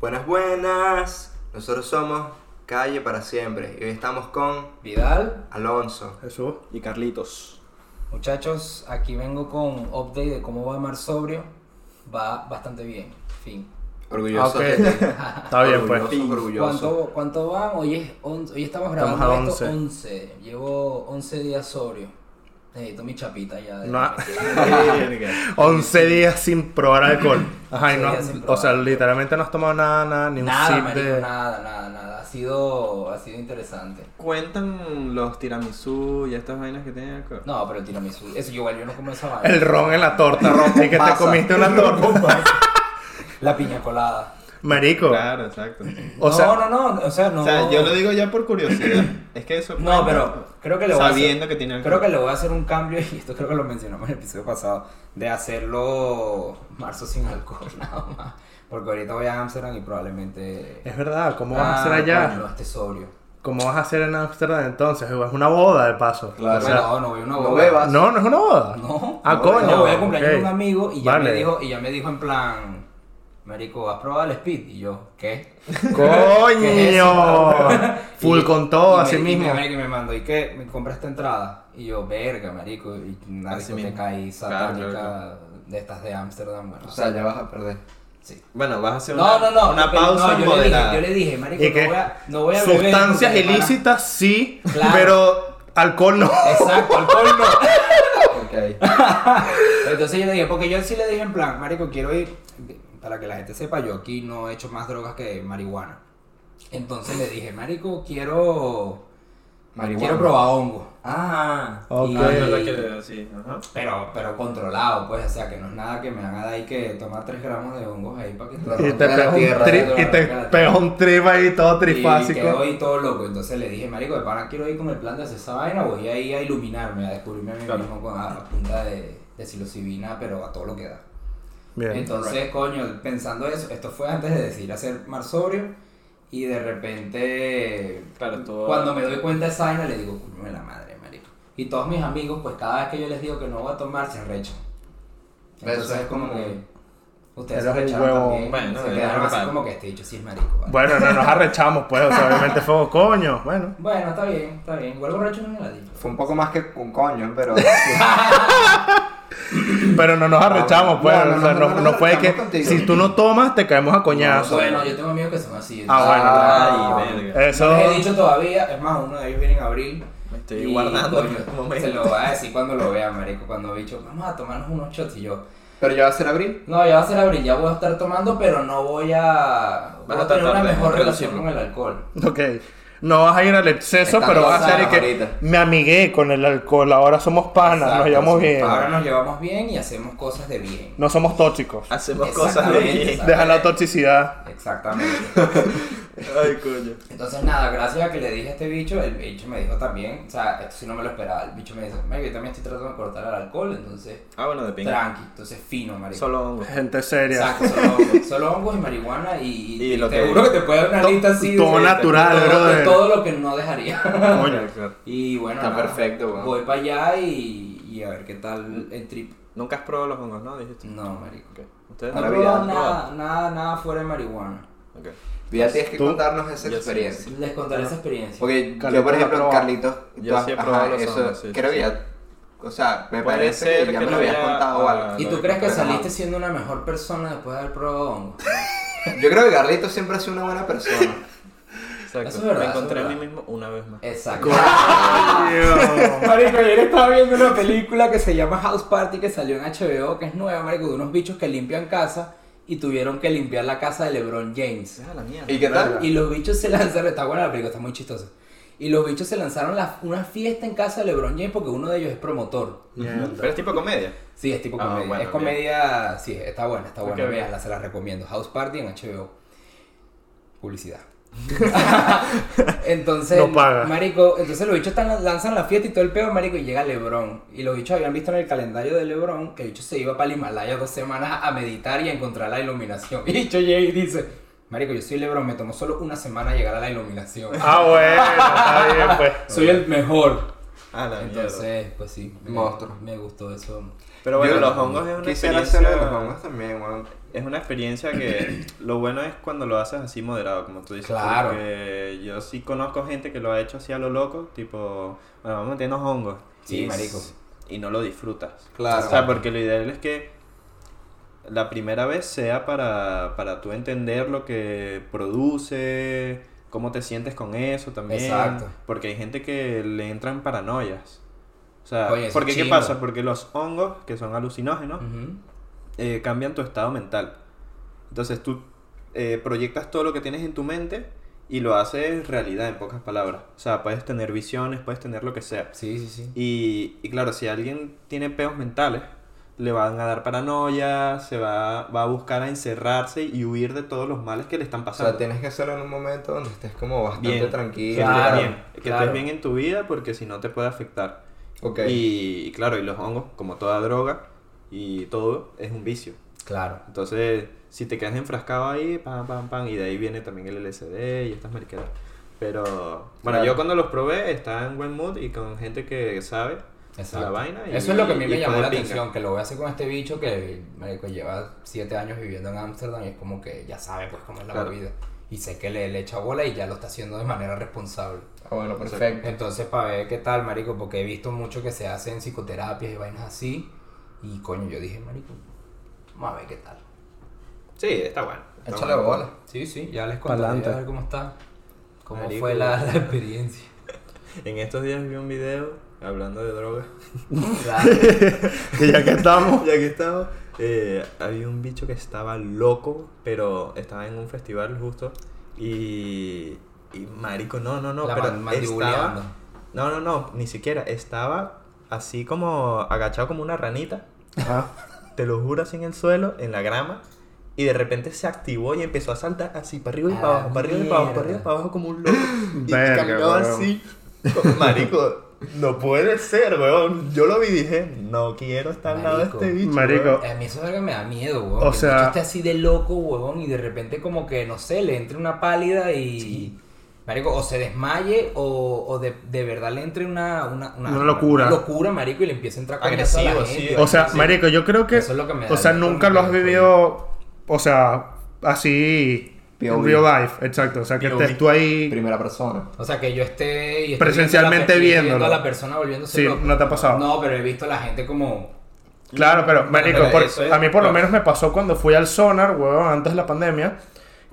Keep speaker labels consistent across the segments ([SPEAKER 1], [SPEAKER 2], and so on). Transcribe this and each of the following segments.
[SPEAKER 1] Buenas, buenas. Nosotros somos Calle para Siempre y hoy estamos con
[SPEAKER 2] Vidal,
[SPEAKER 1] Alonso.
[SPEAKER 3] Jesús.
[SPEAKER 4] Y Carlitos.
[SPEAKER 2] muchachos, aquí vengo con un update de cómo va Mar Sobrio. Va bastante bien, fin.
[SPEAKER 1] Orgulloso.
[SPEAKER 4] Ah,
[SPEAKER 3] ok.
[SPEAKER 1] de ti.
[SPEAKER 2] Ah,
[SPEAKER 3] Está bien, pues.
[SPEAKER 1] Orgulloso, orgulloso.
[SPEAKER 2] ¿Cuánto, cuánto van? Hoy, es on- hoy estamos
[SPEAKER 3] Estamos
[SPEAKER 2] grabando
[SPEAKER 3] a
[SPEAKER 2] esto
[SPEAKER 3] 11.
[SPEAKER 2] 11. Llevo 11 días sobrio. Necesito mi chapita ya. de-
[SPEAKER 3] No.
[SPEAKER 2] Eh,
[SPEAKER 3] 11 días sin probar alcohol. Ajá, y
[SPEAKER 2] 11 días sin
[SPEAKER 3] no, o
[SPEAKER 2] probar
[SPEAKER 3] sea,
[SPEAKER 2] alcohol.
[SPEAKER 3] literalmente no has tomado nada, nada, ni un
[SPEAKER 2] Nada,
[SPEAKER 3] sip
[SPEAKER 2] marico,
[SPEAKER 3] de.
[SPEAKER 2] nada, nada, nada. Ha sido, ha sido interesante.
[SPEAKER 4] Cuentan los tiramisú y estas vainas que tienen alcohol.
[SPEAKER 2] No, pero el tiramisú. Eso igual yo no como esa vaina.
[SPEAKER 3] El ron en la torta, ron. Y que te
[SPEAKER 1] pasa.
[SPEAKER 3] comiste una torta.
[SPEAKER 2] La piña colada.
[SPEAKER 3] Marico.
[SPEAKER 4] Claro, exacto.
[SPEAKER 3] O
[SPEAKER 2] no,
[SPEAKER 3] sea-
[SPEAKER 2] no, no, o sea, no.
[SPEAKER 4] O sea, yo lo digo ya por curiosidad. Es que eso.
[SPEAKER 2] No,
[SPEAKER 4] cuenta, pues,
[SPEAKER 2] pero creo que le voy
[SPEAKER 4] Sabiendo
[SPEAKER 2] a hacer,
[SPEAKER 4] que tiene alcohol.
[SPEAKER 2] creo que le voy a hacer un cambio y esto creo que lo mencionamos en el episodio pasado de hacerlo marzo sin alcohol nada más, porque ahorita voy a Amsterdam y probablemente
[SPEAKER 3] Es verdad, ¿cómo vas a hacer
[SPEAKER 2] Ah,
[SPEAKER 3] allá?
[SPEAKER 2] coño, no esté sobrio.
[SPEAKER 3] ¿Cómo vas a hacer en Ámsterdam entonces? Es una boda de paso.
[SPEAKER 1] Claro.
[SPEAKER 3] O sea,
[SPEAKER 2] no, no voy a una
[SPEAKER 1] no
[SPEAKER 2] boda.
[SPEAKER 1] bebas.
[SPEAKER 3] no, no es una boda.
[SPEAKER 2] No.
[SPEAKER 3] Ah,
[SPEAKER 2] no,
[SPEAKER 3] coño.
[SPEAKER 2] No, voy a cumpleaños de
[SPEAKER 3] ok.
[SPEAKER 2] un amigo y ya
[SPEAKER 3] Vale.
[SPEAKER 2] me dijo y ya me dijo en plan Marico, ¿vas a probar el speed? Y yo, ¿qué? ¿Qué es
[SPEAKER 3] ¡Coño!
[SPEAKER 2] eso?
[SPEAKER 3] Full
[SPEAKER 2] Y-
[SPEAKER 3] con todo,
[SPEAKER 2] y me-
[SPEAKER 3] así
[SPEAKER 2] y me-
[SPEAKER 3] mismo.
[SPEAKER 2] marico, Y me mandó, ¿y qué? ¿Me compras esta entrada? Y yo, verga, marico. Y una
[SPEAKER 4] Así
[SPEAKER 2] discoteca
[SPEAKER 4] mismo.
[SPEAKER 2] ahí satánica
[SPEAKER 4] Claro, claro,
[SPEAKER 2] de estas de Ámsterdam, bueno.
[SPEAKER 1] O sea, ya vas a perder.
[SPEAKER 2] sí.
[SPEAKER 4] Bueno, vas a hacer una,
[SPEAKER 2] No, no, no.
[SPEAKER 4] una
[SPEAKER 2] pero-
[SPEAKER 4] pausa
[SPEAKER 2] no, yo
[SPEAKER 4] moderada.
[SPEAKER 2] Le dije, yo le dije, marico,
[SPEAKER 3] ¿Y
[SPEAKER 2] no
[SPEAKER 3] qué?
[SPEAKER 2] voy a, no voy a beber
[SPEAKER 3] Sustancias
[SPEAKER 2] porque mi pana-
[SPEAKER 3] ilícitas sí,
[SPEAKER 2] Claro.
[SPEAKER 3] pero alcohol no.
[SPEAKER 2] Exacto, alcohol no.
[SPEAKER 1] Ok.
[SPEAKER 2] Entonces yo le dije, porque yo sí le dije en plan, marico, quiero ir, para que la gente sepa, yo aquí no he hecho más drogas que marihuana. Entonces le dije, marico, quiero, quiero probar hongo.
[SPEAKER 1] Ah.
[SPEAKER 3] Ok.
[SPEAKER 2] Y-
[SPEAKER 4] Ah, es verdad que le- sí, ajá.
[SPEAKER 2] pero, pero controlado, pues, o sea, que no es nada que me haga dar ahí que tomar 3 gramos de hongos ahí para que te
[SPEAKER 3] Y
[SPEAKER 1] Claro.
[SPEAKER 3] te
[SPEAKER 1] la
[SPEAKER 3] pegas un
[SPEAKER 1] tierra,
[SPEAKER 3] trip,
[SPEAKER 2] la
[SPEAKER 3] y te
[SPEAKER 2] tierra.
[SPEAKER 3] pegas un trip
[SPEAKER 2] Y
[SPEAKER 3] ahí todo
[SPEAKER 2] quedó
[SPEAKER 3] trifásico.
[SPEAKER 2] ahí todo loco. Entonces le dije, marico, de pana quiero ir con el plan de hacer esa vaina, voy ahí a iluminarme, a descubrirme a mí mismo con, a, a punta de, de psilocibina, pero a todo lo que da.
[SPEAKER 3] Bien.
[SPEAKER 2] Entonces, coño, pensando eso, esto fue antes de decir hacer mar sobrio y de repente,
[SPEAKER 4] Claro, todo-
[SPEAKER 2] cuando me doy cuenta de esa vaina, le digo, coño de la madre, marico. Y todos mis amigos, pues cada vez que yo les digo que no voy a tomar, se arrechan.
[SPEAKER 1] Pero eso
[SPEAKER 2] Entonces
[SPEAKER 1] es
[SPEAKER 2] es como
[SPEAKER 1] como-
[SPEAKER 2] que ustedes se
[SPEAKER 3] Eres un
[SPEAKER 2] arrecharon
[SPEAKER 3] huevón.
[SPEAKER 2] también.
[SPEAKER 4] Bueno,
[SPEAKER 2] se
[SPEAKER 4] es
[SPEAKER 2] quedaron así
[SPEAKER 4] normal.
[SPEAKER 2] como que este dicho sí es marico. ¿vale?
[SPEAKER 3] Bueno, no nos arrechamos, pues, o sea, obviamente fue coño. Bueno,
[SPEAKER 2] Bueno, está bien, está bien. Igual borracho no me la dicho.
[SPEAKER 1] Fue un poco más que un coño, pero.
[SPEAKER 3] pero no
[SPEAKER 2] Ah,
[SPEAKER 3] nos arrechamos, pues,
[SPEAKER 1] No, no,
[SPEAKER 3] o sea,
[SPEAKER 1] no,
[SPEAKER 3] no,
[SPEAKER 1] no, no
[SPEAKER 3] no fue
[SPEAKER 1] arrechamos
[SPEAKER 3] que
[SPEAKER 1] contigo.
[SPEAKER 3] si tú no tomas, te caemos a coñazo.
[SPEAKER 2] Bueno, yo tengo amigos que son así.
[SPEAKER 3] Ah, bueno,
[SPEAKER 1] Ah,
[SPEAKER 4] Ay, verga.
[SPEAKER 3] Eso.
[SPEAKER 2] No les he dicho todavía, es más, uno de ellos viene en abril.
[SPEAKER 4] Me estoy
[SPEAKER 2] Y,
[SPEAKER 4] guardando
[SPEAKER 2] coño,
[SPEAKER 4] en este momento.
[SPEAKER 2] Se lo voy a decir cuando lo vea, marico. Cuando bicho, vamos a tomarnos unos shots y yo.
[SPEAKER 1] Pero ya va a ser abril.
[SPEAKER 2] No, ya va a ser abril, ya voy a estar tomando, pero no voy a. Voy
[SPEAKER 4] Vas
[SPEAKER 2] a tener
[SPEAKER 4] a tratar
[SPEAKER 2] una
[SPEAKER 4] de
[SPEAKER 2] mejor relación
[SPEAKER 4] reducirlo.
[SPEAKER 2] con el alcohol.
[SPEAKER 3] Ok. No vas a ir al exceso,
[SPEAKER 1] Están
[SPEAKER 3] pero vas a hacer
[SPEAKER 1] gozando
[SPEAKER 3] y que
[SPEAKER 1] ahorita.
[SPEAKER 3] me amigué con el alcohol, ahora somos
[SPEAKER 4] Ah,
[SPEAKER 3] panas,
[SPEAKER 2] Exacto,
[SPEAKER 3] nos llevamos
[SPEAKER 2] sí.
[SPEAKER 3] bien.
[SPEAKER 2] Ahora nos llevamos bien y hacemos cosas de bien.
[SPEAKER 3] No somos tóxicos.
[SPEAKER 4] Hacemos cosas de
[SPEAKER 2] Exactamente,
[SPEAKER 4] bien.
[SPEAKER 2] exacto.
[SPEAKER 3] Deja la toxicidad.
[SPEAKER 2] Exactamente.
[SPEAKER 4] Ay, coño.
[SPEAKER 2] Entonces, nada, gracias a que le dije a este bicho, el bicho me dijo también, o sea, esto sí no me lo esperaba. El bicho me dice, "Marico, yo también estoy tratando de cortar el alcohol, entonces,
[SPEAKER 4] Ah, bueno, de pinga.
[SPEAKER 2] tranqui, entonces fino, marico.
[SPEAKER 4] Solo hongo.
[SPEAKER 3] Gente seria.
[SPEAKER 2] Exacto, solo hongos, solo hongos y marihuana y, y
[SPEAKER 4] Y lo
[SPEAKER 2] te
[SPEAKER 4] que-
[SPEAKER 2] juro que te puede dar una
[SPEAKER 3] To-
[SPEAKER 2] lista así
[SPEAKER 3] todo
[SPEAKER 2] de-
[SPEAKER 3] natural,
[SPEAKER 2] de todo, de
[SPEAKER 3] brother.
[SPEAKER 2] todo lo que no dejaría.
[SPEAKER 3] Coño.
[SPEAKER 4] Claro.
[SPEAKER 2] Y bueno,
[SPEAKER 1] Está
[SPEAKER 2] nada,
[SPEAKER 1] perfecto, weón.
[SPEAKER 2] voy para allá y, y a ver qué tal el trip.
[SPEAKER 4] Nunca has probado los hongos, ¿no? Dijiste.
[SPEAKER 2] No, marico.
[SPEAKER 4] Ok. Ustedes
[SPEAKER 2] No he
[SPEAKER 1] Ahora
[SPEAKER 4] no.
[SPEAKER 1] Navidad, ¿no?
[SPEAKER 2] probado nada, nada, nada fuera de marihuana.
[SPEAKER 4] Ok.
[SPEAKER 1] Ya tienes que
[SPEAKER 3] Tú-
[SPEAKER 1] contarnos esa
[SPEAKER 4] Yo sí.
[SPEAKER 1] experiencia.
[SPEAKER 2] Les contaré esa experiencia.
[SPEAKER 1] Porque yo, por
[SPEAKER 3] Carlitos la
[SPEAKER 1] ejemplo,
[SPEAKER 3] probó.
[SPEAKER 1] Carlitos,
[SPEAKER 4] Yo
[SPEAKER 1] has-
[SPEAKER 4] sí he probado los
[SPEAKER 1] eso,
[SPEAKER 4] hombres, sí,
[SPEAKER 1] creo
[SPEAKER 4] sí,
[SPEAKER 1] que
[SPEAKER 4] sí.
[SPEAKER 1] ya, o sea, me
[SPEAKER 4] Puede
[SPEAKER 1] parece
[SPEAKER 4] ser
[SPEAKER 1] que ya
[SPEAKER 4] que
[SPEAKER 1] me lo
[SPEAKER 4] lo
[SPEAKER 1] habías
[SPEAKER 4] había-
[SPEAKER 1] contado
[SPEAKER 4] ah,
[SPEAKER 1] algo.
[SPEAKER 2] ¿Y tú
[SPEAKER 4] no,
[SPEAKER 2] crees que
[SPEAKER 1] pero no.
[SPEAKER 2] saliste siendo una mejor persona después de haber probado hongo?
[SPEAKER 1] Yo creo que Carlitos siempre ha sido una buena persona.
[SPEAKER 4] Exacto.
[SPEAKER 2] Eso es verdad,
[SPEAKER 4] Me
[SPEAKER 2] eso
[SPEAKER 4] encontré
[SPEAKER 2] es
[SPEAKER 4] a mí
[SPEAKER 2] verdad.
[SPEAKER 4] mismo una vez más.
[SPEAKER 2] Exacto. Marico, ayer estaba viendo una película que se llama House Party que salió en HBO, que es nueva, marico, de unos bichos que limpian casa y tuvieron que limpiar la casa de LeBron James.
[SPEAKER 4] Ah, la mierda.
[SPEAKER 1] ¿Y qué tal?
[SPEAKER 2] Y los bichos se lanzaron, está buena la película, está muy chistosa. Y los bichos se lanzaron la- una fiesta en casa de LeBron James porque uno de ellos es promotor.
[SPEAKER 4] Pero es tipo comedia.
[SPEAKER 2] Sí, es tipo
[SPEAKER 4] Ah,
[SPEAKER 2] comedia.
[SPEAKER 4] bueno,
[SPEAKER 2] es comedia, sí, está buena, está buena.
[SPEAKER 4] Ok, bien.
[SPEAKER 2] Veanla, se las recomiendo. House Party en HBO. Publicidad. entonces,
[SPEAKER 3] No paga.
[SPEAKER 2] Marico, entonces los bichos están- lanzan la fiesta y todo el pedo, Marico, y llega Lebron. Y los bichos habían visto en el calendario de Lebron que el bicho se iba para el Himalaya dos semanas a meditar y a encontrar la iluminación. Y el bicho llega y dice: Marico, yo soy Lebron, me tomó solo una semana llegar a la iluminación.
[SPEAKER 3] Ah, bueno, está Ah, bien, pues.
[SPEAKER 2] Soy el mejor.
[SPEAKER 4] Ah, la mierda.
[SPEAKER 2] Entonces, pues sí. me-
[SPEAKER 1] Monstruo.
[SPEAKER 2] Me gustó eso.
[SPEAKER 4] Pero bueno,
[SPEAKER 1] Yo
[SPEAKER 4] los hongos es una
[SPEAKER 1] Quisiera hacer lo de los
[SPEAKER 4] experiencia-
[SPEAKER 1] hongos también, weón.
[SPEAKER 4] Es una experiencia que lo bueno es cuando lo haces así moderado, como tú dices.
[SPEAKER 2] Claro.
[SPEAKER 4] Porque yo sí conozco gente que lo ha hecho así a lo loco, tipo, bueno, vamos a meternos hongos.
[SPEAKER 2] Sí,
[SPEAKER 4] Y-
[SPEAKER 2] marico.
[SPEAKER 4] Y no lo disfrutas.
[SPEAKER 1] Claro.
[SPEAKER 4] O sea, porque lo ideal es que la primera vez sea para, para tú entender lo que produce, cómo te sientes con eso también.
[SPEAKER 2] Exacto.
[SPEAKER 4] Porque hay gente que le entran paranoias. O sea,
[SPEAKER 2] Coño, eso es
[SPEAKER 4] porque ¿qué
[SPEAKER 2] chimbo.
[SPEAKER 4] pasa? Porque los hongos, que son alucinógenos,
[SPEAKER 2] Ujú.
[SPEAKER 4] eh, cambian tu estado mental. Entonces tú eh, proyectas todo lo que tienes en tu mente y lo haces realidad, en pocas palabras. O sea, puedes tener visiones, puedes tener lo que sea.
[SPEAKER 2] Sí, sí, sí.
[SPEAKER 4] Y, y claro, si alguien tiene peos mentales, le van a dar paranoia, se va, va a buscar a encerrarse y huir de todos los males que le están
[SPEAKER 1] O sea,
[SPEAKER 4] pasando.
[SPEAKER 1] tienes que hacerlo en un momento donde estés como bastante
[SPEAKER 4] Bien. que
[SPEAKER 1] tranquilo.
[SPEAKER 4] estés
[SPEAKER 2] Claro,
[SPEAKER 4] bien, que estés
[SPEAKER 2] claro.
[SPEAKER 4] bien en tu vida porque si no te puede afectar.
[SPEAKER 1] Ok.
[SPEAKER 4] Y, y claro, y los hongos, como toda droga y todo, es un vicio.
[SPEAKER 2] Claro.
[SPEAKER 4] Entonces, si te quedas enfrascado ahí, pam, pam, pam, y de ahí viene también el LSD y estas mariqueras. Pero, bueno,
[SPEAKER 2] Claro.
[SPEAKER 4] yo cuando los probé estaba en buen mood y con gente que sabe
[SPEAKER 2] Exacto.
[SPEAKER 4] la vaina. y-
[SPEAKER 2] Eso es lo que a mí
[SPEAKER 4] y
[SPEAKER 2] me
[SPEAKER 4] fue
[SPEAKER 2] llamó
[SPEAKER 4] de
[SPEAKER 2] la
[SPEAKER 4] pinga.
[SPEAKER 2] atención, que lo voy a hacer con este bicho que marico, lleva siete años viviendo en Ámsterdam y es como que ya sabe pues cómo es la
[SPEAKER 4] Claro.
[SPEAKER 2] movida. Y sé que le, le echa bola y ya lo está haciendo de manera responsable.
[SPEAKER 1] Ah, bueno, perfecto.
[SPEAKER 2] Entonces, para ver qué tal, marico, porque he visto mucho que se hacen psicoterapias y vainas así. Y coño, yo dije, marico, vamos a ver qué tal.
[SPEAKER 4] Sí, está bueno. está
[SPEAKER 1] Échale
[SPEAKER 4] bueno.
[SPEAKER 1] bola.
[SPEAKER 2] Sí, sí, ya les contaré
[SPEAKER 4] Pa'lante.
[SPEAKER 2] a ver cómo está. Cómo
[SPEAKER 4] Marico.
[SPEAKER 2] fue la, la experiencia.
[SPEAKER 4] En estos días vi un video hablando de drogas.
[SPEAKER 2] Claro.
[SPEAKER 3] Que ya que estamos.
[SPEAKER 4] ya que estaba, eh, había un bicho que estaba loco, pero estaba en un festival justo y, y marico, no, no, no,
[SPEAKER 2] La
[SPEAKER 4] pero
[SPEAKER 2] man- mandibuleando.
[SPEAKER 4] estaba, no, no, no, ni siquiera estaba así como agachado como una ranita,
[SPEAKER 2] Ah.
[SPEAKER 3] Ajá.
[SPEAKER 4] te lo juro así en el suelo, en la grama. Y de repente se activó y empezó a saltar así para arriba y
[SPEAKER 2] A
[SPEAKER 4] para
[SPEAKER 2] la
[SPEAKER 4] abajo, para arriba y para abajo, para arriba y
[SPEAKER 2] mierda.
[SPEAKER 4] para abajo como un loco. Y
[SPEAKER 3] Verga,
[SPEAKER 4] caminaba
[SPEAKER 3] weón.
[SPEAKER 4] así. Marico, no puede ser, weón. Yo lo vi y dije, no quiero estar al lado de
[SPEAKER 2] Marico.
[SPEAKER 4] este bicho.
[SPEAKER 3] Marico,
[SPEAKER 4] weón".
[SPEAKER 2] A mí eso es algo que me da miedo, huevón.
[SPEAKER 3] O
[SPEAKER 2] que el
[SPEAKER 3] sea-
[SPEAKER 2] bicho esté así de loco, huevón, y de repente como que, no sé, le entre una pálida y... Marico, o se desmaye o, o de, de verdad le entre una, una,
[SPEAKER 3] Una locura.
[SPEAKER 2] una locura, marico, y le empieza a entrar coñazo a la
[SPEAKER 4] Agresivo,
[SPEAKER 2] gente.
[SPEAKER 4] sí.
[SPEAKER 3] O sea,
[SPEAKER 4] Sí.
[SPEAKER 3] marico, yo creo que.
[SPEAKER 2] Eso es lo que me da
[SPEAKER 3] o sea,
[SPEAKER 2] miedo,
[SPEAKER 3] nunca lo has
[SPEAKER 2] marico.
[SPEAKER 3] vivido. O sea, así. En
[SPEAKER 1] POV.
[SPEAKER 3] real life, exacto. O sea, que
[SPEAKER 4] POV.
[SPEAKER 3] estés tú ahí.
[SPEAKER 1] Primera persona.
[SPEAKER 2] O sea, que yo esté... Y esté viendo a la- y esté
[SPEAKER 3] Presencialmente viéndolo.
[SPEAKER 2] viendo a la persona volviéndose
[SPEAKER 3] Sí,
[SPEAKER 2] loco.
[SPEAKER 3] no te ha pasado.
[SPEAKER 2] No, pero he visto a la gente como...
[SPEAKER 3] Claro, pero, marico,
[SPEAKER 4] pero
[SPEAKER 3] por-
[SPEAKER 4] eso es-
[SPEAKER 3] a mí por lo
[SPEAKER 4] claro.
[SPEAKER 3] menos me pasó cuando fui al Sonar, huevón, antes de la pandemia.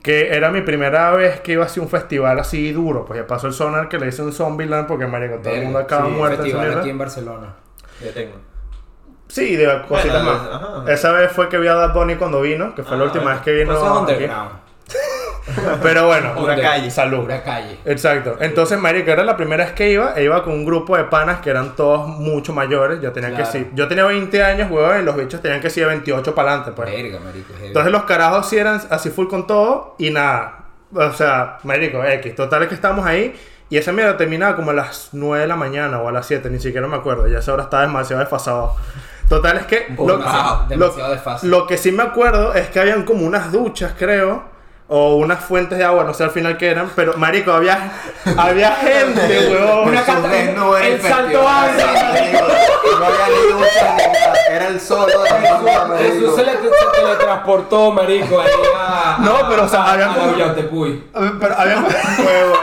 [SPEAKER 3] Que era mi primera vez que iba a un festival así duro. Pues ya pasó el Sonar que le dicen Zombieland porque, marico, todo el
[SPEAKER 2] verga,
[SPEAKER 3] mundo acaba
[SPEAKER 2] sí, un
[SPEAKER 3] muerto. en esa
[SPEAKER 2] festival
[SPEAKER 3] mierda.
[SPEAKER 2] aquí en Barcelona.
[SPEAKER 4] Ya tengo.
[SPEAKER 3] Sí, de cositas
[SPEAKER 4] Bueno,
[SPEAKER 3] más.
[SPEAKER 4] ajá.
[SPEAKER 3] Esa vez fue que vi a Bad Bunny cuando vino, que fue la
[SPEAKER 4] Ah,
[SPEAKER 3] última
[SPEAKER 4] bueno.
[SPEAKER 3] vez que vino.
[SPEAKER 2] Cosas
[SPEAKER 3] aquí.
[SPEAKER 2] underground.
[SPEAKER 3] Pero bueno,
[SPEAKER 2] Pura calle.
[SPEAKER 3] Salud.
[SPEAKER 2] Pura calle.
[SPEAKER 3] Exacto. Entonces, marico, era la primera vez que iba, e iba con un grupo de panas que eran todos mucho mayores. Yo tenía
[SPEAKER 2] Claro.
[SPEAKER 3] que sí. Yo tenía 20 años, huevón, y los bichos tenían que sí de 28 para adelante, pues.
[SPEAKER 2] Verga, marico. heavy.
[SPEAKER 3] Entonces los carajos sí eran así full con todo y nada. O sea, marico, X. Total es que estábamos ahí y esa mierda terminaba como a las 9 de la mañana o a las 7, ni siquiera me acuerdo. Ya esa hora estaba demasiado desfasado. Total es que...
[SPEAKER 2] poco demasiado- demasiado desfasado.
[SPEAKER 3] lo que sí me acuerdo es que habían como unas duchas, creo. O unas fuentes de agua, no sé al final qué eran, pero marico, había, había gente, weón.
[SPEAKER 2] Una cata- el salto
[SPEAKER 1] alto. No había ni ducha ni nada. Era el solo de la mamá, marico.
[SPEAKER 2] Jesús se, le, se teletransportó, marico, ahí a...
[SPEAKER 3] No, pero, o sea,
[SPEAKER 2] a-
[SPEAKER 3] habían
[SPEAKER 2] a
[SPEAKER 3] como-
[SPEAKER 2] Yabutepuy.
[SPEAKER 3] Pero había huevón.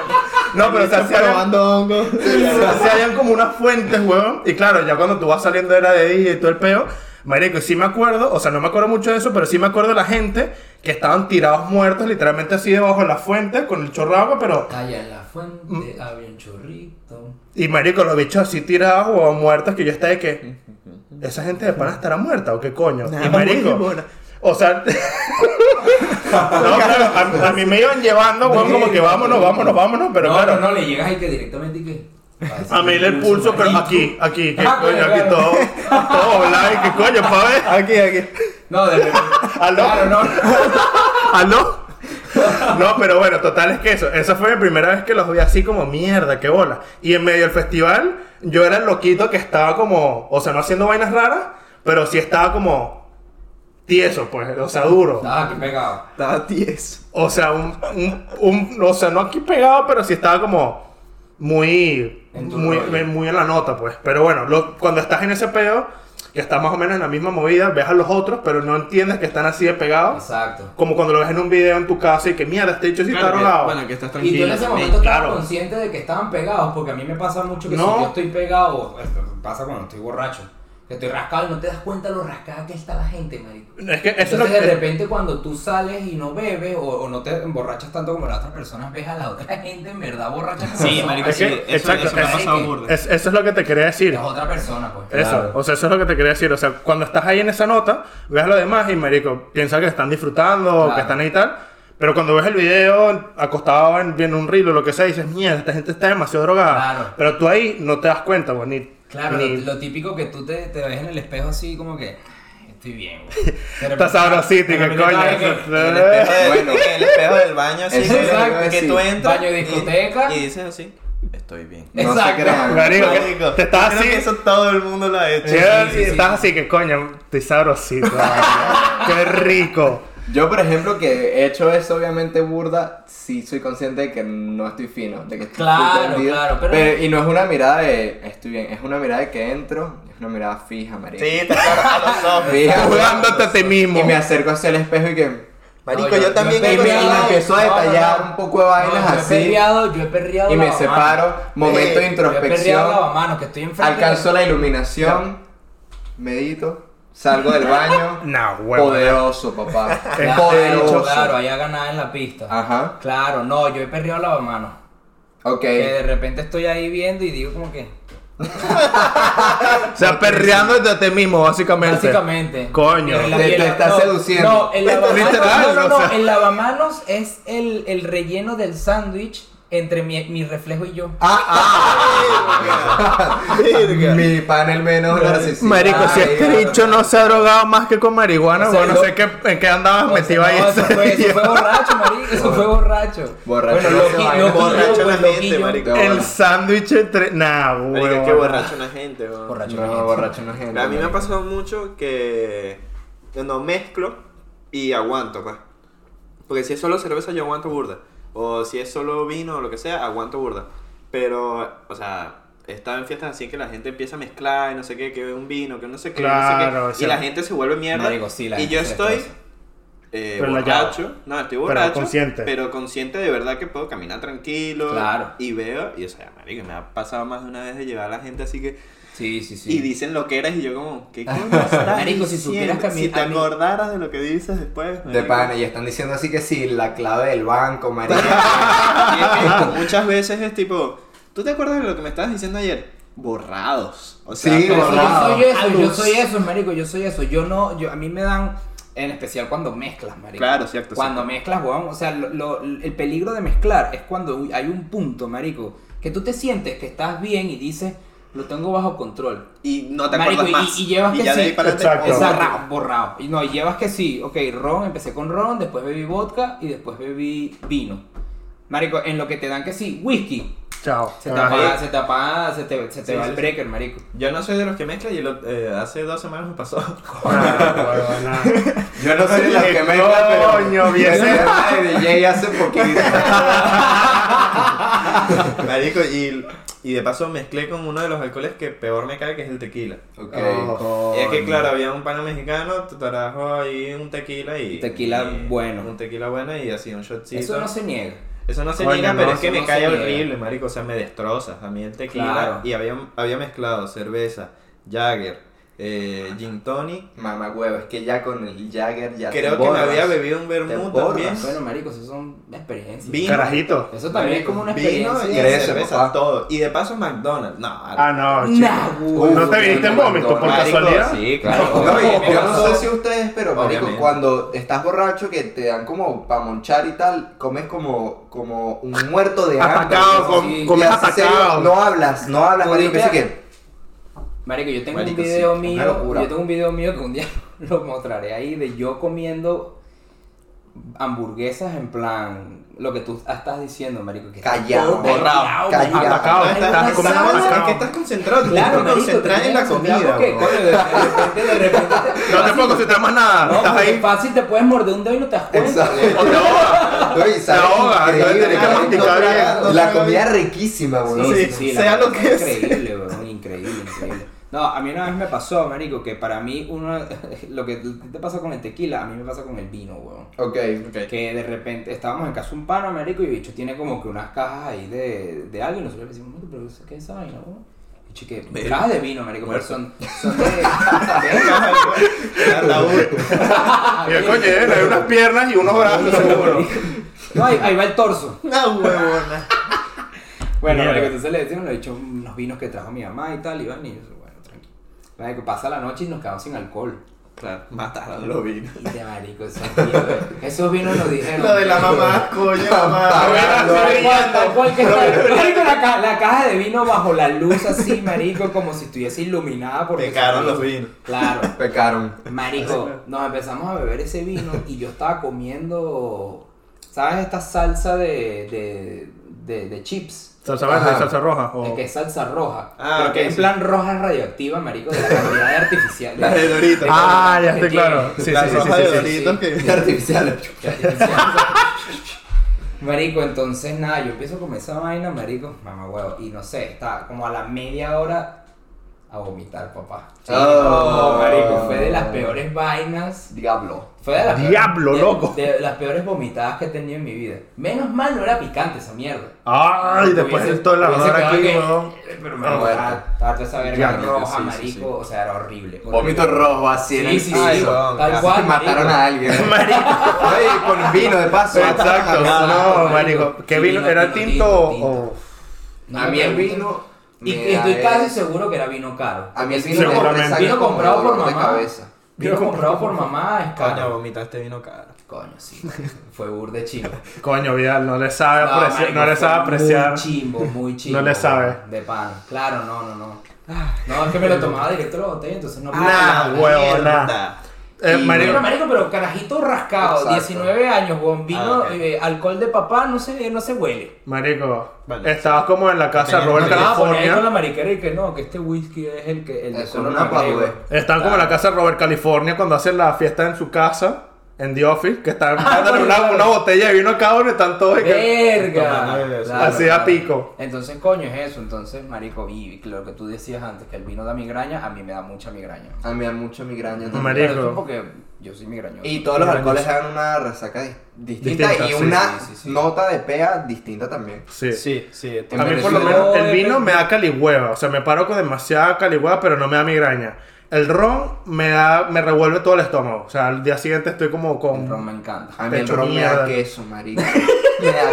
[SPEAKER 3] No, pero o sea, sí había-
[SPEAKER 4] hongos.
[SPEAKER 3] O sea, sí habían como unas fuentes, huevón. Y claro, ya cuando tú vas saliendo era de día y todo el peo. Marico, y sí me acuerdo, o sea, no me acuerdo mucho de eso, pero sí me acuerdo de la gente que estaban tirados muertos, literalmente así debajo de la fuente, con el chorro de agua, pero.
[SPEAKER 2] Calla en la
[SPEAKER 3] Mm.
[SPEAKER 2] fuente, había un chorrito.
[SPEAKER 3] Y marico, los bichos así tirados, huevón, muertos, que yo estaba de que. ¿Esa gente de pana estará muerta o qué coño?
[SPEAKER 4] Nah,
[SPEAKER 3] y marico.
[SPEAKER 4] huevona.
[SPEAKER 3] O sea. no, claro, a, a mí me iban llevando, huevón, como que vámonos, vámonos, vámonos, pero
[SPEAKER 2] no,
[SPEAKER 3] claro.
[SPEAKER 2] no, no, le llegas ahí que directamente y que...
[SPEAKER 3] A mí le pulso, pero
[SPEAKER 2] marico.
[SPEAKER 3] aquí, aquí, que
[SPEAKER 2] Ah,
[SPEAKER 3] coño,
[SPEAKER 2] claro,
[SPEAKER 3] aquí
[SPEAKER 2] claro.
[SPEAKER 3] todo, todo blanco, que coño, pa' ver.
[SPEAKER 4] Aquí, aquí.
[SPEAKER 2] No, de repente...
[SPEAKER 3] Aló.
[SPEAKER 2] Claro, no.
[SPEAKER 3] ¿Aló? No, pero bueno, total es que eso. Esa fue mi primera vez que los vi así como mierda, qué bola. Y en medio del festival, yo era el loquito que estaba como, o sea, no haciendo vainas raras, pero sí estaba como tieso, pues, o sea, duro.
[SPEAKER 2] Ah, qué pegado.
[SPEAKER 4] Estaba tieso.
[SPEAKER 3] O sea, un, un, un- o sea, no aquí pegado, pero sí estaba como, muy,
[SPEAKER 2] En tu
[SPEAKER 3] muy,
[SPEAKER 2] rollo.
[SPEAKER 3] muy en la nota, pues. Pero bueno, lo- cuando estás en ese peo, que estás más o menos en la misma movida, ves a los otros, pero no entiendes que están así de pegados.
[SPEAKER 2] Exacto.
[SPEAKER 3] Como cuando lo ves en un video en tu casa y que mierda, este hecho sí está
[SPEAKER 4] Claro que-
[SPEAKER 3] drogado.
[SPEAKER 4] bueno, que estás
[SPEAKER 2] Y yo
[SPEAKER 4] tranquilo.
[SPEAKER 2] en ese
[SPEAKER 4] también.
[SPEAKER 2] momento estaba
[SPEAKER 3] claro.
[SPEAKER 2] consciente de que estaban pegados, porque a mí me pasa mucho que
[SPEAKER 3] No.
[SPEAKER 2] si yo estoy pegado, o- esto pasa cuando estoy borracho, que estoy rascado y no te das cuenta lo rascada que está la gente, marico.
[SPEAKER 3] Es que eso es lo
[SPEAKER 2] Entonces,
[SPEAKER 3] que-
[SPEAKER 2] de repente, cuando tú sales y no bebes o, o no te emborrachas tanto como las otras personas, ves a la otra gente en verdad borracha. como
[SPEAKER 4] Sí,
[SPEAKER 2] son,
[SPEAKER 4] marico,
[SPEAKER 3] Es
[SPEAKER 4] sí.
[SPEAKER 3] que-
[SPEAKER 4] Eso,
[SPEAKER 3] exacto,
[SPEAKER 4] eso me ha
[SPEAKER 2] es-
[SPEAKER 4] pasado burda.
[SPEAKER 3] Es- eso es lo que te quería decir.
[SPEAKER 2] Es otra persona, pues.
[SPEAKER 3] Eso, o sea, eso es lo que te quería decir. O sea, cuando estás ahí en esa nota, ves a los demás y, marico, piensas que están disfrutando o que
[SPEAKER 2] Claro.
[SPEAKER 3] están ahí y tal. Pero cuando ves el video acostado en, viendo un reel o lo que sea, dices, mierda, esta gente está demasiado drogada.
[SPEAKER 2] Claro.
[SPEAKER 3] Pero tú ahí no te das cuenta, pues, ni...
[SPEAKER 2] Claro,
[SPEAKER 3] ni-
[SPEAKER 2] lo, lo típico que tú te, te ves en el espejo así como que "Ay, estoy bien, güey. De repente-
[SPEAKER 3] Estás sabrosito y
[SPEAKER 2] de
[SPEAKER 3] que
[SPEAKER 2] repente
[SPEAKER 3] coño.
[SPEAKER 2] sabes que-
[SPEAKER 3] eso-
[SPEAKER 1] Bueno.
[SPEAKER 4] bueno, el espejo del baño, así
[SPEAKER 2] Eso
[SPEAKER 4] que-
[SPEAKER 2] es algo
[SPEAKER 4] que,
[SPEAKER 1] así,
[SPEAKER 4] tú entras.
[SPEAKER 2] baño de discoteca.
[SPEAKER 4] Y, y dices así: Estoy bien.
[SPEAKER 1] No se
[SPEAKER 2] Exacto.
[SPEAKER 1] crean.
[SPEAKER 3] Marico, que-
[SPEAKER 4] Marico,
[SPEAKER 3] te estás
[SPEAKER 4] yo creo
[SPEAKER 3] así.
[SPEAKER 4] que eso todo el mundo lo ha hecho.
[SPEAKER 3] Llegas
[SPEAKER 2] sí,
[SPEAKER 3] y
[SPEAKER 2] sí.
[SPEAKER 3] estás así que coño, estoy sabrosito. ay, qué rico.
[SPEAKER 1] Yo, por ejemplo, que he hecho eso, obviamente, burda, sí soy consciente de que no estoy fino, de que estoy
[SPEAKER 2] Claro,
[SPEAKER 1] tendido.
[SPEAKER 2] claro, pero-
[SPEAKER 1] Y no es una mirada de estoy bien, es una mirada de que entro, es una mirada fija, marico.
[SPEAKER 4] Sí, te claro a los ojos.
[SPEAKER 1] Fija,
[SPEAKER 3] Jugándote a ti mismo.
[SPEAKER 1] Y me acerco hacia el espejo y que.
[SPEAKER 4] Marico,
[SPEAKER 2] No,
[SPEAKER 4] yo,
[SPEAKER 2] yo-
[SPEAKER 4] también
[SPEAKER 2] yo
[SPEAKER 1] Y
[SPEAKER 4] hago
[SPEAKER 1] me,
[SPEAKER 2] estoy
[SPEAKER 1] y me
[SPEAKER 4] eso.
[SPEAKER 2] bien.
[SPEAKER 1] empiezo a
[SPEAKER 2] No, no,
[SPEAKER 1] detallar
[SPEAKER 2] no.
[SPEAKER 1] un poco de
[SPEAKER 2] No,
[SPEAKER 1] vainas
[SPEAKER 2] yo he
[SPEAKER 1] así.
[SPEAKER 2] perreado, yo he perreado.
[SPEAKER 1] Y me
[SPEAKER 2] lavamanos.
[SPEAKER 1] separo, momento de
[SPEAKER 4] Eh,
[SPEAKER 2] Yo he perreado
[SPEAKER 1] introspección.
[SPEAKER 2] lavamanos, que estoy enfrente.
[SPEAKER 1] Alcanzo la iluminación, medito, salgo del baño.
[SPEAKER 3] Nah, huevo. Este,
[SPEAKER 1] Poderoso, papá.
[SPEAKER 2] de- Claro,
[SPEAKER 1] Poderoso.
[SPEAKER 2] Claro, allá ganada en la pista.
[SPEAKER 1] Ajá.
[SPEAKER 2] Claro, no, yo he perreado lavamanos.
[SPEAKER 1] Ok.
[SPEAKER 2] Que de repente estoy ahí viendo y digo como que...
[SPEAKER 3] O sea, perreándote a ti mismo, básicamente.
[SPEAKER 2] Básicamente.
[SPEAKER 3] Coño.
[SPEAKER 2] Y la-
[SPEAKER 1] Te-
[SPEAKER 2] y
[SPEAKER 1] te
[SPEAKER 2] la-
[SPEAKER 1] está
[SPEAKER 2] no,
[SPEAKER 1] seduciendo.
[SPEAKER 2] No, el lavamanos,
[SPEAKER 3] Literal,
[SPEAKER 2] no, no,
[SPEAKER 3] o
[SPEAKER 2] no,
[SPEAKER 3] sea.
[SPEAKER 2] el lavamanos es el, el relleno del sándwich entre mi, mi reflejo y yo.
[SPEAKER 1] Mi panel menos narcisista.
[SPEAKER 3] Marico, si
[SPEAKER 1] Ay,
[SPEAKER 3] este
[SPEAKER 1] claro.
[SPEAKER 3] bicho no se ha drogado más que con marihuana,
[SPEAKER 2] O sea,
[SPEAKER 3] bueno,
[SPEAKER 2] lo-
[SPEAKER 3] no sé qué, en qué andabas
[SPEAKER 2] O sea,
[SPEAKER 3] metido
[SPEAKER 2] no,
[SPEAKER 3] ahí.
[SPEAKER 2] eso,
[SPEAKER 3] ese
[SPEAKER 2] fue, eso
[SPEAKER 3] día.
[SPEAKER 2] fue borracho, marico. Eso fue borracho.
[SPEAKER 1] Borracho
[SPEAKER 2] Bueno,
[SPEAKER 1] no se
[SPEAKER 2] loqui-
[SPEAKER 1] baila.
[SPEAKER 2] loquillo,
[SPEAKER 4] Borracho
[SPEAKER 2] pues,
[SPEAKER 4] la gente,
[SPEAKER 2] loquillo.
[SPEAKER 4] marico.
[SPEAKER 3] El sándwich entre. Nah,
[SPEAKER 4] Marico,
[SPEAKER 3] huevo.
[SPEAKER 4] qué borracho una gente, weón.
[SPEAKER 2] Borracho.
[SPEAKER 1] No, borracho no es gente.
[SPEAKER 4] A mí me ha
[SPEAKER 1] marico.
[SPEAKER 4] pasado mucho que yo no mezclo y aguanto, pues. Porque si es solo cerveza, yo aguanto burda. O si es solo vino o lo que sea, aguanto burda. Pero, o sea, he estado en fiestas así que la gente empieza a mezclar y no sé qué, que un vino, que no sé qué, no sé qué,
[SPEAKER 3] Claro, o sea,
[SPEAKER 4] y la gente se vuelve mierda.
[SPEAKER 2] Marico, sí, la
[SPEAKER 4] y
[SPEAKER 2] gente
[SPEAKER 4] yo
[SPEAKER 2] se
[SPEAKER 4] estoy
[SPEAKER 2] destroza.
[SPEAKER 4] eh,
[SPEAKER 3] Pero la
[SPEAKER 4] borracho. No, estoy borracho.
[SPEAKER 3] consciente.
[SPEAKER 4] Pero consciente de verdad que puedo caminar tranquilo.
[SPEAKER 2] Claro.
[SPEAKER 4] Y veo, y o sea, marico, me ha pasado más de una vez de llevar a la gente así que...
[SPEAKER 2] Sí, sí, sí.
[SPEAKER 4] Y dicen lo que eras y yo como, ¿qué coño estás
[SPEAKER 2] Marico, si
[SPEAKER 4] diciendo?
[SPEAKER 2] supieras que a mí-
[SPEAKER 4] Si te
[SPEAKER 2] a mí-
[SPEAKER 4] acordaras de lo que dices después.
[SPEAKER 1] De
[SPEAKER 3] Mm.
[SPEAKER 4] marico.
[SPEAKER 1] pana, y están diciendo así que sí, la clave del banco, marico.
[SPEAKER 4] Y es que muchas veces es tipo, ¿tú te acuerdas de lo que me estabas diciendo ayer? Borrados. O sea,
[SPEAKER 1] Sí,
[SPEAKER 2] Pero
[SPEAKER 4] pero-
[SPEAKER 2] si
[SPEAKER 1] borrado.
[SPEAKER 2] Yo soy eso, yo
[SPEAKER 4] Aluc-
[SPEAKER 2] soy eso, marico, yo soy eso. Yo no, yo, a mí me dan, en especial cuando mezclas, marico.
[SPEAKER 4] Claro, cierto,
[SPEAKER 2] Cuando
[SPEAKER 4] cierto.
[SPEAKER 2] mezclas, weón, o sea, lo- lo- el peligro de mezclar es cuando hay un punto, marico, que tú te sientes que estás bien y dices, lo tengo bajo control.
[SPEAKER 4] Y no te
[SPEAKER 2] Marico,
[SPEAKER 4] acuerdas
[SPEAKER 2] y-
[SPEAKER 4] más.
[SPEAKER 2] y llevas que
[SPEAKER 4] ya de
[SPEAKER 2] sí.
[SPEAKER 4] ahí para
[SPEAKER 3] Exacto.
[SPEAKER 4] adelante, borrado.
[SPEAKER 2] Exacto, borrado. Y no, y llevas que sí, ok, ron, empecé con ron, después bebí vodka y después bebí vino. Marico, en lo que te dan que sí, whisky,
[SPEAKER 3] Chao.
[SPEAKER 2] se te apaga,
[SPEAKER 3] Ajá.
[SPEAKER 2] se te apaga, se te, se te
[SPEAKER 4] Sí,
[SPEAKER 2] va
[SPEAKER 4] sí,
[SPEAKER 2] el
[SPEAKER 4] sí.
[SPEAKER 2] breaker, marico.
[SPEAKER 4] Yo no soy de los que mezcla y lo- eh, hace dos semanas me pasó.
[SPEAKER 3] Nah, huevo, nah.
[SPEAKER 1] Yo no soy de los que me
[SPEAKER 3] Coño, bien.
[SPEAKER 1] de DJ hace poquito.
[SPEAKER 4] Marico, y, y de paso mezclé con uno de los alcoholes que peor me cae, que es el tequila.
[SPEAKER 1] Ok.
[SPEAKER 3] Oh.
[SPEAKER 4] Y es que claro, había un pana mexicano, te trajo ahí un tequila y...
[SPEAKER 2] Un tequila
[SPEAKER 4] y-
[SPEAKER 2] bueno.
[SPEAKER 4] Un tequila bueno y así un shotcito.
[SPEAKER 2] Eso no se niega.
[SPEAKER 4] Eso no se
[SPEAKER 3] Coño,
[SPEAKER 4] niega,
[SPEAKER 3] no,
[SPEAKER 4] pero es que
[SPEAKER 2] eso
[SPEAKER 4] me
[SPEAKER 2] no se
[SPEAKER 4] cae
[SPEAKER 2] niega.
[SPEAKER 4] horrible, marico. O sea, me destroza. A mí el tequila...
[SPEAKER 2] Claro.
[SPEAKER 4] Y había, había mezclado cerveza, Jagger, eh, gin tonic.
[SPEAKER 1] Mamá huevo, es que ya con el Jagger ya
[SPEAKER 4] Creo
[SPEAKER 1] te
[SPEAKER 4] que
[SPEAKER 1] borras.
[SPEAKER 4] me había bebido un vermut
[SPEAKER 1] borras,
[SPEAKER 4] también.
[SPEAKER 2] Bueno, marico, eso son experiencias.
[SPEAKER 4] Vino.
[SPEAKER 3] Carajito.
[SPEAKER 2] Eso también es como una
[SPEAKER 4] Vino y
[SPEAKER 2] experiencia.
[SPEAKER 1] Crece,
[SPEAKER 4] cerveza,
[SPEAKER 1] papá.
[SPEAKER 4] todo. Y de paso McDonald's. No,
[SPEAKER 3] Ah, no, chico.
[SPEAKER 2] Nah,
[SPEAKER 1] Uy,
[SPEAKER 3] ¿No te
[SPEAKER 1] Uy,
[SPEAKER 3] viniste en
[SPEAKER 1] no,
[SPEAKER 3] vómito por
[SPEAKER 1] marico,
[SPEAKER 3] casualidad?
[SPEAKER 4] Sí, claro.
[SPEAKER 1] No, y
[SPEAKER 4] Me
[SPEAKER 1] yo no
[SPEAKER 4] pasó-
[SPEAKER 1] sé si ustedes, pero marico,
[SPEAKER 4] Obviamente.
[SPEAKER 1] cuando estás borracho que te dan como pa' monchar y tal, comes como, como un muerto de hambre.
[SPEAKER 3] Atacado, con-
[SPEAKER 2] sí.
[SPEAKER 3] comes
[SPEAKER 1] Y así serio,
[SPEAKER 3] atacado.
[SPEAKER 1] No hablas, no hablas, marico, que
[SPEAKER 2] Podría-
[SPEAKER 1] sí que
[SPEAKER 2] Marico, yo tengo
[SPEAKER 4] Marico,
[SPEAKER 2] un
[SPEAKER 4] sí,
[SPEAKER 2] video
[SPEAKER 1] una
[SPEAKER 2] mío.
[SPEAKER 1] locura.
[SPEAKER 2] Yo tengo un video mío que un día lo mostraré ahí de yo comiendo hamburguesas en plan lo que tú estás diciendo, marico. Que
[SPEAKER 1] Callado.
[SPEAKER 2] Borrado,
[SPEAKER 1] Callado.
[SPEAKER 2] marico.
[SPEAKER 3] Atacado,
[SPEAKER 2] Hay
[SPEAKER 3] estás
[SPEAKER 2] una
[SPEAKER 3] comiendo
[SPEAKER 2] sábana-
[SPEAKER 3] atacado.
[SPEAKER 4] que estás concentrado, tú
[SPEAKER 2] Claro,
[SPEAKER 4] estás
[SPEAKER 2] marico,
[SPEAKER 4] concentrado
[SPEAKER 2] te
[SPEAKER 4] en la
[SPEAKER 2] tienes que concentrar
[SPEAKER 4] comida.
[SPEAKER 2] porque,
[SPEAKER 4] bro.
[SPEAKER 2] coño, de repente, de repente
[SPEAKER 3] No te
[SPEAKER 2] fácil-
[SPEAKER 3] puedo concentrar más nada.
[SPEAKER 2] No, pues.
[SPEAKER 3] Estás
[SPEAKER 2] porque
[SPEAKER 3] ahí.
[SPEAKER 2] fácil te puedes morder un dedo y no te das cuenta.
[SPEAKER 1] Exacto.
[SPEAKER 3] O te ahogas.
[SPEAKER 1] Oye, sabe
[SPEAKER 3] ahoga,
[SPEAKER 1] increíble,
[SPEAKER 3] entonces tenés que
[SPEAKER 1] ¿no?
[SPEAKER 3] masticar
[SPEAKER 4] bien.
[SPEAKER 1] La comida es riquísima, boludo.
[SPEAKER 4] Sí, sea
[SPEAKER 2] la
[SPEAKER 4] lo
[SPEAKER 2] verdad,
[SPEAKER 4] que sea.
[SPEAKER 2] Increíble, weón, increíble, increíble. No, a mí una vez me pasó, marico, que para mí uno, lo que te pasa con el tequila, a mí me pasa con el vino, weón.
[SPEAKER 1] Ok.
[SPEAKER 2] Que de repente estábamos en casa de un pana, marico, y el bicho tiene como que unas cajas ahí de, de algo, y nosotros le decimos, "Marico, pero eso- ¿qué es esa vaina, weón? Y chique, cajas de vino, marico, pero son, son de...
[SPEAKER 3] Mira, coño, eh, hay unas piernas y unos brazos, seguro.
[SPEAKER 2] No, ahí- ahí va el torso.
[SPEAKER 4] Una huevona.
[SPEAKER 2] Bueno,
[SPEAKER 3] Mierda.
[SPEAKER 2] marico, entonces le decimos, le he dicho unos vinos que trajo mi mamá y tal, y van y yo, bueno, tranquilo. Marico, pasa la noche y nos quedamos sin alcohol.
[SPEAKER 4] Claro, mataron los vinos.
[SPEAKER 2] Y de marico, esos vinos, esos vinos nos dijeron.
[SPEAKER 4] Lo de la mamá, coño,
[SPEAKER 3] A ver,
[SPEAKER 4] mamá.
[SPEAKER 3] a ver,
[SPEAKER 2] Tal cual que está- marico, la, ca- la caja de vino bajo la luz así, marico, como si estuviese iluminada por
[SPEAKER 4] Pecaron los vinos.
[SPEAKER 2] Claro.
[SPEAKER 1] Pecaron.
[SPEAKER 2] Marico, nos empezamos a beber ese vino y yo estaba comiendo, ¿sabes? Esta salsa de, de, de, de chips.
[SPEAKER 3] Salsa verde,
[SPEAKER 1] Ajá.
[SPEAKER 3] salsa roja.
[SPEAKER 2] Es
[SPEAKER 3] O...
[SPEAKER 2] que es salsa roja.
[SPEAKER 4] Ah,
[SPEAKER 2] pero
[SPEAKER 4] ok,
[SPEAKER 2] que es en
[SPEAKER 4] sí.
[SPEAKER 2] plan roja radioactiva, marico, de la cantidad de artificial.
[SPEAKER 4] Las de Doritos.
[SPEAKER 3] Ah, ya
[SPEAKER 2] que
[SPEAKER 3] estoy
[SPEAKER 2] tiene.
[SPEAKER 3] claro. Sí, sí,
[SPEAKER 4] Las
[SPEAKER 3] sí, sí,
[SPEAKER 4] rojas de
[SPEAKER 3] sí, sí.
[SPEAKER 4] Doritos que-
[SPEAKER 1] Artificial.
[SPEAKER 2] Que artificial. marico, entonces nada, yo empiezo con esa vaina, marico, mamá huevo. Y no sé, está como a la media hora a vomitar, papá.
[SPEAKER 1] Oh.
[SPEAKER 2] No, marico, fue de las peores vainas.
[SPEAKER 1] Diablo.
[SPEAKER 2] Fue de las
[SPEAKER 3] Diablo,
[SPEAKER 2] de-
[SPEAKER 3] loco.
[SPEAKER 2] De las peores vomitadas que he tenido en mi vida. Menos mal no era picante esa mierda.
[SPEAKER 3] Ay, después de
[SPEAKER 2] Hubiese-
[SPEAKER 3] todo el
[SPEAKER 2] hubiese
[SPEAKER 3] ardor
[SPEAKER 2] quedado
[SPEAKER 3] aquí,
[SPEAKER 2] que-
[SPEAKER 3] weón.
[SPEAKER 2] Pero me
[SPEAKER 1] Ah, bueno.
[SPEAKER 2] toda esa verga
[SPEAKER 3] Ya,
[SPEAKER 2] roja,
[SPEAKER 4] sí, sí,
[SPEAKER 2] marico,
[SPEAKER 4] sí.
[SPEAKER 2] o sea, era horrible. horrible.
[SPEAKER 1] Vómito rojo así en
[SPEAKER 2] Sí,
[SPEAKER 1] el
[SPEAKER 2] sí, sí,
[SPEAKER 1] piso.
[SPEAKER 4] Ay, weón,
[SPEAKER 2] tal
[SPEAKER 1] Así
[SPEAKER 2] cual.
[SPEAKER 1] que mataron
[SPEAKER 2] marico.
[SPEAKER 1] a alguien. Oye, con vino de paso.
[SPEAKER 3] Exacto.
[SPEAKER 2] Exacto,
[SPEAKER 3] Ah, No,
[SPEAKER 2] marico.
[SPEAKER 3] marico. ¿Qué
[SPEAKER 2] Sí,
[SPEAKER 3] vino?
[SPEAKER 2] vino,
[SPEAKER 3] ¿Era
[SPEAKER 2] vino,
[SPEAKER 3] tinto
[SPEAKER 2] tinto,
[SPEAKER 3] o.?
[SPEAKER 2] No
[SPEAKER 1] A
[SPEAKER 2] me
[SPEAKER 1] mí el
[SPEAKER 2] pregunten.
[SPEAKER 1] vino.
[SPEAKER 2] Y
[SPEAKER 1] me
[SPEAKER 2] y estoy
[SPEAKER 1] da
[SPEAKER 2] casi
[SPEAKER 1] es-
[SPEAKER 2] seguro que era vino caro.
[SPEAKER 1] A mí el vino me
[SPEAKER 3] Seguramente.
[SPEAKER 1] resaca
[SPEAKER 2] Vino
[SPEAKER 1] como
[SPEAKER 2] comprado por
[SPEAKER 1] dolor de
[SPEAKER 2] mamá.
[SPEAKER 1] cabeza.
[SPEAKER 2] Vino comprado por mamá es
[SPEAKER 4] Coño,
[SPEAKER 2] caro.
[SPEAKER 4] vomitaste vino caro.
[SPEAKER 2] Coño, sí. Fue burde chimbo.
[SPEAKER 3] Coño, Vidal, no le sabe apreciar.
[SPEAKER 2] marico,
[SPEAKER 3] No le
[SPEAKER 2] fue
[SPEAKER 3] sabe apreciar. Eh,
[SPEAKER 2] Muy chimbo, muy chimbo.
[SPEAKER 3] No le sabe.
[SPEAKER 2] De pan. Claro, no, no, no. No, es que me lo tomaba directo de la botella, entonces no
[SPEAKER 4] Ah,
[SPEAKER 3] Nah, huevona.
[SPEAKER 4] mierda.
[SPEAKER 3] Eh,
[SPEAKER 4] Y-
[SPEAKER 2] Pero,
[SPEAKER 3] marico,
[SPEAKER 2] marico, pero carajito rascado,
[SPEAKER 1] Exacto.
[SPEAKER 2] 19 años, weón, vino,
[SPEAKER 4] Ah, ok.
[SPEAKER 2] eh, alcohol de papá, no se, no se huele.
[SPEAKER 3] marico.
[SPEAKER 4] Vale.
[SPEAKER 3] Estabas como en la casa de
[SPEAKER 4] Tenía-
[SPEAKER 3] Robert
[SPEAKER 4] tenía-
[SPEAKER 2] Ah, poner ahí con la
[SPEAKER 3] California.
[SPEAKER 2] mariquera y que no, que este whisky es el que el de
[SPEAKER 1] Es
[SPEAKER 2] color
[SPEAKER 1] una
[SPEAKER 2] amarillo.
[SPEAKER 1] parrube.
[SPEAKER 3] Estaban como en la casa de Robert California cuando hacen la fiesta en su casa. En The Office, que están
[SPEAKER 2] Ah,
[SPEAKER 3] dándole una,
[SPEAKER 2] claro. Eh,
[SPEAKER 3] una botella de vino cada uno y están todos. y que-
[SPEAKER 2] Verga.
[SPEAKER 4] Tomando eso.
[SPEAKER 3] Así a pico.
[SPEAKER 2] Entonces, coño, es eso. Entonces, marico, y lo que tú decías antes, que el vino da migraña, a mí me da mucha migraña.
[SPEAKER 1] A mí me da mucho migraña. también.
[SPEAKER 3] Marico.
[SPEAKER 2] Pero eso es porque yo soy migrañoso.
[SPEAKER 1] Y todos los alcoholes dan una resaca dis- distinta,
[SPEAKER 3] Distinta,
[SPEAKER 1] y
[SPEAKER 3] sí,
[SPEAKER 1] una
[SPEAKER 2] sí, sí, sí.
[SPEAKER 1] nota de pea distinta también.
[SPEAKER 3] Sí.
[SPEAKER 4] Sí, sí. este,
[SPEAKER 3] A mí por
[SPEAKER 1] Venezuela-
[SPEAKER 3] lo menos el
[SPEAKER 2] Depende.
[SPEAKER 3] vino me da calihueva, o sea, me paro con demasiada calihueva, pero no me da migraña. El ron me da, me revuelve todo el estómago, o sea, al día siguiente estoy como
[SPEAKER 2] El ron
[SPEAKER 3] con...
[SPEAKER 2] me encanta.
[SPEAKER 1] A mí el
[SPEAKER 3] Hecho
[SPEAKER 1] ron me da
[SPEAKER 3] mierda.
[SPEAKER 1] queso, marico.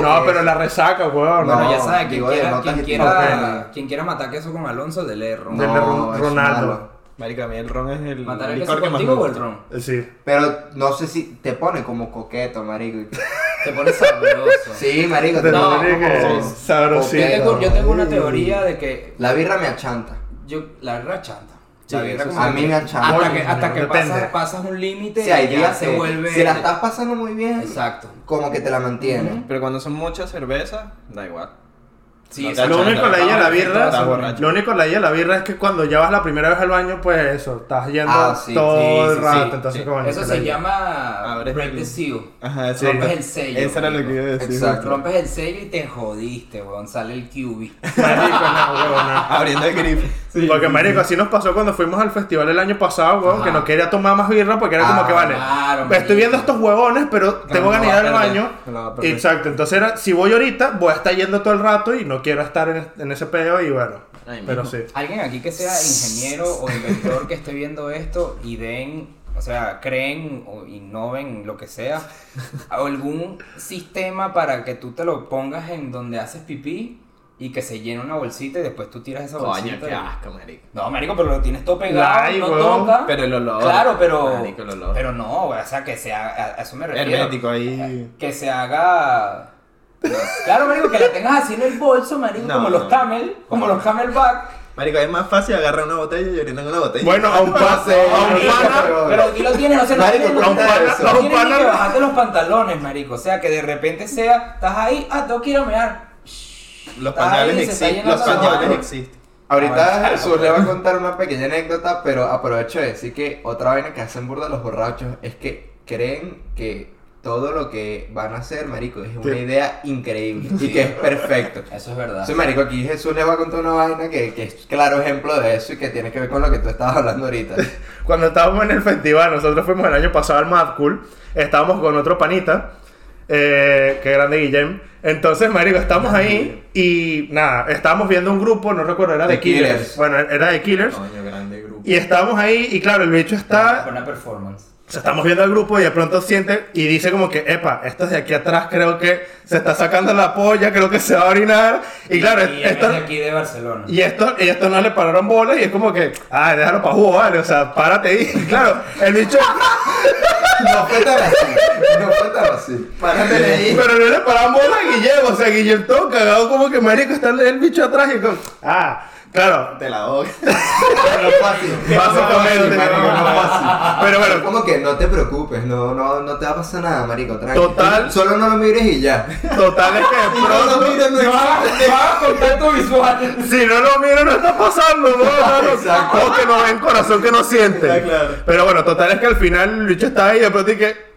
[SPEAKER 3] No, pero la resaca, weón.
[SPEAKER 1] No,
[SPEAKER 2] Bueno, ya sabes, quien
[SPEAKER 1] digo, de
[SPEAKER 2] quiera,
[SPEAKER 1] notas
[SPEAKER 2] quien,
[SPEAKER 1] distintas.
[SPEAKER 2] quiera, quien quiera matar queso con Alonso, E dele ron.
[SPEAKER 3] Del Ron- Ronaldo.
[SPEAKER 4] Marica, a mí el ron es el
[SPEAKER 2] ¿Matar el
[SPEAKER 4] licor
[SPEAKER 2] queso
[SPEAKER 4] que más me
[SPEAKER 2] contigo o el
[SPEAKER 4] gusta.
[SPEAKER 2] ron?
[SPEAKER 3] Sí.
[SPEAKER 1] Pero no sé si te pone como coqueto, marico.
[SPEAKER 2] Te pones sabroso.
[SPEAKER 1] Sí, marico, te
[SPEAKER 3] Te
[SPEAKER 1] pone
[SPEAKER 2] No,
[SPEAKER 3] tendría que-
[SPEAKER 1] como-
[SPEAKER 2] Yo
[SPEAKER 3] Sabrosito.
[SPEAKER 1] coqueto.
[SPEAKER 2] tengo, yo tengo una teoría de que
[SPEAKER 1] La birra me achanta.
[SPEAKER 2] yo, la birra chanta.
[SPEAKER 4] Sí, eso
[SPEAKER 1] sí. A mí me achanta.
[SPEAKER 2] Hasta que,
[SPEAKER 3] Coño,
[SPEAKER 2] hasta que pasas,
[SPEAKER 3] depende.
[SPEAKER 2] pasas un límite,
[SPEAKER 1] Si hay
[SPEAKER 2] ya
[SPEAKER 1] días
[SPEAKER 2] se
[SPEAKER 1] que-
[SPEAKER 2] vuelve.
[SPEAKER 1] si la estás pasando muy bien,
[SPEAKER 2] Exacto.
[SPEAKER 1] como que te la mantiene.
[SPEAKER 4] Pero cuando son muchas cervezas, da igual.
[SPEAKER 2] Sí,
[SPEAKER 4] Lo
[SPEAKER 2] exacto.
[SPEAKER 3] Lo único la ella la
[SPEAKER 4] Estás
[SPEAKER 3] birra,
[SPEAKER 4] borracho.
[SPEAKER 3] lo único la ella la birra es que cuando ya vas la primera vez al baño, pues eso, estás yendo
[SPEAKER 1] Ah, sí,
[SPEAKER 3] todo
[SPEAKER 2] sí,
[SPEAKER 3] el
[SPEAKER 2] sí,
[SPEAKER 3] rato,
[SPEAKER 2] sí,
[SPEAKER 3] entonces
[SPEAKER 4] sí.
[SPEAKER 3] como-
[SPEAKER 2] Eso se llama
[SPEAKER 4] Abres
[SPEAKER 2] break the
[SPEAKER 4] el-
[SPEAKER 2] seal.
[SPEAKER 4] Ajá,
[SPEAKER 3] Sí.
[SPEAKER 4] rompes-
[SPEAKER 2] Es el sello,
[SPEAKER 4] Eso era lo
[SPEAKER 2] marico.
[SPEAKER 4] que iba a decir.
[SPEAKER 1] Exacto.
[SPEAKER 2] Rompes el sello y te jodiste, weón. Sale el QB.
[SPEAKER 3] Marico, no, huevona.
[SPEAKER 4] Abriendo el grifo.
[SPEAKER 3] Porque, marico, así nos pasó cuando fuimos al festival el año pasado, weón,
[SPEAKER 2] Ajá.
[SPEAKER 3] que no quería tomar más birra porque era como
[SPEAKER 1] Ah,
[SPEAKER 3] que, vale, Pues
[SPEAKER 2] claro, marico.
[SPEAKER 3] estoy viendo estos huevones, pero
[SPEAKER 2] Ah,
[SPEAKER 3] tengo
[SPEAKER 4] no
[SPEAKER 3] ganas de ir
[SPEAKER 4] va a
[SPEAKER 3] al
[SPEAKER 4] perder,
[SPEAKER 3] baño.
[SPEAKER 4] no va a perder.
[SPEAKER 3] Exacto, entonces era, si voy ahorita, voy a estar yendo todo el rato y no quiero estar en, en ese pedo y bueno,
[SPEAKER 4] Ay,
[SPEAKER 3] pero
[SPEAKER 4] mijo.
[SPEAKER 3] sí.
[SPEAKER 2] Alguien aquí que sea ingeniero o inventor que esté viendo esto y den, o sea, creen o innoven, lo que sea, algún sistema para que tú te lo pongas en donde haces pipí y que se llene una bolsita y después tú tiras esa
[SPEAKER 4] Coño,
[SPEAKER 2] bolsita.
[SPEAKER 4] qué asco, marico.
[SPEAKER 2] No, marico, pero lo tienes todo pegado,
[SPEAKER 3] Ay,
[SPEAKER 2] no
[SPEAKER 3] weón,
[SPEAKER 2] toca.
[SPEAKER 4] Pero el olor.
[SPEAKER 2] claro, pero
[SPEAKER 4] Marico, el olor.
[SPEAKER 2] pero no, o sea, que sea a, a eso me refiero.
[SPEAKER 4] Hermético ahí.
[SPEAKER 2] Que se haga. Claro, marico, que la tengas así en el bolso, marico,
[SPEAKER 4] No,
[SPEAKER 2] como los
[SPEAKER 4] no.
[SPEAKER 2] camel, como los camelback.
[SPEAKER 4] Marico, es más fácil agarrar una botella y orinar en una botella.
[SPEAKER 3] Bueno, a un pa-
[SPEAKER 1] sé,
[SPEAKER 3] a un
[SPEAKER 1] marico,
[SPEAKER 3] pana.
[SPEAKER 2] Pero aquí lo tienes, o sea, no
[SPEAKER 1] Marico,
[SPEAKER 2] tienes,
[SPEAKER 1] a un pana-
[SPEAKER 2] no
[SPEAKER 3] a un
[SPEAKER 2] tienes ni
[SPEAKER 3] pana-
[SPEAKER 2] que bajarte los pantalones, marico. O sea, que de repente sea, estás ahí, ah, tengo que ir a mear. Está
[SPEAKER 4] los pañales
[SPEAKER 2] ahí, se está
[SPEAKER 4] existen. Los
[SPEAKER 2] llenando la
[SPEAKER 4] pañales
[SPEAKER 2] mano.
[SPEAKER 4] existen.
[SPEAKER 1] Ahorita
[SPEAKER 2] Bueno,
[SPEAKER 1] Jesús le va a contar una pequeña anécdota, pero aprovecho de decir que otra vaina que hacen burda los borrachos es que creen que todo lo que van a hacer, marico, es una
[SPEAKER 3] Sí.
[SPEAKER 1] idea increíble y que es perfecto.
[SPEAKER 2] Eso es verdad.
[SPEAKER 1] Entonces, marico, aquí Jesús les va a contar una vaina que, que es claro ejemplo de eso y que tiene que ver con lo que tú estabas hablando ahorita.
[SPEAKER 3] Cuando estábamos en el festival, nosotros fuimos el año pasado al Mad Cool, estábamos con otro panita, eh, que grande Guillem. Entonces, marico, estábamos ahí y nada, estábamos viendo un grupo, no recuerdo, era
[SPEAKER 1] The
[SPEAKER 3] de Killers.
[SPEAKER 1] Killers.
[SPEAKER 3] Bueno, era de Killers.
[SPEAKER 4] Coño, grande grupo.
[SPEAKER 3] Y estábamos ahí y claro, el bicho está...
[SPEAKER 2] Buena performance.
[SPEAKER 3] O sea, estamos viendo al grupo y de pronto siente y dice como que, epa, estos de aquí atrás creo que se está sacando la polla, creo que se va a orinar. Y claro,
[SPEAKER 2] y
[SPEAKER 3] esto...
[SPEAKER 2] es de aquí de Barcelona.
[SPEAKER 3] Y esto, y esto no le pararon bolas y es como que, ah, déjalo para jugar, vale, o sea, párate ahí. Y Claro, el bicho,
[SPEAKER 1] No fue tan así, no fue tan así. Párate de ahí.
[SPEAKER 3] pero no le pararon bolas a Guillermo, o sea, Guillermo todo cagado como que marico, está el bicho atrás y como, ah, claro,
[SPEAKER 4] Te la doy.
[SPEAKER 1] No fácil.
[SPEAKER 3] básicamente. Pero
[SPEAKER 1] Pero
[SPEAKER 3] bueno,
[SPEAKER 1] como que no te preocupes, no, no, no te va a pasar nada, marico, tranqui.
[SPEAKER 3] Total.
[SPEAKER 1] Solo no lo mires y ya.
[SPEAKER 3] total es que de
[SPEAKER 1] No lo
[SPEAKER 3] pronto,
[SPEAKER 1] mires, no existe.
[SPEAKER 2] contacto visual.
[SPEAKER 3] si no lo miran no está pasando, no, no,
[SPEAKER 1] Exacto.
[SPEAKER 3] no, o que no ven corazón que no siente.
[SPEAKER 4] Está claro.
[SPEAKER 3] Pero bueno, total es que al final el bicho está ahí y de pronto y que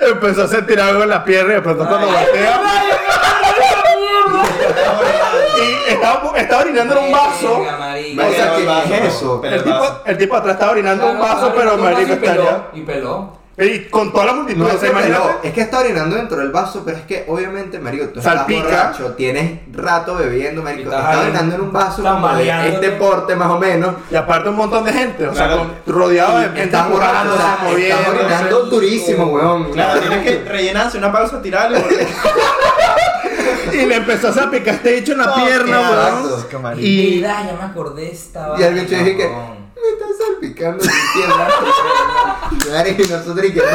[SPEAKER 3] empezó a sentir algo en la pierna y de pronto cuando voltea... Y estaba, estaba orinando en un vaso.
[SPEAKER 1] O sea, ¿qué
[SPEAKER 4] Vaso,
[SPEAKER 1] es eso?
[SPEAKER 4] pero
[SPEAKER 3] El
[SPEAKER 4] el
[SPEAKER 3] tipo,
[SPEAKER 4] vaso.
[SPEAKER 3] el tipo atrás estaba orinando en un vaso, pero marico
[SPEAKER 2] y
[SPEAKER 3] está
[SPEAKER 2] peló,
[SPEAKER 3] allá.
[SPEAKER 2] y peló.
[SPEAKER 3] Y con toda la multitud,
[SPEAKER 1] No,
[SPEAKER 3] o sea,
[SPEAKER 1] no,
[SPEAKER 3] imagínate.
[SPEAKER 1] es que está orinando dentro del vaso, pero es que obviamente, marico, tú
[SPEAKER 3] Salpica.
[SPEAKER 1] estás borracho, tienes rato bebiendo, marico,
[SPEAKER 2] Y estás
[SPEAKER 1] estás,
[SPEAKER 2] ahí
[SPEAKER 1] orinando en un vaso como de
[SPEAKER 2] tambaleándote.
[SPEAKER 1] este porte más o menos.
[SPEAKER 3] Y aparte un montón de gente, o sea,
[SPEAKER 4] Claro.
[SPEAKER 3] con- rodeado de
[SPEAKER 1] Y
[SPEAKER 3] gente
[SPEAKER 1] estás borracho, o
[SPEAKER 3] empujándose,
[SPEAKER 1] sea, estás
[SPEAKER 3] moviéndose.
[SPEAKER 1] orinando durísimo, weón.
[SPEAKER 4] Claro, tienes que rellenarse una pausa, tirarle. porque-
[SPEAKER 3] Y le empezó a salpicar este bicho en la
[SPEAKER 4] No,
[SPEAKER 3] pierna,
[SPEAKER 4] qué
[SPEAKER 3] weón.
[SPEAKER 1] asco,
[SPEAKER 4] marico.
[SPEAKER 3] Y
[SPEAKER 2] Mira, ya me acordé esta
[SPEAKER 1] Y el bicho dije que
[SPEAKER 2] cabrón.
[SPEAKER 1] me está salpicando mi pierna. Marico, y nosotros y que no.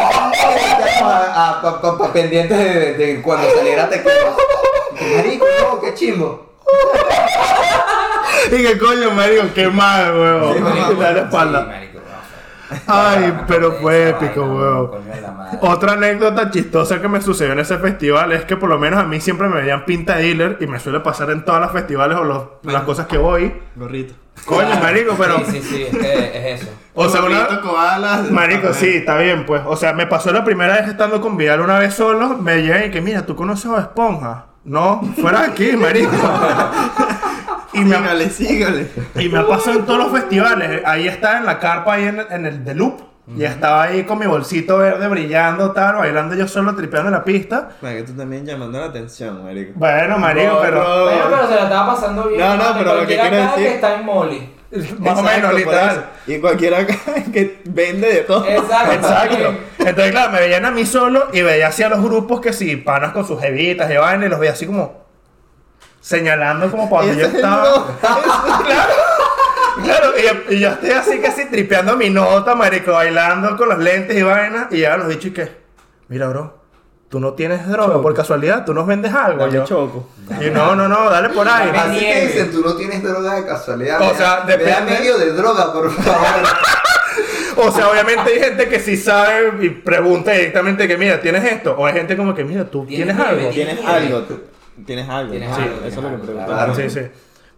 [SPEAKER 1] Estamos a- a- pa- pa- pa- pendientes de, de cuando saliera te Marico, no, qué chimbo.
[SPEAKER 3] y que coño, marico, qué mal, weón.
[SPEAKER 1] Sí,
[SPEAKER 3] Y
[SPEAKER 1] marico,
[SPEAKER 3] le da la
[SPEAKER 2] Sí,
[SPEAKER 3] espalda.
[SPEAKER 2] marico, no.
[SPEAKER 3] Ay,
[SPEAKER 2] Me
[SPEAKER 3] pero
[SPEAKER 2] acordé
[SPEAKER 3] fue
[SPEAKER 2] esa
[SPEAKER 3] épico, Oh,
[SPEAKER 2] vaina,
[SPEAKER 3] weón.
[SPEAKER 2] coño de la madre.
[SPEAKER 3] Otra anécdota chistosa que me sucedió en ese festival es que por lo menos a mí siempre me veían pinta de dealer y me suele pasar en todas las festivales o los- las cosas que voy.
[SPEAKER 4] Gorrito.
[SPEAKER 3] Coño, marico, pero...
[SPEAKER 2] Sí, sí, sí, es, que es eso.
[SPEAKER 3] O sea, una-
[SPEAKER 4] Gorrito, koala.
[SPEAKER 3] Marico, sí, está bien, pues. O sea, me pasó la primera vez estando con Vidal una vez solo. Me llegué y que, mira, ¿tú conoces a Bob Esponja? No, fuera de aquí, marico. y, me ha,
[SPEAKER 4] Sígale, sígale.
[SPEAKER 3] y me ha pasado en todos los festivales. Ahí estaba en la carpa, ahí en, en el The Loop. Y estaba ahí con mi bolsito verde brillando, tal, bailando yo solo, tripeando en la pista.
[SPEAKER 4] Marico, tú también llamando la atención, marico.
[SPEAKER 3] Bueno, marico,
[SPEAKER 4] No,
[SPEAKER 3] pero...
[SPEAKER 4] no.
[SPEAKER 2] Pero, pero se la estaba pasando bien.
[SPEAKER 4] No, no,
[SPEAKER 2] porque
[SPEAKER 4] pero lo que
[SPEAKER 2] cualquiera
[SPEAKER 4] quiero
[SPEAKER 2] acá
[SPEAKER 4] decir-
[SPEAKER 2] que está en Molly.
[SPEAKER 3] Más o
[SPEAKER 4] Exacto,
[SPEAKER 3] menos,
[SPEAKER 4] por
[SPEAKER 3] literal.
[SPEAKER 4] eso. Y cualquiera acá que vende de todo.
[SPEAKER 2] Exacto.
[SPEAKER 3] Exacto. Entonces, claro, me veían a mí solo y veía así a los grupos que sí, panas con sus jevitas, llevaban y los veía así como señalando como para donde yo
[SPEAKER 4] Ese es
[SPEAKER 3] estaba.
[SPEAKER 4] no.
[SPEAKER 3] Claro, claro. Y, y yo estoy así casi tripeando mi nota, marico, bailando con los lentes y vainas. Y ya los bichos y que, mira, bro, tú no tienes droga, por casualidad, tú nos vendes algo.
[SPEAKER 4] Dame
[SPEAKER 3] yo.
[SPEAKER 4] choco.
[SPEAKER 3] Y no, no, no, dale por ahí.
[SPEAKER 2] Dame
[SPEAKER 1] Así que
[SPEAKER 2] nieve.
[SPEAKER 1] dicen, tú no tienes droga de casualidad.
[SPEAKER 3] O
[SPEAKER 1] me
[SPEAKER 3] sea,
[SPEAKER 1] da- me da
[SPEAKER 3] depende-
[SPEAKER 1] medio de droga, por favor.
[SPEAKER 3] O sea, obviamente hay gente que sí sabe y pregunta directamente que, mira, ¿tienes esto? O hay gente como que, mira, ¿tú
[SPEAKER 2] ¿Tienes
[SPEAKER 3] tienes
[SPEAKER 2] nieve?
[SPEAKER 3] algo?
[SPEAKER 4] Tienes algo. tú- Tienes algo.
[SPEAKER 2] Tienes
[SPEAKER 4] Sí,
[SPEAKER 2] algo,
[SPEAKER 4] Eso
[SPEAKER 2] tienes
[SPEAKER 4] es lo que
[SPEAKER 2] algo,
[SPEAKER 4] preguntaba.
[SPEAKER 1] claro.
[SPEAKER 3] Ah, sí, sí.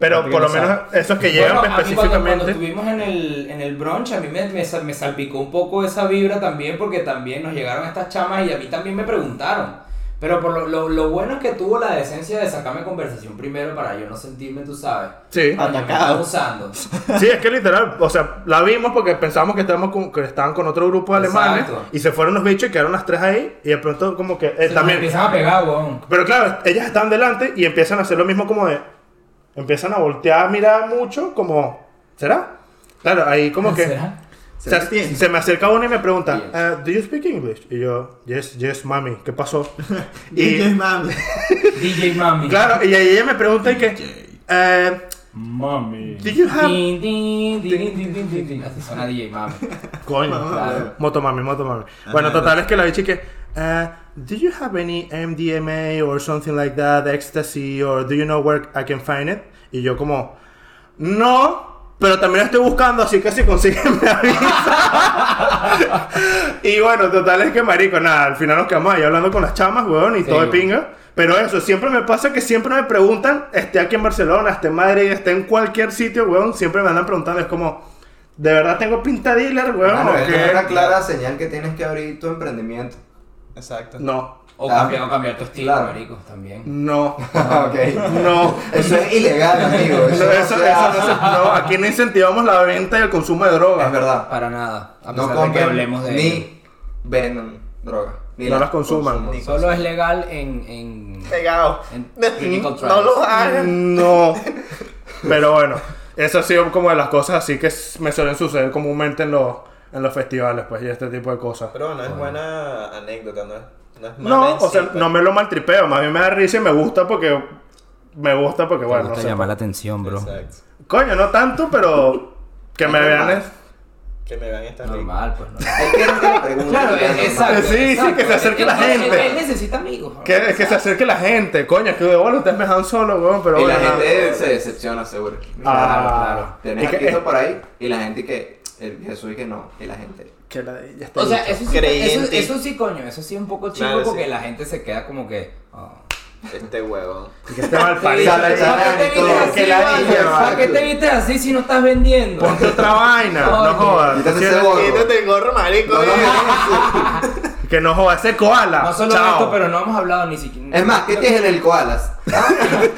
[SPEAKER 3] Pero
[SPEAKER 4] Gente
[SPEAKER 3] por
[SPEAKER 4] que
[SPEAKER 3] lo
[SPEAKER 4] no
[SPEAKER 3] menos esos que llegan
[SPEAKER 2] Bueno, a mí cuando- Cuando,
[SPEAKER 3] específicamente.
[SPEAKER 2] estuvimos en el, en el brunch, a mí me, me, sal- me salpicó un poco esa vibra también, porque también nos llegaron estas chamas y a mí también me preguntaron. Pero por lo, lo, lo bueno es que tuvo la decencia de sacarme conversación primero para yo no sentirme, tú sabes.
[SPEAKER 3] Sí.
[SPEAKER 2] coño, me
[SPEAKER 4] Atacado.
[SPEAKER 2] están
[SPEAKER 3] Eh,
[SPEAKER 2] Usando.
[SPEAKER 3] Sí, es que literal, o sea, la vimos porque pensamos que, estábamos con- que estaban con otro grupo de alemanes
[SPEAKER 2] Exacto.
[SPEAKER 3] y se fueron los bichos y quedaron las tres ahí y de pronto como que eh,
[SPEAKER 2] Se nos
[SPEAKER 3] también...
[SPEAKER 2] empiezan a pegar, weón.
[SPEAKER 3] Pero claro, ellas están delante y empiezan a hacer lo mismo como de... Empiezan a voltear a mirar mucho como... ¿Será? Claro, ahí como que...
[SPEAKER 2] ¿Será?
[SPEAKER 3] O sea,
[SPEAKER 4] ¿Será?
[SPEAKER 3] se me acerca uno y me pregunta,
[SPEAKER 2] Yes.
[SPEAKER 3] "Ah, ¿Do you speak English? Y yo, yes, yes, mami, ¿qué pasó? y
[SPEAKER 4] DJ Mami.
[SPEAKER 2] DJ Mami.
[SPEAKER 3] Claro, y ahí ella me pregunta y que, eh,
[SPEAKER 2] Mami.
[SPEAKER 3] Do you have-
[SPEAKER 2] Din, din, din, din, din, din, din. Así suena DJ Mami.
[SPEAKER 3] coño,
[SPEAKER 2] Claro.
[SPEAKER 3] moto mami, moto mami.
[SPEAKER 2] Ah,
[SPEAKER 3] Bueno, total es que la bicha y que, eh, do you have any MDMA or something like that, ecstasy, or do you know where I can find it? Y yo como, No, pero también estoy buscando, así que si consiguen me avisa. y bueno, total es que marico, nada, al final nos quedamos ahí hablando con las chamas, weón, y
[SPEAKER 2] Sí,
[SPEAKER 3] todo de
[SPEAKER 2] weón.
[SPEAKER 3] pinga. Pero eso, siempre me pasa que siempre me preguntan, esté aquí en Barcelona, esté en Madrid, esté en cualquier sitio, weón, siempre me andan preguntando, es como, ¿de verdad tengo pinta de dealer, weón?
[SPEAKER 1] Claro,
[SPEAKER 3] o
[SPEAKER 1] esto
[SPEAKER 3] qué?"
[SPEAKER 1] Ah, es una clara señal que tienes que abrir tu emprendimiento.
[SPEAKER 4] Exacto.
[SPEAKER 3] No,
[SPEAKER 2] O
[SPEAKER 1] Ah,
[SPEAKER 2] cambiar, o cambiar tu estilo,
[SPEAKER 1] claro.
[SPEAKER 2] marico, también.
[SPEAKER 3] no,
[SPEAKER 1] ok.
[SPEAKER 3] Ah, no.
[SPEAKER 1] Eso es ilegal, amigo. Eso,
[SPEAKER 3] Eso,
[SPEAKER 1] no se
[SPEAKER 3] eso, eso no
[SPEAKER 1] hace.
[SPEAKER 3] se- no, aquí no incentivamos la venta y el consumo de drogas.
[SPEAKER 1] Es verdad.
[SPEAKER 2] Para nada. A
[SPEAKER 1] No
[SPEAKER 2] pesar de que
[SPEAKER 1] compren
[SPEAKER 2] hablemos de ello.
[SPEAKER 1] ni vendan droga. Ni
[SPEAKER 3] No las consuman.
[SPEAKER 1] consuman.
[SPEAKER 2] Solo es legal en. en...
[SPEAKER 4] Pegado.
[SPEAKER 2] En clinical
[SPEAKER 4] No,
[SPEAKER 2] trials.
[SPEAKER 4] lo
[SPEAKER 3] Mm.
[SPEAKER 4] hagan.
[SPEAKER 3] No. Pero bueno, eso ha sido como de las cosas así que s- me suelen suceder comúnmente en los, en los festivales, pues, y este tipo de cosas.
[SPEAKER 4] Pero bueno, es buena anécdota, ¿no? es- No, es mala
[SPEAKER 3] No,
[SPEAKER 4] en
[SPEAKER 3] o
[SPEAKER 4] sí,
[SPEAKER 3] sea,
[SPEAKER 4] pues.
[SPEAKER 3] no me lo maltripeo, más bien me da risa y me gusta porque. Me gusta porque, bueno, no sé. pues.
[SPEAKER 2] la atención,
[SPEAKER 4] Exacto.
[SPEAKER 3] Coño, no tanto, pero. Que me vean es.
[SPEAKER 4] Que me vean esta rica.
[SPEAKER 2] Normal, pues. normal.
[SPEAKER 1] Hay gente que le pregunta.
[SPEAKER 2] Claro,
[SPEAKER 1] ya no-
[SPEAKER 2] e- exacto.
[SPEAKER 3] Sí, sí,
[SPEAKER 2] exacto.
[SPEAKER 3] que se acerque la
[SPEAKER 2] Él- él-
[SPEAKER 3] gente.
[SPEAKER 2] Él, necesita amigos. ¿no?
[SPEAKER 3] Que, que se acerque la gente, coño, es que de bola ustedes me dejan solo, weón, pero
[SPEAKER 1] Y la
[SPEAKER 3] bueno. nada.
[SPEAKER 1] gente se decepciona, seguro.
[SPEAKER 3] Ah,
[SPEAKER 1] Tienes
[SPEAKER 3] Y que-
[SPEAKER 1] a Cristo por ahí y la gente que. El Jesús y que no. Y la gente.
[SPEAKER 3] que la- ya está
[SPEAKER 2] O sea,
[SPEAKER 3] dicho.
[SPEAKER 2] eso sí, eso,
[SPEAKER 4] Creyente.
[SPEAKER 2] eso sí, coño, eso sí es un poco chido
[SPEAKER 4] Claro,
[SPEAKER 2] porque
[SPEAKER 4] sí.
[SPEAKER 2] la gente se queda como que. oh.
[SPEAKER 4] Este huevón.
[SPEAKER 3] que esté mal
[SPEAKER 1] Sí,
[SPEAKER 3] parido.
[SPEAKER 1] Sale,
[SPEAKER 2] ¿Para
[SPEAKER 1] sale,
[SPEAKER 2] qué te
[SPEAKER 1] todo.
[SPEAKER 2] vistes
[SPEAKER 3] Que
[SPEAKER 2] así,
[SPEAKER 3] la
[SPEAKER 2] vale?
[SPEAKER 3] niña,
[SPEAKER 2] ¿Para
[SPEAKER 1] vale.
[SPEAKER 2] qué te vistes así si no estás vendiendo?
[SPEAKER 3] Ponte otra vaina, no
[SPEAKER 2] Coño.
[SPEAKER 3] jodas.
[SPEAKER 1] Quítate
[SPEAKER 3] Sí,
[SPEAKER 1] ese gorro.
[SPEAKER 4] Quítate el gorro, marico.
[SPEAKER 1] No, no,
[SPEAKER 4] eh.
[SPEAKER 3] Que no jodas, ese koala.
[SPEAKER 2] No solo
[SPEAKER 3] Chao.
[SPEAKER 2] esto, pero no hemos hablado ni siquiera.
[SPEAKER 1] Es más, ¿qué tienes en el koalas? ¿Ah?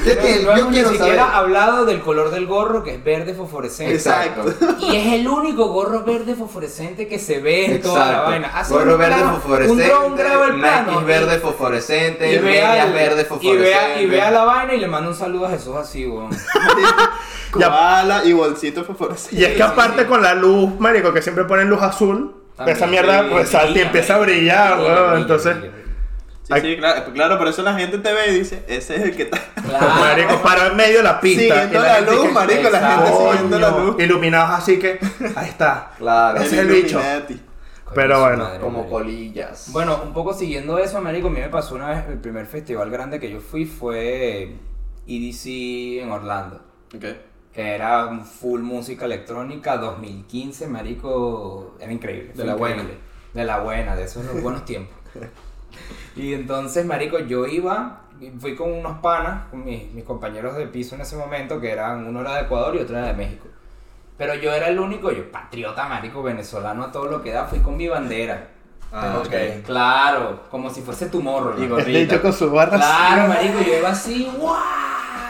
[SPEAKER 1] ¿Qué
[SPEAKER 2] No,
[SPEAKER 1] tienes?
[SPEAKER 2] no
[SPEAKER 1] Yo
[SPEAKER 2] hemos ni
[SPEAKER 1] quiero
[SPEAKER 2] siquiera
[SPEAKER 1] saber.
[SPEAKER 2] hablado del color del gorro que es verde fosforescente.
[SPEAKER 1] Exacto.
[SPEAKER 2] Y es el único gorro verde fosforescente que se ve en toda la
[SPEAKER 1] Exacto.
[SPEAKER 2] vaina. Hace
[SPEAKER 1] Gorro
[SPEAKER 2] un
[SPEAKER 1] verde
[SPEAKER 2] plano,
[SPEAKER 1] fosforescente.
[SPEAKER 2] Un dron graba el plano.
[SPEAKER 1] Nike
[SPEAKER 2] y-
[SPEAKER 1] verde fosforescente.
[SPEAKER 2] y vea,
[SPEAKER 1] medias
[SPEAKER 2] el-
[SPEAKER 1] verde
[SPEAKER 2] y,
[SPEAKER 1] fosforescente.
[SPEAKER 2] vea, y vea la vaina y le manda un saludo a Jesús así, weón.
[SPEAKER 3] Ya.
[SPEAKER 4] Koala y bolsito fosforescente.
[SPEAKER 3] Y es que aparte con la luz, marico, que siempre ponen luz azul,
[SPEAKER 2] También,
[SPEAKER 3] esa mierda
[SPEAKER 2] sí,
[SPEAKER 3] resalta y
[SPEAKER 2] brilla,
[SPEAKER 3] empieza a brillar,
[SPEAKER 2] brilla,
[SPEAKER 3] weón.
[SPEAKER 2] brilla,
[SPEAKER 3] Entonces,
[SPEAKER 2] brilla, brilla.
[SPEAKER 4] Sí, sí, claro, claro, por eso la gente te ve y dice, ese es el que está
[SPEAKER 2] Claro.
[SPEAKER 3] marico, para en medio de la pista.
[SPEAKER 4] siguiendo
[SPEAKER 3] y
[SPEAKER 4] la
[SPEAKER 3] gente
[SPEAKER 4] luz,
[SPEAKER 3] que-
[SPEAKER 4] marico, la gente
[SPEAKER 3] Coño,
[SPEAKER 4] siguiendo la luz.
[SPEAKER 3] Iluminados así que, ahí está.
[SPEAKER 1] Claro.
[SPEAKER 3] Ese es el bicho.
[SPEAKER 4] Illuminati.
[SPEAKER 2] Coño,
[SPEAKER 3] Pero
[SPEAKER 2] su
[SPEAKER 3] bueno,
[SPEAKER 2] madre,
[SPEAKER 1] Como
[SPEAKER 2] marico.
[SPEAKER 1] colillas.
[SPEAKER 2] Bueno, un poco siguiendo eso, Américo, a mí me pasó una vez, el primer festival grande que yo fui fue EDC en Orlando, que era un full música electrónica 2015, Marico, era increíble.
[SPEAKER 1] De
[SPEAKER 2] fue
[SPEAKER 1] la buena.
[SPEAKER 2] increíble. De la buena, de esos los buenos tiempos. Y entonces, Marico, yo iba, y fui con unos panas, con mis, mis compañeros de piso en ese momento, que eran uno era de Ecuador y otro era de México. Pero yo era el único, yo patriota, Marico, venezolano a todo lo que da, fui con mi bandera.
[SPEAKER 1] Ah, ok.
[SPEAKER 2] Claro, como si fuese tu morro. ¿no?
[SPEAKER 3] Este dicho con su barra.
[SPEAKER 2] Claro, marico, yo iba así, ¡guau!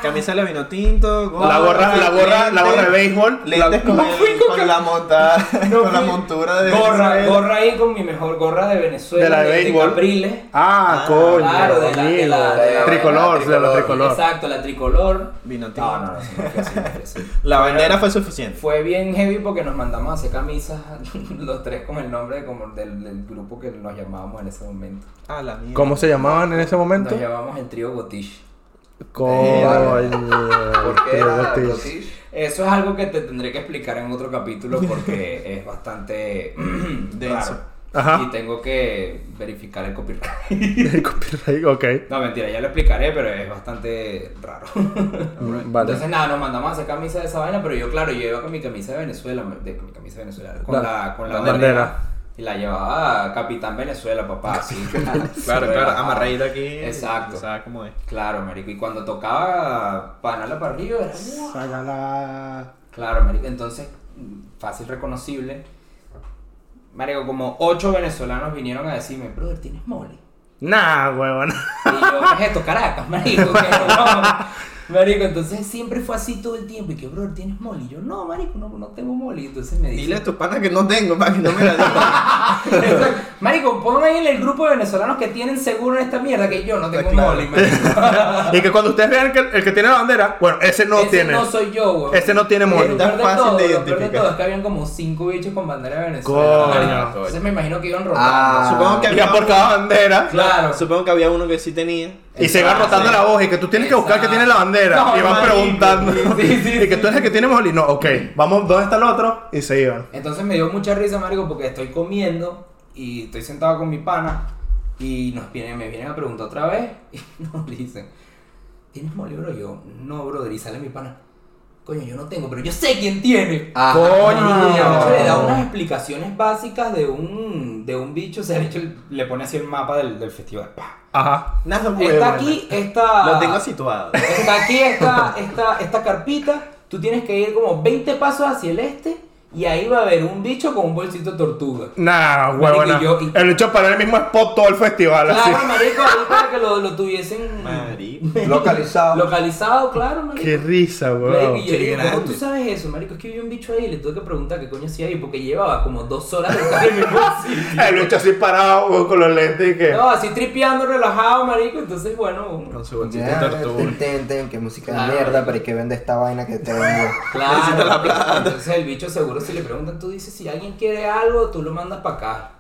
[SPEAKER 4] Camisa de vino tinto,
[SPEAKER 3] La gorra, la gorra, la gorra de béisbol.
[SPEAKER 4] Lentes
[SPEAKER 3] la-
[SPEAKER 4] con, el- con la monta, con la montura de
[SPEAKER 2] Gorra,
[SPEAKER 4] Israel.
[SPEAKER 2] gorra ahí con mi mejor gorra de Venezuela.
[SPEAKER 3] De la de béisbol.
[SPEAKER 2] Capriles.
[SPEAKER 3] Ah,
[SPEAKER 4] Ah,
[SPEAKER 3] coño.
[SPEAKER 2] claro, de la- de la- de la-
[SPEAKER 3] tricolor,
[SPEAKER 1] de
[SPEAKER 3] de
[SPEAKER 1] la
[SPEAKER 3] la
[SPEAKER 1] tricolor.
[SPEAKER 3] tricolor.
[SPEAKER 2] Exacto, la tricolor.
[SPEAKER 4] Vino tinto.
[SPEAKER 2] No, no, no, sí, no fue así, no fue así.
[SPEAKER 4] La bandera fue suficiente.
[SPEAKER 2] Fue bien heavy porque nos mandamos a hacer camisas los tres con el nombre de como del, del grupo que nos llamábamos en ese momento.
[SPEAKER 4] Ah, la mierda.
[SPEAKER 3] ¿Cómo se llamaban en ese
[SPEAKER 2] Nos
[SPEAKER 3] momento?
[SPEAKER 2] llamábamos el trío Gotish.
[SPEAKER 3] Coño.
[SPEAKER 1] ¿Por qué Ah, era
[SPEAKER 3] tío.
[SPEAKER 1] Gotish?
[SPEAKER 2] Eso es algo que te tendré que explicar en otro capítulo porque es bastante
[SPEAKER 4] Denso.
[SPEAKER 2] raro.
[SPEAKER 3] Ajá.
[SPEAKER 2] Y tengo que verificar el copyright.
[SPEAKER 3] El copyright, ok.
[SPEAKER 2] No, mentira, ya lo explicaré, pero es bastante raro.
[SPEAKER 3] Vale.
[SPEAKER 2] Entonces, nada, nos mandamos a hacer camisa de esa vaina, pero yo, claro, yo iba con mi camisa de Venezuela, de- con mi camisa de Venezuela, con
[SPEAKER 3] La-
[SPEAKER 2] la, con la,
[SPEAKER 3] la
[SPEAKER 2] bandera.
[SPEAKER 3] bandera.
[SPEAKER 2] Y la llevaba Capitán Venezuela, papá, así.
[SPEAKER 4] Claro, claro,
[SPEAKER 2] Relajado.
[SPEAKER 4] amarradito aquí.
[SPEAKER 2] Exacto.
[SPEAKER 4] ¿Sabes cómo es?
[SPEAKER 2] Claro, marico. Y cuando tocaba panala para arriba, era ¡guau!
[SPEAKER 3] Sácala.
[SPEAKER 2] Claro, marico. Entonces, mm, fácil reconocible. Marico, como ocho venezolanos vinieron a decirme, brother, tienes mole.
[SPEAKER 3] Nah, huevón.
[SPEAKER 2] Y yo, ¿qué es esto? Caracas, marico. ¿qué es esto? No. Marico, entonces siempre fue así todo el tiempo. Y que, brother, ¿tienes mole? Y yo, no, marico, no, no tengo mole. Y entonces me
[SPEAKER 4] Dile
[SPEAKER 2] dice,
[SPEAKER 4] a tus panas que no tengo, para que no me la digan.
[SPEAKER 2] Exacto. marico, pon ahí en el grupo de venezolanos que tienen seguro en esta mierda que yo no tengo
[SPEAKER 4] Claro.
[SPEAKER 2] mole. marico.
[SPEAKER 3] Y que cuando ustedes vean que el, el que tiene la bandera, bueno, ese no
[SPEAKER 2] Ese
[SPEAKER 3] tiene.
[SPEAKER 2] no soy yo, weón.
[SPEAKER 3] Ese no tiene
[SPEAKER 2] Pero
[SPEAKER 3] mole.
[SPEAKER 2] lo
[SPEAKER 4] Tan
[SPEAKER 2] peor de
[SPEAKER 4] fácil
[SPEAKER 2] todo,
[SPEAKER 4] de
[SPEAKER 2] lo peor de
[SPEAKER 4] identificar.
[SPEAKER 2] todo es que habían como cinco bichos con bandera de Venezuela.
[SPEAKER 3] Coño.
[SPEAKER 2] marico. Entonces me imagino que iban rotando.
[SPEAKER 1] Ah,
[SPEAKER 4] Supongo que
[SPEAKER 3] Y que por cada bandera.
[SPEAKER 2] Claro.
[SPEAKER 4] Supongo que había uno que sí tenía.
[SPEAKER 3] Y se va rotando la voz y que tú tienes que buscar que tiene la bandera.
[SPEAKER 2] Exacto.
[SPEAKER 3] y vas
[SPEAKER 2] No,
[SPEAKER 3] preguntando.
[SPEAKER 2] marico. Sí, sí,
[SPEAKER 3] y que tú eres el que tiene mole. No, ok. Vamos, ¿dónde está el otro? Y se iban.
[SPEAKER 2] Entonces me dio mucha risa, marico, porque estoy comiendo y estoy sentado con mi pana y nos vienen, me vienen a preguntar otra vez y nos dicen, ¿tienes mole, bro? Yo, no, brother, y sale mi pana. Coño, yo no tengo, pero yo sé quién tiene.
[SPEAKER 1] Ajá.
[SPEAKER 2] Oh.
[SPEAKER 3] Coño.
[SPEAKER 2] Y
[SPEAKER 1] Ah.
[SPEAKER 2] el bicho le da unas explicaciones básicas de un, de un bicho. O sea, el bicho le pone así el mapa del, del festival. Pa.
[SPEAKER 3] Ajá.
[SPEAKER 4] Nada,
[SPEAKER 2] Está aquí, está.
[SPEAKER 4] Lo tengo situado.
[SPEAKER 2] Está aquí esta, esta, esta carpita. Tú tienes que ir como 20 pasos hacia el este. Y ahí va a haber un bicho con un bolsito de tortuga.
[SPEAKER 3] Nah,
[SPEAKER 2] Marico,
[SPEAKER 3] huevona.
[SPEAKER 2] y yo- y-
[SPEAKER 3] El hecho para el mismo spot todo el festival
[SPEAKER 2] Claro,
[SPEAKER 3] así.
[SPEAKER 2] marico, ahí para que lo, lo tuviesen
[SPEAKER 4] Marico.
[SPEAKER 1] Localizado.
[SPEAKER 2] localizado, claro, marico.
[SPEAKER 3] Qué risa,
[SPEAKER 2] Marico,
[SPEAKER 3] weón.
[SPEAKER 2] y yo digo,
[SPEAKER 4] grande.
[SPEAKER 2] ¿cómo tú sabes eso, marico? Es que vi un bicho ahí y le tuve que preguntar qué coño hacía ahí porque llevaba como dos horas de estar en mi bolsillo.
[SPEAKER 3] El hecho así parado weón, con los lentes y que.
[SPEAKER 2] No, así tripeando, relajado, marico. Entonces, bueno,
[SPEAKER 4] Con su bolsita
[SPEAKER 1] Ya,
[SPEAKER 4] de tortuga.
[SPEAKER 1] ten, ten, ten, que música de
[SPEAKER 2] Claro.
[SPEAKER 1] mierda, pero hay que vende esta vaina que te vendo.
[SPEAKER 2] claro. La plata. Entonces, el bicho seguro, si le preguntan, tú dices, si alguien quiere algo, tú lo mandas para acá.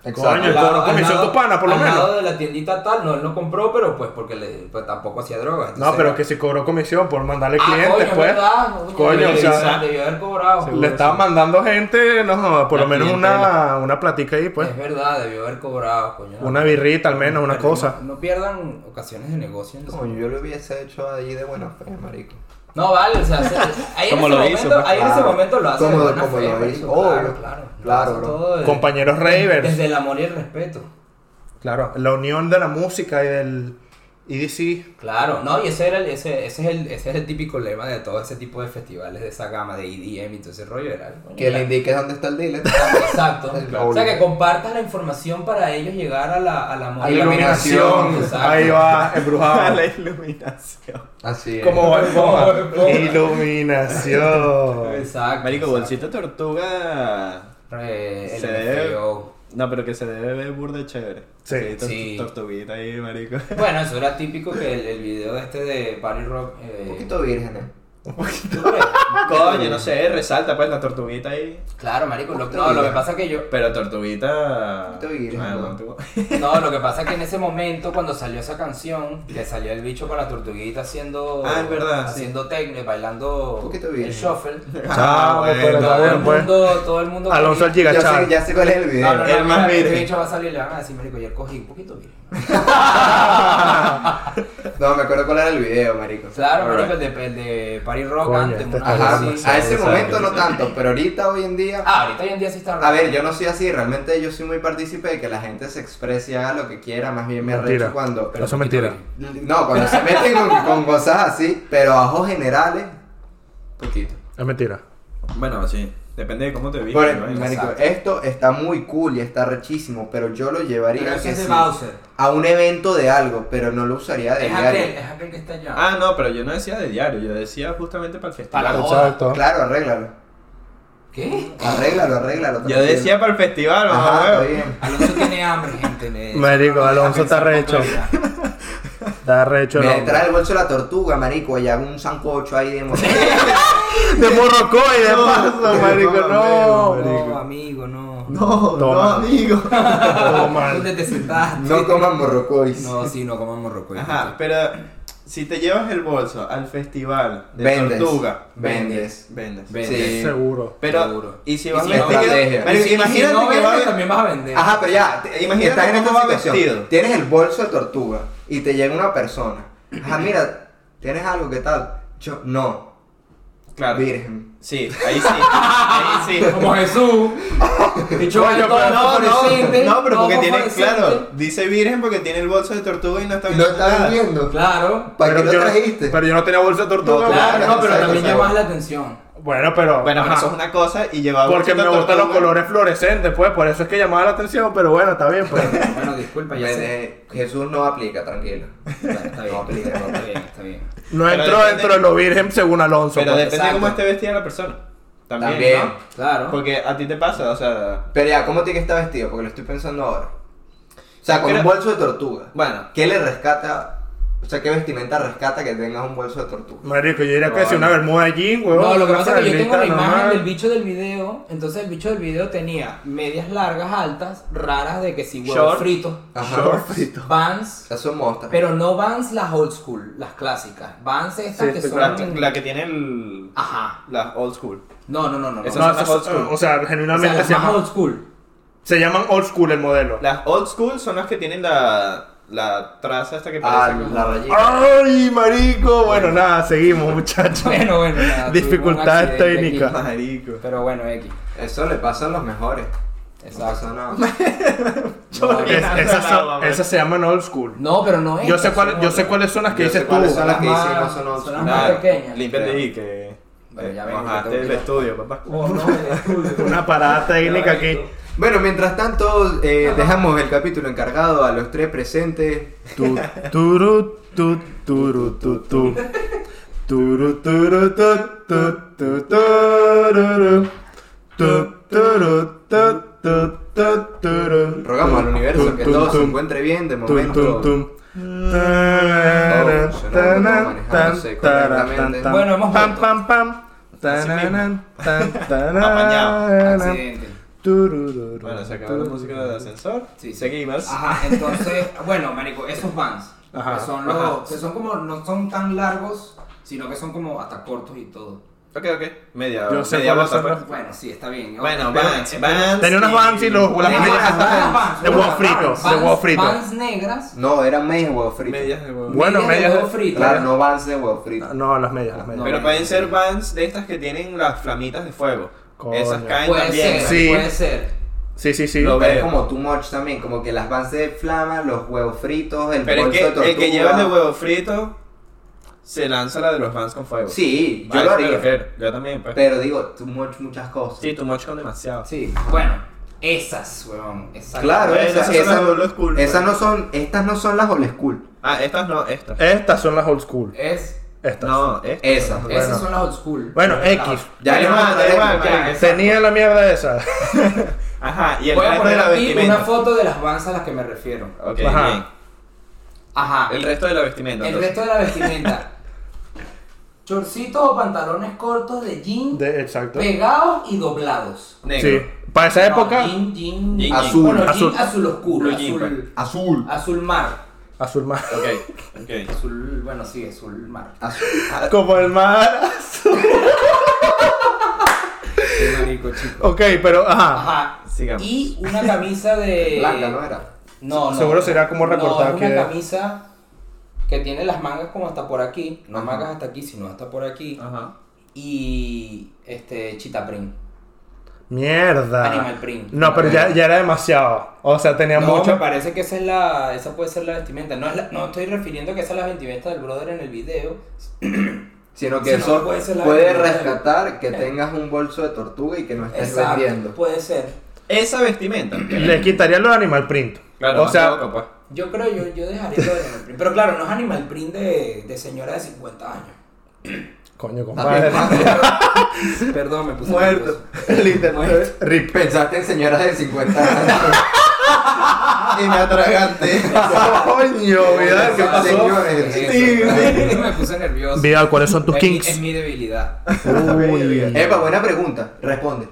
[SPEAKER 3] Coño.
[SPEAKER 1] Exacto.
[SPEAKER 3] Pero no comienzo tu pana, por lo
[SPEAKER 2] al
[SPEAKER 3] menos.
[SPEAKER 2] lado de la tiendita tal, no, él no compró, pero pues porque le, pues, tampoco hacía drogas.
[SPEAKER 3] No, pero que se cobró comisión por mandarle
[SPEAKER 2] ah, coño,
[SPEAKER 3] clientes,
[SPEAKER 2] es
[SPEAKER 3] pues.
[SPEAKER 2] verdad,
[SPEAKER 3] Coño,
[SPEAKER 2] debió-
[SPEAKER 3] o sea,
[SPEAKER 2] debió haber cobrado.
[SPEAKER 3] le estaba mandando gente, no, jodas, por
[SPEAKER 4] La
[SPEAKER 3] lo menos
[SPEAKER 4] clientela.
[SPEAKER 3] una, una platica ahí, pues.
[SPEAKER 2] Es verdad, debió haber cobrado, coño.
[SPEAKER 3] Una birrita al menos, una
[SPEAKER 2] Pero
[SPEAKER 3] cosa.
[SPEAKER 2] No, no pierdan ocasiones de negocio. No,
[SPEAKER 1] Coño, yo lo hubiese hecho ahí de buena fe, marico.
[SPEAKER 2] No, vale, o sea, se- ahí, en
[SPEAKER 4] Como
[SPEAKER 2] ese,
[SPEAKER 4] lo hizo,
[SPEAKER 2] momento,
[SPEAKER 4] pues,
[SPEAKER 2] ahí en ese
[SPEAKER 1] claro.
[SPEAKER 2] momento lo hace
[SPEAKER 1] Como-
[SPEAKER 2] de buena
[SPEAKER 1] como
[SPEAKER 2] fe,
[SPEAKER 1] lo
[SPEAKER 2] marico,
[SPEAKER 1] hizo,
[SPEAKER 2] claro,
[SPEAKER 1] obvio.
[SPEAKER 2] claro. lo
[SPEAKER 1] Claro,
[SPEAKER 2] hace
[SPEAKER 1] bro.
[SPEAKER 2] todo desde-
[SPEAKER 3] Compañeros ravers.
[SPEAKER 2] Desde el amor y el respeto.
[SPEAKER 3] Claro, la unión de la música y del E EDC.
[SPEAKER 2] Claro, no, y ese, era el, ese, ese, es el, ese es el típico lema de todo ese tipo de festivales de esa gama de EDM y todo ese rollo. Era, coño,
[SPEAKER 1] Que
[SPEAKER 2] la-
[SPEAKER 1] le indiques dónde está el dealer.
[SPEAKER 2] Exacto.
[SPEAKER 1] Claro.
[SPEAKER 2] O sea, que compartas la información para ellos llegar a la, a la
[SPEAKER 1] A la
[SPEAKER 2] iluminación.
[SPEAKER 1] iluminación.
[SPEAKER 2] Exacto.
[SPEAKER 3] Ahí va,
[SPEAKER 4] A
[SPEAKER 3] embrujado.
[SPEAKER 4] la iluminación.
[SPEAKER 1] Así es.
[SPEAKER 3] Como va
[SPEAKER 2] Bob Esponja.
[SPEAKER 3] Iluminación.
[SPEAKER 2] Exacto.
[SPEAKER 4] Marico,
[SPEAKER 2] exacto.
[SPEAKER 4] bolsita de tortuga.
[SPEAKER 2] Eh, el
[SPEAKER 4] Se debe-
[SPEAKER 2] MFO.
[SPEAKER 4] No, pero que se debe ver burda chévere.
[SPEAKER 3] Sí.
[SPEAKER 4] Así, tor-
[SPEAKER 2] Sí.
[SPEAKER 4] Tortuguita ahí, marico.
[SPEAKER 2] Bueno, eso era típico que el, el video este de Party Rock. eh,
[SPEAKER 1] Un poquito virgen, eh.
[SPEAKER 2] ¿tú crees?
[SPEAKER 4] Ah, Coño, no sé, resalta pues la tortuguita ahí.
[SPEAKER 2] Claro, marico. Lo,
[SPEAKER 1] Poquito
[SPEAKER 2] no, lo que
[SPEAKER 1] virgen.
[SPEAKER 2] pasa que yo.
[SPEAKER 4] Pero tortuguita.
[SPEAKER 1] Te oiré,
[SPEAKER 4] Ah,
[SPEAKER 1] ¿no?
[SPEAKER 4] bueno, tú-
[SPEAKER 2] No, lo que pasa que en ese momento, cuando salió esa canción, que salió el bicho con la tortuguita haciendo.
[SPEAKER 4] Ah, es verdad, sí.
[SPEAKER 2] Haciendo techno y bailando.
[SPEAKER 1] Poquito
[SPEAKER 2] El
[SPEAKER 1] virgen.
[SPEAKER 2] shuffle.
[SPEAKER 3] Chao,
[SPEAKER 4] bueno.
[SPEAKER 3] pero está
[SPEAKER 2] Todo el
[SPEAKER 3] bien, pues.
[SPEAKER 2] mundo. Todo el mundo.
[SPEAKER 3] Alonso el
[SPEAKER 1] Ya
[SPEAKER 3] Giga, chao.
[SPEAKER 1] sé, ya sé cuál es el
[SPEAKER 2] No,
[SPEAKER 1] video.
[SPEAKER 2] no, no,
[SPEAKER 4] El más
[SPEAKER 2] mira,
[SPEAKER 4] virgen.
[SPEAKER 2] este bicho va a salir y le van a decir, marico, ayer cogí un poquito virgen.
[SPEAKER 1] No, me acuerdo cuál era el video, marico.
[SPEAKER 2] Claro,
[SPEAKER 4] Alright.
[SPEAKER 2] marico, el de, el de Paris Rock
[SPEAKER 3] Coño,
[SPEAKER 2] antes,
[SPEAKER 3] este
[SPEAKER 2] una
[SPEAKER 1] Ajá,
[SPEAKER 2] cosa así.
[SPEAKER 1] a ese
[SPEAKER 4] exacto.
[SPEAKER 1] momento no tanto, pero ahorita, hoy en día...
[SPEAKER 2] Ah, ahorita hoy en día sí está
[SPEAKER 1] A ver, yo no soy así, realmente yo soy muy partícipe de que la gente se exprese y haga lo que quiera, más bien me
[SPEAKER 3] Mentira.
[SPEAKER 1] arrecho cuando...
[SPEAKER 3] Eso es mentira.
[SPEAKER 1] No, cuando se meten con, con cosas así, pero a ojos generales, poquito.
[SPEAKER 3] Es mentira.
[SPEAKER 4] Bueno, sí. Depende de cómo te viste.
[SPEAKER 1] Por-
[SPEAKER 4] ¿no?
[SPEAKER 1] marico,
[SPEAKER 2] exacto.
[SPEAKER 1] esto está muy cool y está rechísimo, pero yo lo llevaría
[SPEAKER 2] Pero ese
[SPEAKER 1] que
[SPEAKER 2] es de
[SPEAKER 1] sí,
[SPEAKER 2] Bowser.
[SPEAKER 1] a un evento de algo, pero no lo usaría de
[SPEAKER 2] Es
[SPEAKER 1] diario.
[SPEAKER 2] aquel, es aquel que está allá.
[SPEAKER 4] Ah, no, pero yo no decía de diario, yo decía justamente para el festival.
[SPEAKER 2] Para la
[SPEAKER 3] Exacto.
[SPEAKER 1] Claro, arréglalo.
[SPEAKER 2] ¿Qué?
[SPEAKER 1] Arréglalo, arréglalo.
[SPEAKER 4] Yo decía para el festival, mamá,
[SPEAKER 1] Ajá, está
[SPEAKER 4] huevo.
[SPEAKER 1] bien.
[SPEAKER 2] Alonso tiene hambre, gente. le-
[SPEAKER 3] Marico, Alonso está recho. Está recho,
[SPEAKER 1] Me
[SPEAKER 3] no.
[SPEAKER 1] trae el bolso de la tortuga, marico, y hago un sancocho ahí de morcilla.
[SPEAKER 3] De morrocoy, de
[SPEAKER 4] No,
[SPEAKER 3] paso,
[SPEAKER 1] no,
[SPEAKER 3] marico,
[SPEAKER 1] no,
[SPEAKER 3] no.
[SPEAKER 2] No, amigo, no.
[SPEAKER 4] No,
[SPEAKER 3] Toma.
[SPEAKER 4] no, amigo.
[SPEAKER 3] Toma.
[SPEAKER 2] ¿Dónde te sentaste?
[SPEAKER 1] No coman morrocois.
[SPEAKER 2] No, sí, no coman morroco.
[SPEAKER 4] Ajá, pero si te llevas el bolso al festival de
[SPEAKER 1] Vendes.
[SPEAKER 4] tortuga,
[SPEAKER 1] Vendes.
[SPEAKER 4] vendes.
[SPEAKER 2] Ven.
[SPEAKER 1] Sí.
[SPEAKER 3] Seguro.
[SPEAKER 4] Pero,
[SPEAKER 2] Seguro.
[SPEAKER 4] y si vas
[SPEAKER 2] si
[SPEAKER 1] no,
[SPEAKER 4] vestido,
[SPEAKER 1] estrategia.
[SPEAKER 4] Marico,
[SPEAKER 2] Y si- y si
[SPEAKER 4] este imagínate
[SPEAKER 2] no
[SPEAKER 4] que
[SPEAKER 2] vendes,
[SPEAKER 4] vas
[SPEAKER 2] también vas a vender.
[SPEAKER 1] Ajá, pero ya, te-
[SPEAKER 4] Imagínate
[SPEAKER 1] estás en
[SPEAKER 4] cómo
[SPEAKER 1] esta
[SPEAKER 4] va
[SPEAKER 1] situación.
[SPEAKER 4] vestido.
[SPEAKER 1] Tienes el bolso de tortuga y te llega una persona. Ajá, mira, ¿tienes algo? ¿Qué tal? Yo, no.
[SPEAKER 4] Claro.
[SPEAKER 1] Virgen.
[SPEAKER 4] Sí, ahí sí. Ahí sí.
[SPEAKER 2] Como Jesús. Dicho,
[SPEAKER 3] Coño,
[SPEAKER 2] todo
[SPEAKER 3] pero
[SPEAKER 4] No,
[SPEAKER 2] fosforescente,
[SPEAKER 4] no, no, pero
[SPEAKER 2] todo
[SPEAKER 4] porque tiene,
[SPEAKER 2] fosforescente.
[SPEAKER 4] claro, dice virgen porque tiene el bolso de tortuga y no está
[SPEAKER 1] Y lo
[SPEAKER 4] viendo
[SPEAKER 1] estás
[SPEAKER 4] nada.
[SPEAKER 1] viendo.
[SPEAKER 2] Claro.
[SPEAKER 1] ¿Para qué
[SPEAKER 3] Pero
[SPEAKER 1] lo
[SPEAKER 3] yo no-
[SPEAKER 1] trajiste?
[SPEAKER 3] Pero yo no tenía bolsa de tortuga.
[SPEAKER 1] No,
[SPEAKER 3] weón.
[SPEAKER 2] Claro, no, pero
[SPEAKER 1] exacto,
[SPEAKER 2] también
[SPEAKER 1] exacto.
[SPEAKER 2] llamas la atención.
[SPEAKER 3] Bueno, pero.
[SPEAKER 4] Bueno, pero
[SPEAKER 3] ajá.
[SPEAKER 4] eso es una cosa y llevaba
[SPEAKER 3] Porque me
[SPEAKER 4] bolsita
[SPEAKER 3] gustan los
[SPEAKER 4] tortuga.
[SPEAKER 3] colores fluorescentes, pues, por eso es que llamaba la atención, pero bueno, está bien, pues.
[SPEAKER 2] Bueno, disculpa, ya sé.
[SPEAKER 1] Vende- eh, Jesús no aplica, tranquilo.
[SPEAKER 2] Está está
[SPEAKER 1] No
[SPEAKER 2] bien,
[SPEAKER 1] aplica, no
[SPEAKER 2] está
[SPEAKER 1] aplica.
[SPEAKER 2] bien, está bien.
[SPEAKER 3] No
[SPEAKER 4] Pero
[SPEAKER 3] entró
[SPEAKER 4] depende-
[SPEAKER 3] dentro de lo virgen según Alonso.
[SPEAKER 4] Pero
[SPEAKER 3] pues.
[SPEAKER 4] depende de
[SPEAKER 2] Exacto.
[SPEAKER 4] cómo esté vestida la persona. También,
[SPEAKER 1] También.
[SPEAKER 4] ¿no?
[SPEAKER 2] Claro.
[SPEAKER 4] Porque a ti te pasa, o sea,
[SPEAKER 1] Pero ya, ¿cómo tiene que estar vestido? Porque lo estoy pensando ahora. O sea, con
[SPEAKER 4] Creo-
[SPEAKER 1] un bolso de tortuga.
[SPEAKER 4] bueno,
[SPEAKER 1] ¿Qué le rescata? O sea, ¿qué vestimenta rescata que tengas un bolso de tortuga?
[SPEAKER 3] Marico, yo diría que
[SPEAKER 4] No,
[SPEAKER 3] si una
[SPEAKER 4] no.
[SPEAKER 3] bermuda jean, huevón.
[SPEAKER 2] No, lo que
[SPEAKER 3] una
[SPEAKER 2] pasa es que yo tengo la
[SPEAKER 3] franelita
[SPEAKER 2] imagen
[SPEAKER 3] normal.
[SPEAKER 2] del bicho del video. Entonces el bicho del video tenía medias largas, altas, raras de que si huevo
[SPEAKER 4] Short.
[SPEAKER 2] frito,
[SPEAKER 1] Ajá.
[SPEAKER 2] Vans,
[SPEAKER 1] Esas son mostras.
[SPEAKER 2] pero no Vans las old school, las clásicas. Vans estas
[SPEAKER 3] Sí,
[SPEAKER 2] que
[SPEAKER 3] sí,
[SPEAKER 2] son. Ah.
[SPEAKER 4] la, la que tiene el,
[SPEAKER 2] Ajá.
[SPEAKER 4] la old school.
[SPEAKER 2] No, no, no, no. no.
[SPEAKER 4] Esas
[SPEAKER 3] No,
[SPEAKER 4] son
[SPEAKER 3] esas-
[SPEAKER 4] las old school.
[SPEAKER 3] O sea,
[SPEAKER 2] o sea,
[SPEAKER 3] genuinamente
[SPEAKER 2] las
[SPEAKER 3] se,
[SPEAKER 2] más
[SPEAKER 3] llama-
[SPEAKER 2] old school.
[SPEAKER 3] se llaman old school el modelo.
[SPEAKER 4] Las old school son las que tienen la La traza esta que
[SPEAKER 1] Ah,
[SPEAKER 4] parece como-
[SPEAKER 1] la rayita.
[SPEAKER 3] ¡Ay, marico! Bueno, nada, seguimos, muchachos.
[SPEAKER 2] Bueno, bueno, nada,
[SPEAKER 3] Dificultades
[SPEAKER 2] tuvimos un accidente
[SPEAKER 3] técnicas.
[SPEAKER 2] aquí.
[SPEAKER 4] Marico.
[SPEAKER 2] Pero bueno, X.
[SPEAKER 1] Eso le pasa a los mejores.
[SPEAKER 2] Exacto.
[SPEAKER 1] No pasa nada.
[SPEAKER 2] No,
[SPEAKER 3] Es-
[SPEAKER 2] no,
[SPEAKER 3] esas,
[SPEAKER 4] Al lado,
[SPEAKER 3] son-
[SPEAKER 4] man.
[SPEAKER 3] esas se llaman old school.
[SPEAKER 2] No, pero no es.
[SPEAKER 3] yo, sé cuál- yo sé cuáles son las que
[SPEAKER 1] Yo sé
[SPEAKER 3] dices tú.
[SPEAKER 1] cuáles son las que
[SPEAKER 2] Las
[SPEAKER 1] hice, no
[SPEAKER 2] más-
[SPEAKER 1] son old
[SPEAKER 2] son
[SPEAKER 1] school.
[SPEAKER 2] las más
[SPEAKER 1] Nada.
[SPEAKER 2] pequeñas.
[SPEAKER 4] Límpiate ahí que.
[SPEAKER 2] Bueno, ya
[SPEAKER 4] eh,
[SPEAKER 2] vengo,
[SPEAKER 4] mojaste
[SPEAKER 2] me tengo
[SPEAKER 4] el
[SPEAKER 2] que ir.
[SPEAKER 4] estudio, papá.
[SPEAKER 2] Oh, no, disculpe.
[SPEAKER 3] Una parada técnica aquí.
[SPEAKER 1] Bueno, mientras tanto, eh, dejamos el capítulo encargado a los tres presentes.
[SPEAKER 3] Tu, turu, tu, turu, tu, tu. Turu, turu, tu, tu, tu, tururu. Tu, turu, tu, tu, tu, turu.
[SPEAKER 1] Rogamos al universo que
[SPEAKER 3] Tum,
[SPEAKER 1] todo se
[SPEAKER 3] tum,
[SPEAKER 1] encuentre bien de
[SPEAKER 3] tum,
[SPEAKER 1] momento.
[SPEAKER 3] tum, tum.
[SPEAKER 4] Mm.
[SPEAKER 1] sonando, manejándose correctamente.
[SPEAKER 2] Bueno, hemos
[SPEAKER 3] Pam,
[SPEAKER 2] vuelto.
[SPEAKER 3] pam, pam.
[SPEAKER 4] Así mismo.
[SPEAKER 3] Tananan, tan, tananan.
[SPEAKER 2] Accidente.
[SPEAKER 3] Turururu.
[SPEAKER 4] Bueno, se acabó la música del ascensor.
[SPEAKER 2] Sí. Ah.
[SPEAKER 4] Seguimos.
[SPEAKER 2] Ajá, entonces, bueno, marico, esos vans,
[SPEAKER 3] Ajá.
[SPEAKER 2] que son los, que son como, no son tan largos, sino que son como hasta cortos y todo.
[SPEAKER 4] Ok, ok. Media,
[SPEAKER 3] Yo sé
[SPEAKER 4] media
[SPEAKER 3] cuáles
[SPEAKER 4] bota,
[SPEAKER 3] son
[SPEAKER 4] pues.
[SPEAKER 2] Bueno, sí, está bien.
[SPEAKER 4] Bueno,
[SPEAKER 2] Pero- eh,
[SPEAKER 4] Vans, Vans.
[SPEAKER 3] Tenía unos Vans y los- las
[SPEAKER 2] Vans,
[SPEAKER 3] medias
[SPEAKER 2] Vans,
[SPEAKER 3] hasta-
[SPEAKER 2] Vans,
[SPEAKER 3] de
[SPEAKER 2] Vans,
[SPEAKER 3] huevo frito,
[SPEAKER 2] Vans,
[SPEAKER 3] de huevo frito.
[SPEAKER 2] Vans negras,
[SPEAKER 1] No, eran medias huevo frito.
[SPEAKER 4] Medias de huevo.
[SPEAKER 3] Bueno,
[SPEAKER 2] medias de
[SPEAKER 3] medias-
[SPEAKER 2] huevo frito.
[SPEAKER 1] Claro, no vans de huevo frito.
[SPEAKER 3] No, las medias, las medias.
[SPEAKER 4] Pero pueden ser vans de estas que tienen las flamitas de fuego.
[SPEAKER 3] Coño.
[SPEAKER 4] Esas caen
[SPEAKER 2] puede
[SPEAKER 4] también.
[SPEAKER 2] ser,
[SPEAKER 3] Sí.
[SPEAKER 2] puede ser.
[SPEAKER 3] Sí, sí, sí.
[SPEAKER 4] Lo
[SPEAKER 1] Pero es
[SPEAKER 4] veo.
[SPEAKER 1] como too much también, como que las vans de flama, los huevos fritos, el
[SPEAKER 4] Pero es
[SPEAKER 1] bolso
[SPEAKER 4] que
[SPEAKER 1] de tortuga.
[SPEAKER 4] el que lleva el de huevo frito se lanza la de los vans con fuego.
[SPEAKER 1] Sí, yo
[SPEAKER 4] A
[SPEAKER 1] lo
[SPEAKER 4] eso me
[SPEAKER 1] haría.
[SPEAKER 4] refiero. Yo también, pues.
[SPEAKER 1] Pero digo, too much muchas cosas.
[SPEAKER 4] Sí, tu mocho con demasiado.
[SPEAKER 2] Sí, bueno, esas, huevón, esas.
[SPEAKER 1] Claro,
[SPEAKER 4] Bueno,
[SPEAKER 1] esas,
[SPEAKER 4] esas son las
[SPEAKER 1] esas-
[SPEAKER 4] old school,
[SPEAKER 1] esas
[SPEAKER 4] pues.
[SPEAKER 1] no son, estas no son las old school.
[SPEAKER 4] Ah, estas no, estas.
[SPEAKER 3] Estas son las old school.
[SPEAKER 2] Es,
[SPEAKER 3] Estas.
[SPEAKER 4] No, estas.
[SPEAKER 1] Esas.
[SPEAKER 3] Bueno.
[SPEAKER 2] esas son las old school.
[SPEAKER 3] Bueno,
[SPEAKER 2] Las-
[SPEAKER 3] X.
[SPEAKER 1] eh, Ya
[SPEAKER 4] Da
[SPEAKER 1] le
[SPEAKER 4] igual,
[SPEAKER 1] vamos a
[SPEAKER 4] da igual,
[SPEAKER 1] traer-
[SPEAKER 4] marico, esa.
[SPEAKER 3] Tenía la mierda esa.
[SPEAKER 4] Ajá, y el
[SPEAKER 2] Voy a
[SPEAKER 4] resto de
[SPEAKER 2] poner
[SPEAKER 4] la
[SPEAKER 2] aquí una
[SPEAKER 4] vestimenta.
[SPEAKER 2] foto de las vans a las que me refiero.
[SPEAKER 4] Ok,
[SPEAKER 3] Ajá.
[SPEAKER 4] bien.
[SPEAKER 2] Ajá.
[SPEAKER 4] El resto de la vestimenta.
[SPEAKER 2] El
[SPEAKER 4] entonces.
[SPEAKER 2] resto de la vestimenta. Chorcitos o pantalones cortos de jean
[SPEAKER 3] De- exacto.
[SPEAKER 2] pegados y doblados.
[SPEAKER 3] Sí.
[SPEAKER 4] Negro.
[SPEAKER 3] Para esa
[SPEAKER 2] No,
[SPEAKER 3] época,
[SPEAKER 2] jean, jean,
[SPEAKER 4] Jean,
[SPEAKER 1] Azul.
[SPEAKER 2] Bueno, jean
[SPEAKER 3] Azul.
[SPEAKER 2] azul. oscuro.
[SPEAKER 4] Blue jean, pues.
[SPEAKER 2] azul,
[SPEAKER 1] pues, Azul.
[SPEAKER 2] azul mar.
[SPEAKER 3] azul mar.
[SPEAKER 4] Ok, ok.
[SPEAKER 2] Azul, bueno, sí, azul mar.
[SPEAKER 4] Ah.
[SPEAKER 3] Como el mar.
[SPEAKER 2] Qué marico, chico.
[SPEAKER 3] Ok, pero ajá.
[SPEAKER 2] Ajá.
[SPEAKER 4] Sigamos.
[SPEAKER 2] Y una camisa
[SPEAKER 4] Eh,
[SPEAKER 2] de.
[SPEAKER 1] Blanca, ¿no era?
[SPEAKER 2] No, no.
[SPEAKER 3] Seguro será como recortada
[SPEAKER 2] No, es una
[SPEAKER 3] que-
[SPEAKER 2] camisa que tiene las mangas como hasta por aquí. No
[SPEAKER 1] Ajá.
[SPEAKER 2] mangas hasta aquí, sino hasta por aquí.
[SPEAKER 4] Ajá.
[SPEAKER 2] Y este chita print. Ah.
[SPEAKER 3] Mierda.
[SPEAKER 2] Animal print.
[SPEAKER 3] No, pero ya, ya era demasiado. O sea, tenía
[SPEAKER 2] No, me
[SPEAKER 3] mucho.
[SPEAKER 2] parece que esa es la, esa puede ser la vestimenta. No, es la- no estoy refiriendo que esa es la vestimenta del brother en el video.
[SPEAKER 1] Sino que
[SPEAKER 2] Si no,
[SPEAKER 1] eso
[SPEAKER 2] puede ser la
[SPEAKER 1] puede
[SPEAKER 2] verdadera.
[SPEAKER 1] rescatar que
[SPEAKER 2] Eh.
[SPEAKER 1] tengas un bolso de tortuga y que no estés
[SPEAKER 2] Exacto,
[SPEAKER 1] vendiendo.
[SPEAKER 2] puede ser.
[SPEAKER 4] Esa vestimenta.
[SPEAKER 3] Le quitaría los animal print.
[SPEAKER 4] Claro,
[SPEAKER 3] o sea,
[SPEAKER 4] loco, pues.
[SPEAKER 2] Yo creo, yo, yo dejaría lo de animal print. Pero claro, no es animal print de, de señora de 50 años.
[SPEAKER 3] coño, compadre.
[SPEAKER 1] También-
[SPEAKER 2] Perdón, me puse
[SPEAKER 3] Muerto.
[SPEAKER 2] nervioso.
[SPEAKER 3] Literal. Rip.
[SPEAKER 1] Pensaste en señoras de 50 años.
[SPEAKER 4] Y me atraganté.
[SPEAKER 3] Coño, Vidal, ¿qué pasó?
[SPEAKER 1] Señores.
[SPEAKER 2] Eso,
[SPEAKER 3] Sí,
[SPEAKER 2] claro, me puse nervioso.
[SPEAKER 3] Vidal, ¿cuáles son tus
[SPEAKER 2] es, mi- es
[SPEAKER 3] kinks?
[SPEAKER 2] mi debilidad.
[SPEAKER 1] Epa, buena pregunta. Responde.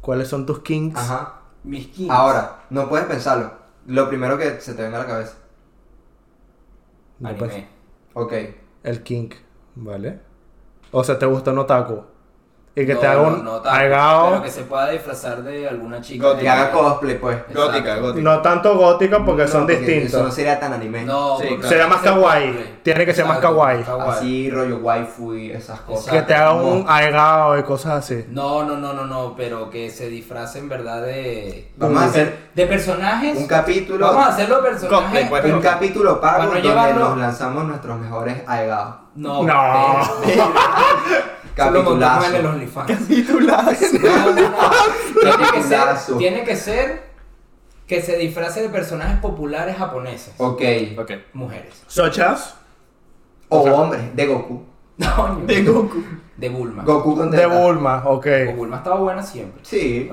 [SPEAKER 3] ¿Cuáles son tus kinks?
[SPEAKER 1] Ajá.
[SPEAKER 2] Mis kinks.
[SPEAKER 1] Ahora, no puedes pensarlo. Lo primero que se te venga a la cabeza.
[SPEAKER 3] No, pues,
[SPEAKER 2] anime.
[SPEAKER 1] Ok.
[SPEAKER 3] El kink, ¿vale? O sea, ¿te gusta un otaku? Y que
[SPEAKER 2] No,
[SPEAKER 3] te haga
[SPEAKER 2] no,
[SPEAKER 3] un
[SPEAKER 2] no tanto,
[SPEAKER 3] agao,
[SPEAKER 2] Pero que se pueda disfrazar de alguna chica.
[SPEAKER 4] Gótica.
[SPEAKER 1] Que haga cosplay, pues.
[SPEAKER 4] Gótica, gótica.
[SPEAKER 3] no tanto gótica porque son
[SPEAKER 1] Porque Eso no
[SPEAKER 3] distintos.
[SPEAKER 1] sería tan anime.
[SPEAKER 2] No,
[SPEAKER 4] Sí,
[SPEAKER 2] porque
[SPEAKER 3] será
[SPEAKER 2] hay
[SPEAKER 3] más
[SPEAKER 2] que ser
[SPEAKER 3] kawaii.
[SPEAKER 2] pobre.
[SPEAKER 3] Tiene que ser más
[SPEAKER 2] Exacto,
[SPEAKER 3] kawaii.
[SPEAKER 1] Así rollo waifu y esas cosas.
[SPEAKER 3] Que te haga un agao y cosas así.
[SPEAKER 2] No, no, no, no, no, pero que se disfracen, ¿verdad? De,
[SPEAKER 1] Vamos a hacer
[SPEAKER 2] de personajes.
[SPEAKER 1] un capítulo.
[SPEAKER 2] Vamos a hacerlo personajes.
[SPEAKER 4] Cómplex, pues.
[SPEAKER 1] Un capítulo
[SPEAKER 2] Para
[SPEAKER 1] pago
[SPEAKER 2] no
[SPEAKER 1] donde
[SPEAKER 2] llevarlo-
[SPEAKER 1] nos lanzamos nuestros mejores allegados.
[SPEAKER 2] No,
[SPEAKER 3] No.
[SPEAKER 2] pero- Eso lo montamos en el
[SPEAKER 1] Capitulazo.
[SPEAKER 2] OnlyFans. No, no, no. Tiene que ser,
[SPEAKER 1] Capitulazo.
[SPEAKER 2] tiene que ser que se disfrace de personajes populares japoneses.
[SPEAKER 1] Ok.
[SPEAKER 4] Ok.
[SPEAKER 2] Mujeres.
[SPEAKER 3] Sochas
[SPEAKER 1] O
[SPEAKER 3] sea-
[SPEAKER 1] hombres, de Goku.
[SPEAKER 2] No, yo-
[SPEAKER 4] De Goku.
[SPEAKER 2] de Bulma.
[SPEAKER 1] Goku con
[SPEAKER 3] de
[SPEAKER 1] teta.
[SPEAKER 3] Bulma, ok.
[SPEAKER 2] O Bulma estaba buena siempre.
[SPEAKER 1] Sí.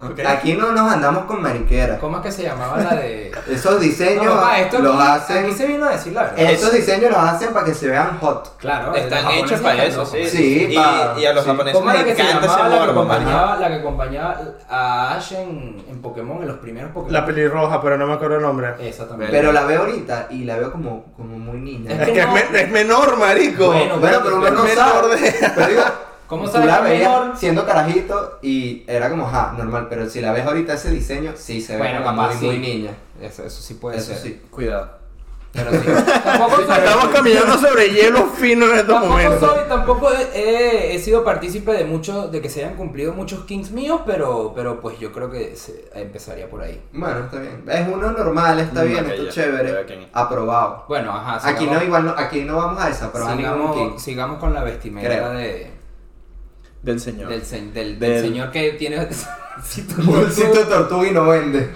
[SPEAKER 4] Ok.
[SPEAKER 1] Aquí no nos andamos con mariqueras.
[SPEAKER 2] ¿Cómo es que se llamaba la de.?
[SPEAKER 1] Esos diseños
[SPEAKER 2] No, papá, esto
[SPEAKER 1] los
[SPEAKER 2] aquí,
[SPEAKER 1] hacen. Eh,
[SPEAKER 2] aquí se vino a decir la verdad.
[SPEAKER 1] Esos diseños los hacen para que se vean hot.
[SPEAKER 2] Claro,
[SPEAKER 4] Están
[SPEAKER 2] los japoneses
[SPEAKER 4] hechos para
[SPEAKER 2] están
[SPEAKER 4] eso,
[SPEAKER 2] locos.
[SPEAKER 4] sí.
[SPEAKER 1] Sí,
[SPEAKER 4] y,
[SPEAKER 1] pa-
[SPEAKER 4] y a los
[SPEAKER 1] sí.
[SPEAKER 4] japoneses
[SPEAKER 2] ¿Cómo
[SPEAKER 4] les
[SPEAKER 2] era que se
[SPEAKER 4] encanta
[SPEAKER 2] llamaba
[SPEAKER 4] ese
[SPEAKER 2] la que,
[SPEAKER 4] morbo, marico.
[SPEAKER 2] acompañaba, la que acompañaba a Ash en, en Pokémon, en los primeros Pokémon?
[SPEAKER 3] La pelirroja, pero no me acuerdo el nombre.
[SPEAKER 2] Esa también.
[SPEAKER 1] Pero la veo ahorita y la veo como, como muy niña.
[SPEAKER 2] Es
[SPEAKER 3] Es que es,
[SPEAKER 2] no.
[SPEAKER 3] me- es menor, marico.
[SPEAKER 2] Bueno,
[SPEAKER 1] Bueno, pero uno no
[SPEAKER 3] Es menor
[SPEAKER 1] sabe.
[SPEAKER 3] de-
[SPEAKER 1] Pero digo,
[SPEAKER 2] ¿Cómo
[SPEAKER 1] Tú
[SPEAKER 2] sabes
[SPEAKER 1] la
[SPEAKER 2] que es
[SPEAKER 1] veías
[SPEAKER 2] menor?
[SPEAKER 1] siendo carajito y era como, ja, normal. Pero si la ves ahorita ese diseño, sí se ve
[SPEAKER 2] Bueno,
[SPEAKER 1] como
[SPEAKER 2] capaz
[SPEAKER 1] muy,
[SPEAKER 2] sí.
[SPEAKER 1] muy niña.
[SPEAKER 2] Eso, eso sí puede
[SPEAKER 1] Eso
[SPEAKER 2] ser.
[SPEAKER 1] sí.
[SPEAKER 2] Cuidado. Pero sí. Tampoco soy-
[SPEAKER 3] Estamos caminando sobre hielo fino en estos
[SPEAKER 2] Tampoco
[SPEAKER 3] momentos.
[SPEAKER 2] soy, tampoco he, he- he sido partícipe de muchos, de que se hayan cumplido muchos kings míos, pero, pero pues yo creo que se- empezaría por ahí.
[SPEAKER 1] Bueno, está bien. Es uno normal, está
[SPEAKER 4] Mm,
[SPEAKER 1] bien,
[SPEAKER 4] ok,
[SPEAKER 1] está
[SPEAKER 4] ya, ya,
[SPEAKER 1] chévere.
[SPEAKER 4] ok.
[SPEAKER 1] Aprobado.
[SPEAKER 2] Bueno, ajá.
[SPEAKER 1] Aquí
[SPEAKER 2] sigamos-
[SPEAKER 1] no, igual no, aquí no vamos a desaprobar ningún
[SPEAKER 2] sigamos,
[SPEAKER 1] kink.
[SPEAKER 2] sigamos con la vestimenta
[SPEAKER 1] Creo.
[SPEAKER 2] de,
[SPEAKER 4] Del señor.
[SPEAKER 2] del, se- del- del
[SPEAKER 4] Del-
[SPEAKER 2] señor que tiene... si tú-
[SPEAKER 1] Bolsito de tortuga y no vende.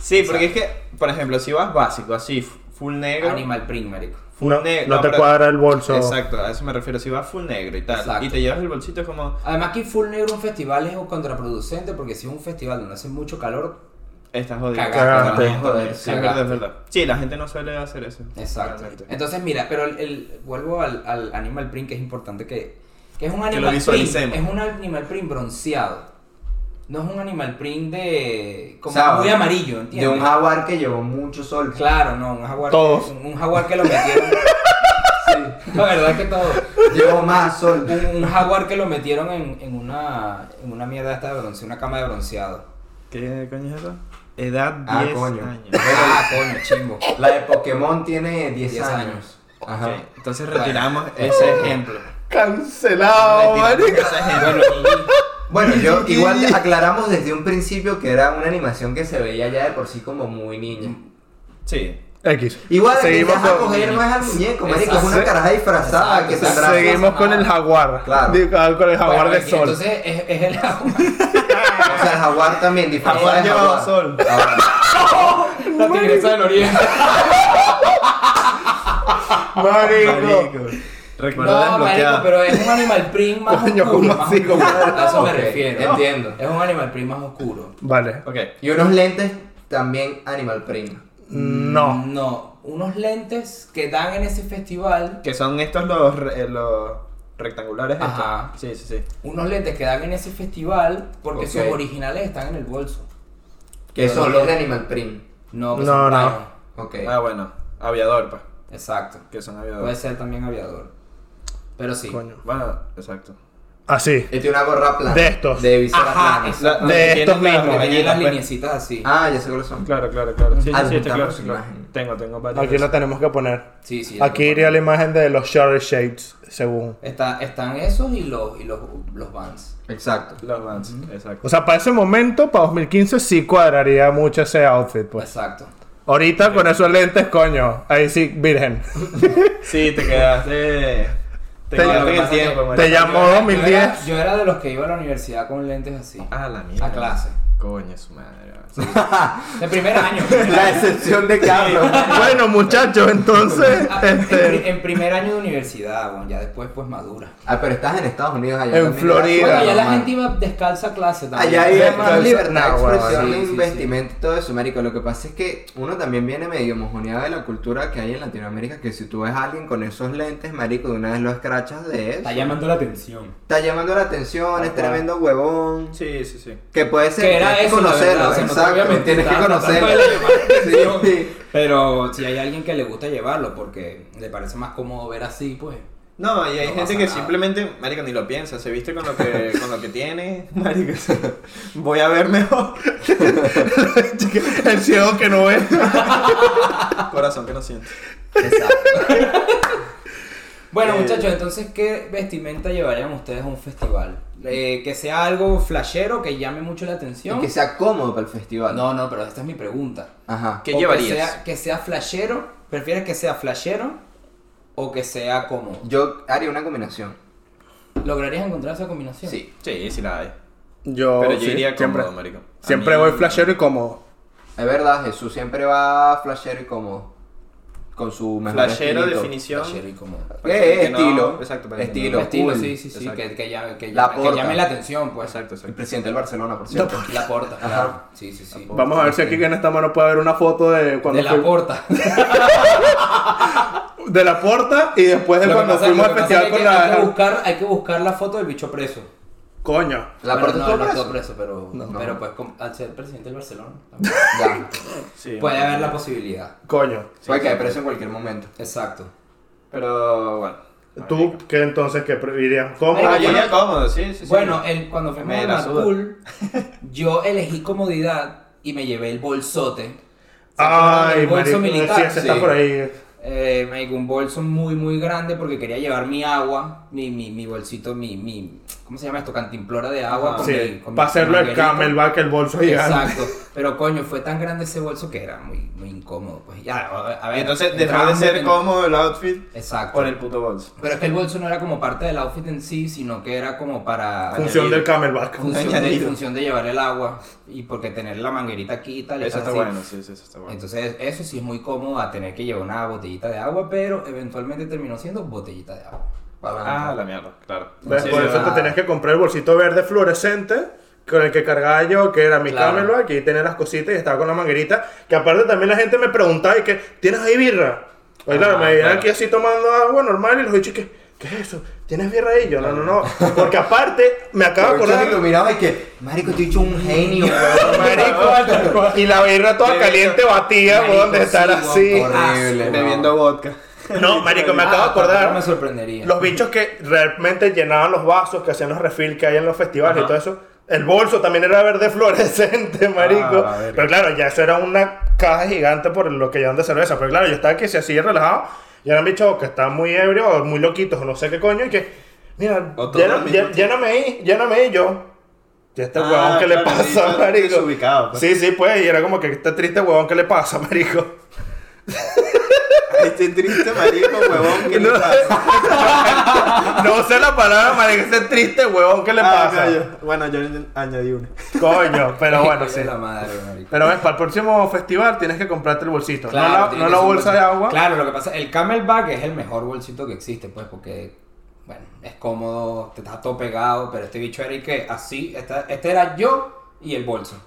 [SPEAKER 4] Sí, porque es que, por ejemplo, si vas básico, así, f- full negro.
[SPEAKER 2] Animal print, marico.
[SPEAKER 4] full
[SPEAKER 3] No,
[SPEAKER 4] negro.
[SPEAKER 3] no te
[SPEAKER 4] pero-
[SPEAKER 3] cuadra el bolso.
[SPEAKER 4] Exacto, a eso me refiero. Si vas full negro y tal,
[SPEAKER 2] Exacto.
[SPEAKER 4] y te llevas el bolsito, es como.
[SPEAKER 2] Además que full negro un festival es contraproducente porque si es un festival donde hace mucho calor,
[SPEAKER 4] Estás jodido.
[SPEAKER 2] Cagaste.
[SPEAKER 4] Realmente,
[SPEAKER 1] Joder,
[SPEAKER 4] sí, es verdad, es verdad. Sí, la gente no suele hacer eso.
[SPEAKER 2] exacto.
[SPEAKER 4] realmente.
[SPEAKER 2] Entonces mira, pero el, el- vuelvo al, al animal print que es importante que, que es un
[SPEAKER 4] lo
[SPEAKER 2] animal print,
[SPEAKER 4] visualicemos.
[SPEAKER 2] es un animal print bronceado. No es un animal print de como
[SPEAKER 1] O sea,
[SPEAKER 2] muy amarillo,
[SPEAKER 1] De
[SPEAKER 2] ¿entiendes?
[SPEAKER 1] un jaguar que llevó mucho sol.
[SPEAKER 2] Claro, no, un jaguar,
[SPEAKER 3] Todos.
[SPEAKER 2] un, un jaguar que lo metieron.
[SPEAKER 1] Sí.
[SPEAKER 2] la verdad es que todo.
[SPEAKER 1] Llevó más sol.
[SPEAKER 2] Un, un jaguar que lo metieron en, en una en una mierda esta de bronce, una cama de bronceado.
[SPEAKER 4] ¿Qué coño es eso? Edad
[SPEAKER 1] Ah,
[SPEAKER 4] 10
[SPEAKER 1] coño.
[SPEAKER 4] años.
[SPEAKER 2] Ah, coño, chimbo.
[SPEAKER 1] La de Pokémon tiene 10,
[SPEAKER 2] 10
[SPEAKER 1] años.
[SPEAKER 2] años.
[SPEAKER 1] Ajá.
[SPEAKER 4] Ok, Entonces retiramos ese ejemplo.
[SPEAKER 3] Cancelado,
[SPEAKER 4] Retiramos
[SPEAKER 3] Oh, marico.
[SPEAKER 4] ese ejemplo.
[SPEAKER 1] Bueno, yo igual aclaramos desde un principio que era una animación que se veía ya de por sí como muy niña.
[SPEAKER 4] Sí.
[SPEAKER 3] X.
[SPEAKER 1] Igual que
[SPEAKER 3] seguimos
[SPEAKER 1] vas a
[SPEAKER 3] con,
[SPEAKER 1] coger no es al muñeco, marico, es una
[SPEAKER 3] Exacto.
[SPEAKER 1] caraja disfrazada que
[SPEAKER 2] Exacto.
[SPEAKER 1] tendrá.
[SPEAKER 3] seguimos con el jaguar.
[SPEAKER 1] Claro.
[SPEAKER 3] Digo, ah, con el jaguar
[SPEAKER 2] Bueno,
[SPEAKER 3] de
[SPEAKER 2] y
[SPEAKER 3] sol.
[SPEAKER 2] Entonces es, es el jaguar.
[SPEAKER 1] O sea, el jaguar también disfrazado
[SPEAKER 4] Jaguar
[SPEAKER 1] de
[SPEAKER 4] llevaba
[SPEAKER 1] jaguar. Ah,
[SPEAKER 4] sol.
[SPEAKER 1] Ahora,
[SPEAKER 2] La tigresa del oriente.
[SPEAKER 3] Marico.
[SPEAKER 4] Recuerdo
[SPEAKER 2] No, marico,
[SPEAKER 4] desbloqueado.
[SPEAKER 2] pero es un animal print más
[SPEAKER 3] Coño,
[SPEAKER 2] oscuro.
[SPEAKER 3] ¿cómo Ah,
[SPEAKER 2] más
[SPEAKER 3] así,
[SPEAKER 2] oscuro.
[SPEAKER 3] compadre?
[SPEAKER 2] A eso me
[SPEAKER 1] Ok,
[SPEAKER 2] refiero.
[SPEAKER 1] entiendo.
[SPEAKER 2] Es un animal print más oscuro.
[SPEAKER 3] Vale.
[SPEAKER 4] Ok.
[SPEAKER 1] Y unos lentes también animal print.
[SPEAKER 3] No.
[SPEAKER 2] No, unos lentes que dan en ese festival,
[SPEAKER 4] Que son estos los, re- eh, los rectangulares. estos?
[SPEAKER 2] Ajá.
[SPEAKER 4] Sí, sí, sí.
[SPEAKER 2] unos lentes que dan en ese festival porque
[SPEAKER 1] Ok.
[SPEAKER 2] sus originales están en el bolso.
[SPEAKER 1] Que
[SPEAKER 2] Pero
[SPEAKER 1] son
[SPEAKER 2] no-
[SPEAKER 1] los de animal print.
[SPEAKER 2] No, que
[SPEAKER 3] No,
[SPEAKER 2] son
[SPEAKER 3] no.
[SPEAKER 2] Canon.
[SPEAKER 1] Ok.
[SPEAKER 4] Ah, bueno. Aviador, pues.
[SPEAKER 2] Exacto.
[SPEAKER 4] Que son
[SPEAKER 2] Puede
[SPEAKER 4] aviadores.
[SPEAKER 2] ser también aviador. Pero sí.
[SPEAKER 3] Coño.
[SPEAKER 4] Bueno, exacto.
[SPEAKER 3] Así.
[SPEAKER 1] Y tiene una gorra plana.
[SPEAKER 3] De estos.
[SPEAKER 1] De visera
[SPEAKER 2] Ajá,
[SPEAKER 1] plana.
[SPEAKER 2] exacto.
[SPEAKER 4] La-
[SPEAKER 3] De estos
[SPEAKER 4] tienes las
[SPEAKER 3] mismos.
[SPEAKER 2] Hay
[SPEAKER 4] rayitas,
[SPEAKER 2] las
[SPEAKER 4] pues.
[SPEAKER 2] lineecitas así.
[SPEAKER 1] Ah, ya sé cuáles son.
[SPEAKER 4] Claro, claro, claro. Sí, sí, sí, está claro.
[SPEAKER 1] Adjuntamos
[SPEAKER 4] está claro.
[SPEAKER 1] imagen.
[SPEAKER 4] Tengo, tengo varias.
[SPEAKER 3] Aquí lo tenemos que poner.
[SPEAKER 2] Sí, sí.
[SPEAKER 3] Aquí iría la imagen de los Shutter Shades, según.
[SPEAKER 2] Está- están esos y los, y los, los vans.
[SPEAKER 1] Exacto.
[SPEAKER 4] Los Vans, exacto.
[SPEAKER 3] O sea, para ese momento, para 2015, sí cuadraría mucho ese outfit, pues.
[SPEAKER 2] Exacto.
[SPEAKER 3] Ahorita con esos lentes, coño. Ahí sí, virgen.
[SPEAKER 4] Sí, te quedaste. Te,
[SPEAKER 3] Te-
[SPEAKER 4] quedaste en el
[SPEAKER 2] Pasa que-
[SPEAKER 4] tiempo,
[SPEAKER 3] Te
[SPEAKER 4] marico.
[SPEAKER 3] llamó
[SPEAKER 2] Yo era-
[SPEAKER 3] 2010.
[SPEAKER 2] Yo era, yo era de los que iba a la universidad con lentes así.
[SPEAKER 4] Ah, la mierda.
[SPEAKER 2] A clase.
[SPEAKER 4] Coño, su madre. Sí.
[SPEAKER 2] De primer año.
[SPEAKER 1] La excepción de Carlos.
[SPEAKER 3] bueno, muchachos, entonces.
[SPEAKER 2] Ah, en, pri-
[SPEAKER 3] este,
[SPEAKER 2] en primer año de universidad, bueno, ya después pues madura.
[SPEAKER 1] Ah, pero estás en Estados Unidos allá.
[SPEAKER 3] En
[SPEAKER 1] también.
[SPEAKER 3] Florida.
[SPEAKER 2] Bueno, ya la
[SPEAKER 1] Normal.
[SPEAKER 2] gente iba descalza a clase también.
[SPEAKER 1] Allá hay
[SPEAKER 3] Sí,
[SPEAKER 1] más
[SPEAKER 3] claro.
[SPEAKER 1] libertad de
[SPEAKER 3] No, bueno,
[SPEAKER 1] expresión,
[SPEAKER 2] sí, sí, sí.
[SPEAKER 1] vestimenta y todo eso, marico. Lo que pasa es que uno también viene medio mojoneado de la cultura que hay en Latinoamérica, que si tú ves a alguien con esos lentes, marico, de una vez lo escrachas de eso.
[SPEAKER 2] Está llamando la atención.
[SPEAKER 1] Está llamando la atención, es tremendo huevón.
[SPEAKER 4] sí, sí, sí.
[SPEAKER 1] Que puede ser,
[SPEAKER 2] Que era
[SPEAKER 1] tienes que
[SPEAKER 2] eso, la
[SPEAKER 1] conocerlo,
[SPEAKER 2] verdad, o sea, no te voy a
[SPEAKER 1] exacto,
[SPEAKER 2] mentir,
[SPEAKER 1] tienes que
[SPEAKER 2] estaba
[SPEAKER 1] conocerlo.
[SPEAKER 2] tratando de llamar la
[SPEAKER 1] Sí,
[SPEAKER 2] atención.
[SPEAKER 1] sí.
[SPEAKER 2] Pero si hay alguien que le gusta llevarlo porque le parece más cómodo ver así, pues.
[SPEAKER 4] No, y hay
[SPEAKER 2] No pasa
[SPEAKER 4] gente que
[SPEAKER 2] nada.
[SPEAKER 4] simplemente, marico, ni lo piensa, se viste con lo que, con lo que tiene, marico, o sea, voy a ver mejor,
[SPEAKER 3] el ciego que no ve.
[SPEAKER 4] corazón que no siento.
[SPEAKER 2] Bueno,
[SPEAKER 4] Eh,
[SPEAKER 2] muchachos, entonces, ¿qué vestimenta llevarían ustedes a un festival? Eh, que sea algo flashero, que llame mucho la
[SPEAKER 1] Y
[SPEAKER 2] atención.
[SPEAKER 1] que sea cómodo para el festival.
[SPEAKER 2] No, no, pero esta es mi pregunta.
[SPEAKER 1] Ajá.
[SPEAKER 4] ¿Qué
[SPEAKER 2] O
[SPEAKER 4] llevarías?
[SPEAKER 2] Que sea, que sea flashero, ¿prefieres que sea flashero o que sea cómodo?
[SPEAKER 1] Yo haría una combinación.
[SPEAKER 2] ¿Lograrías encontrar esa combinación?
[SPEAKER 1] Sí.
[SPEAKER 4] Sí, sí la hay,
[SPEAKER 3] Yo.
[SPEAKER 4] pero yo
[SPEAKER 3] Oh, sí,
[SPEAKER 4] iría
[SPEAKER 3] siempre.
[SPEAKER 4] cómodo, marico. A
[SPEAKER 3] Siempre
[SPEAKER 4] mí-
[SPEAKER 3] voy flashero y cómodo.
[SPEAKER 1] Es verdad, Jesús siempre va flashero y cómodo. Con su mejor
[SPEAKER 4] Flashero,
[SPEAKER 1] estilito.
[SPEAKER 4] definición,
[SPEAKER 2] Flashero y cómodo.
[SPEAKER 4] Para
[SPEAKER 1] Eh,
[SPEAKER 4] que no-
[SPEAKER 1] estilo.
[SPEAKER 4] exacto, para que
[SPEAKER 1] estilo.
[SPEAKER 4] no-
[SPEAKER 2] Estilo,
[SPEAKER 1] cool.
[SPEAKER 2] sí, sí, sí,
[SPEAKER 4] Exacto.
[SPEAKER 2] que, que llame, que,
[SPEAKER 1] La
[SPEAKER 2] llame, que
[SPEAKER 1] porta.
[SPEAKER 2] llame la atención, pues.
[SPEAKER 4] Exacto,
[SPEAKER 1] El
[SPEAKER 4] exacto.
[SPEAKER 1] presidente del Barcelona, por cierto.
[SPEAKER 2] La porta, claro. Sí, sí, sí.
[SPEAKER 3] Vamos a ver si aquí en esta mano puede haber una foto de cuando
[SPEAKER 2] de la
[SPEAKER 3] fui-
[SPEAKER 2] porta.
[SPEAKER 3] de la porta y después de
[SPEAKER 2] Lo que
[SPEAKER 3] cuando
[SPEAKER 2] pasa-
[SPEAKER 3] fuimos
[SPEAKER 2] lo
[SPEAKER 3] al
[SPEAKER 2] que pasa
[SPEAKER 3] festival
[SPEAKER 2] es que
[SPEAKER 3] con
[SPEAKER 2] hay que,
[SPEAKER 3] la
[SPEAKER 2] buscar, hay que buscar la foto del bicho preso.
[SPEAKER 3] coño.
[SPEAKER 1] La
[SPEAKER 2] Bueno,
[SPEAKER 1] puerta
[SPEAKER 2] no,
[SPEAKER 1] estuvo
[SPEAKER 2] no
[SPEAKER 1] preso.
[SPEAKER 2] estuvo preso, pero,
[SPEAKER 1] No.
[SPEAKER 2] pero
[SPEAKER 1] No.
[SPEAKER 2] pues como- al ser presidente del Barcelona
[SPEAKER 1] Ya.
[SPEAKER 4] Sí,
[SPEAKER 2] puede haber la posibilidad.
[SPEAKER 3] Coño.
[SPEAKER 1] Puede caer preso en cualquier momento.
[SPEAKER 2] Exacto.
[SPEAKER 4] Pero bueno,
[SPEAKER 3] Tú, que entonces, que preferirías? ¿Cómo?
[SPEAKER 2] Marico,
[SPEAKER 4] Ah, yo
[SPEAKER 2] bueno.
[SPEAKER 4] ya cómodo, sí, sí, sí.
[SPEAKER 2] Bueno, el- cuando fuimos
[SPEAKER 4] Me
[SPEAKER 2] a
[SPEAKER 4] la suda.
[SPEAKER 2] Macul, yo elegí comodidad y me llevé el bolsote.
[SPEAKER 3] Ay,
[SPEAKER 2] el bolso
[SPEAKER 3] marico, sí,
[SPEAKER 2] militar.
[SPEAKER 3] ese está
[SPEAKER 4] sí.
[SPEAKER 3] por ahí.
[SPEAKER 2] Eh, marico, un bolso muy, muy grande porque quería llevar mi agua, mi, mi, mi bolsito, mi, mi, ¿cómo se llama esto? Cantimplora de agua.
[SPEAKER 4] Ah,
[SPEAKER 2] con mi-
[SPEAKER 3] Sí,
[SPEAKER 2] con mi-
[SPEAKER 3] para hacerlo
[SPEAKER 2] con
[SPEAKER 3] el
[SPEAKER 2] mi manguerita.
[SPEAKER 3] camelback, el bolso gigante.
[SPEAKER 2] Exacto. Pero coño, fue tan grande ese bolso que era muy, muy incómodo. Pues ya, a ver, a ver.
[SPEAKER 4] Entonces, dejó
[SPEAKER 2] entraba
[SPEAKER 4] de ser
[SPEAKER 2] muy-
[SPEAKER 4] cómodo el outfit
[SPEAKER 2] Exacto.
[SPEAKER 4] por el puto bolso.
[SPEAKER 2] Pero es que el bolso no era como parte del outfit en sí, sino que era como para.
[SPEAKER 3] Función del camelback.
[SPEAKER 2] función de,
[SPEAKER 4] Añadido.
[SPEAKER 2] función de llevar el agua y porque tener la manguerita aquí y tal. y
[SPEAKER 4] Eso está
[SPEAKER 2] así.
[SPEAKER 4] bueno, sí, sí, eso está bueno.
[SPEAKER 2] Entonces, eso sí es muy cómodo a tener que llevar una botellita de agua, pero eventualmente terminó siendo botellita de agua. Para-
[SPEAKER 4] Ah, la mierda, claro.
[SPEAKER 3] ¿Ves?
[SPEAKER 4] Sí,
[SPEAKER 3] por
[SPEAKER 4] sí,
[SPEAKER 3] eso
[SPEAKER 4] sí.
[SPEAKER 3] te tenías que comprar el bolsito verde fluorescente con el que cargaba yo, que era mi
[SPEAKER 2] Claro.
[SPEAKER 3] camelback, aquí tenía las cositas y estaba con la manguerita. Que aparte también la gente me preguntaba, ¿y que ¿Tienes ahí birra? Oye, claro,
[SPEAKER 4] Ah,
[SPEAKER 3] me veían
[SPEAKER 4] claro.
[SPEAKER 3] aquí así tomando agua normal y los bichos que, ¿qué es eso? ¿Tienes birra ahí? Yo, no, no, no. Porque aparte, me acabo de
[SPEAKER 1] Pero yo
[SPEAKER 3] acordar.
[SPEAKER 1] que lo miraba y que, marico, estoy hecho
[SPEAKER 2] Mm,
[SPEAKER 1] un genio,
[SPEAKER 3] Marico, y la birra toda
[SPEAKER 4] Bebiendo-
[SPEAKER 3] caliente batida,
[SPEAKER 2] Marico,
[SPEAKER 3] weón, de
[SPEAKER 2] sí,
[SPEAKER 3] estar
[SPEAKER 2] weón,
[SPEAKER 3] así.
[SPEAKER 1] horrible.
[SPEAKER 2] Ah,
[SPEAKER 4] Bebiendo vodka.
[SPEAKER 3] No, marico, me acabo de
[SPEAKER 2] Ah, tampoco
[SPEAKER 3] acordar.
[SPEAKER 2] me sorprendería.
[SPEAKER 3] Los bichos que realmente llenaban los vasos, que hacían los refil que hay en los festivales y
[SPEAKER 4] Ajá.
[SPEAKER 3] todo eso. El bolso también era verde fluorescente, marico.
[SPEAKER 4] la Ah, verga.
[SPEAKER 3] pero claro, ya eso era una caja gigante por lo que llevan de cerveza. Pero claro, yo estaba que se así relajado. Y eran bichos que estaban muy ebrios o muy loquitos o no sé qué coño. Y que, mira,
[SPEAKER 4] O todo
[SPEAKER 3] llena-
[SPEAKER 4] al mismo
[SPEAKER 3] lle-
[SPEAKER 4] tiempo.
[SPEAKER 3] lléname ahí, lléname ahí. Yo, ¿y este
[SPEAKER 4] Ah,
[SPEAKER 3] huevón que le
[SPEAKER 4] claro,
[SPEAKER 3] pasa,
[SPEAKER 4] sí,
[SPEAKER 3] marico?
[SPEAKER 4] desubicado, pues.
[SPEAKER 3] Sí, sí, pues. Y era como que este triste huevón que le pasa, marico.
[SPEAKER 4] Este triste marico, huevón, que le
[SPEAKER 3] No.
[SPEAKER 4] pasa?
[SPEAKER 3] No sé la palabra, marico. Ese triste huevón que le
[SPEAKER 4] Ah,
[SPEAKER 3] pasa.
[SPEAKER 4] coño. Bueno, yo añadí una.
[SPEAKER 3] Coño, pero bueno, sí.
[SPEAKER 2] De la madre, marico.
[SPEAKER 3] Pero ves, para el próximo festival tienes que comprarte el bolsito.
[SPEAKER 2] Claro,
[SPEAKER 3] no la,
[SPEAKER 2] tiene
[SPEAKER 3] no
[SPEAKER 2] que
[SPEAKER 3] la
[SPEAKER 2] ser un
[SPEAKER 3] bolsa de
[SPEAKER 2] bolsito.
[SPEAKER 3] agua.
[SPEAKER 2] Claro, lo que pasa, el camelback es el mejor bolsito que existe, pues, porque, bueno, es cómodo, te está todo pegado, pero este bicho era y que así, esta- este, era yo y el bolso.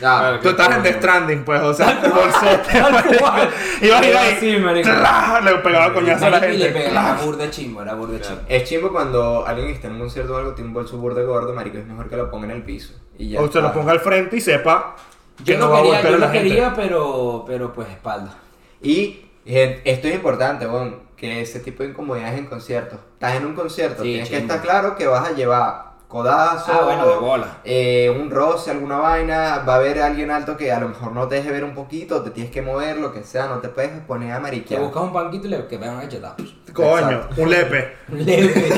[SPEAKER 1] Ya,
[SPEAKER 3] Tú estás en The Stranding, pues, o sea, el pues. bolsote. marico.
[SPEAKER 2] cual.
[SPEAKER 3] Ibas a ir
[SPEAKER 2] Era
[SPEAKER 3] ahí.
[SPEAKER 2] así, marico.
[SPEAKER 3] ¡tras! Le pegaba coñazo a la
[SPEAKER 2] Marico, y le
[SPEAKER 3] gente.
[SPEAKER 2] pegaba,
[SPEAKER 3] ¡tras!
[SPEAKER 2] era burda de chimbo, era burda de chimbo.
[SPEAKER 1] Es chimbo cuando alguien está en un concierto o algo, tiene un bolso burda gordo, marico, es mejor que lo ponga en el piso. Y ya
[SPEAKER 3] O se lo
[SPEAKER 1] está.
[SPEAKER 3] ponga al frente y sepa que
[SPEAKER 2] Yo
[SPEAKER 3] no
[SPEAKER 2] no
[SPEAKER 3] va a
[SPEAKER 2] quería,
[SPEAKER 3] golpear
[SPEAKER 2] yo
[SPEAKER 3] a la
[SPEAKER 2] no
[SPEAKER 3] gente.
[SPEAKER 2] quería, pero, pero pues espalda.
[SPEAKER 1] Y gen- esto es importante, weón, que ese tipo de incomodidades en conciertos. Estás en un concierto,
[SPEAKER 2] Sí,
[SPEAKER 1] tienes que
[SPEAKER 2] chimbo.
[SPEAKER 1] estar claro que vas a llevar codazo,
[SPEAKER 2] Ah, bueno, de bola.
[SPEAKER 1] eh, un roce, alguna vaina, va a haber alguien alto que a lo mejor no te deje ver un poquito, te tienes que mover, lo que sea, no te puedes poner a
[SPEAKER 2] Que
[SPEAKER 1] mariquear.
[SPEAKER 2] buscas un banquito y le que pegan una chetada.
[SPEAKER 3] Coño,
[SPEAKER 1] Exacto.
[SPEAKER 3] un lepe.
[SPEAKER 2] Leve.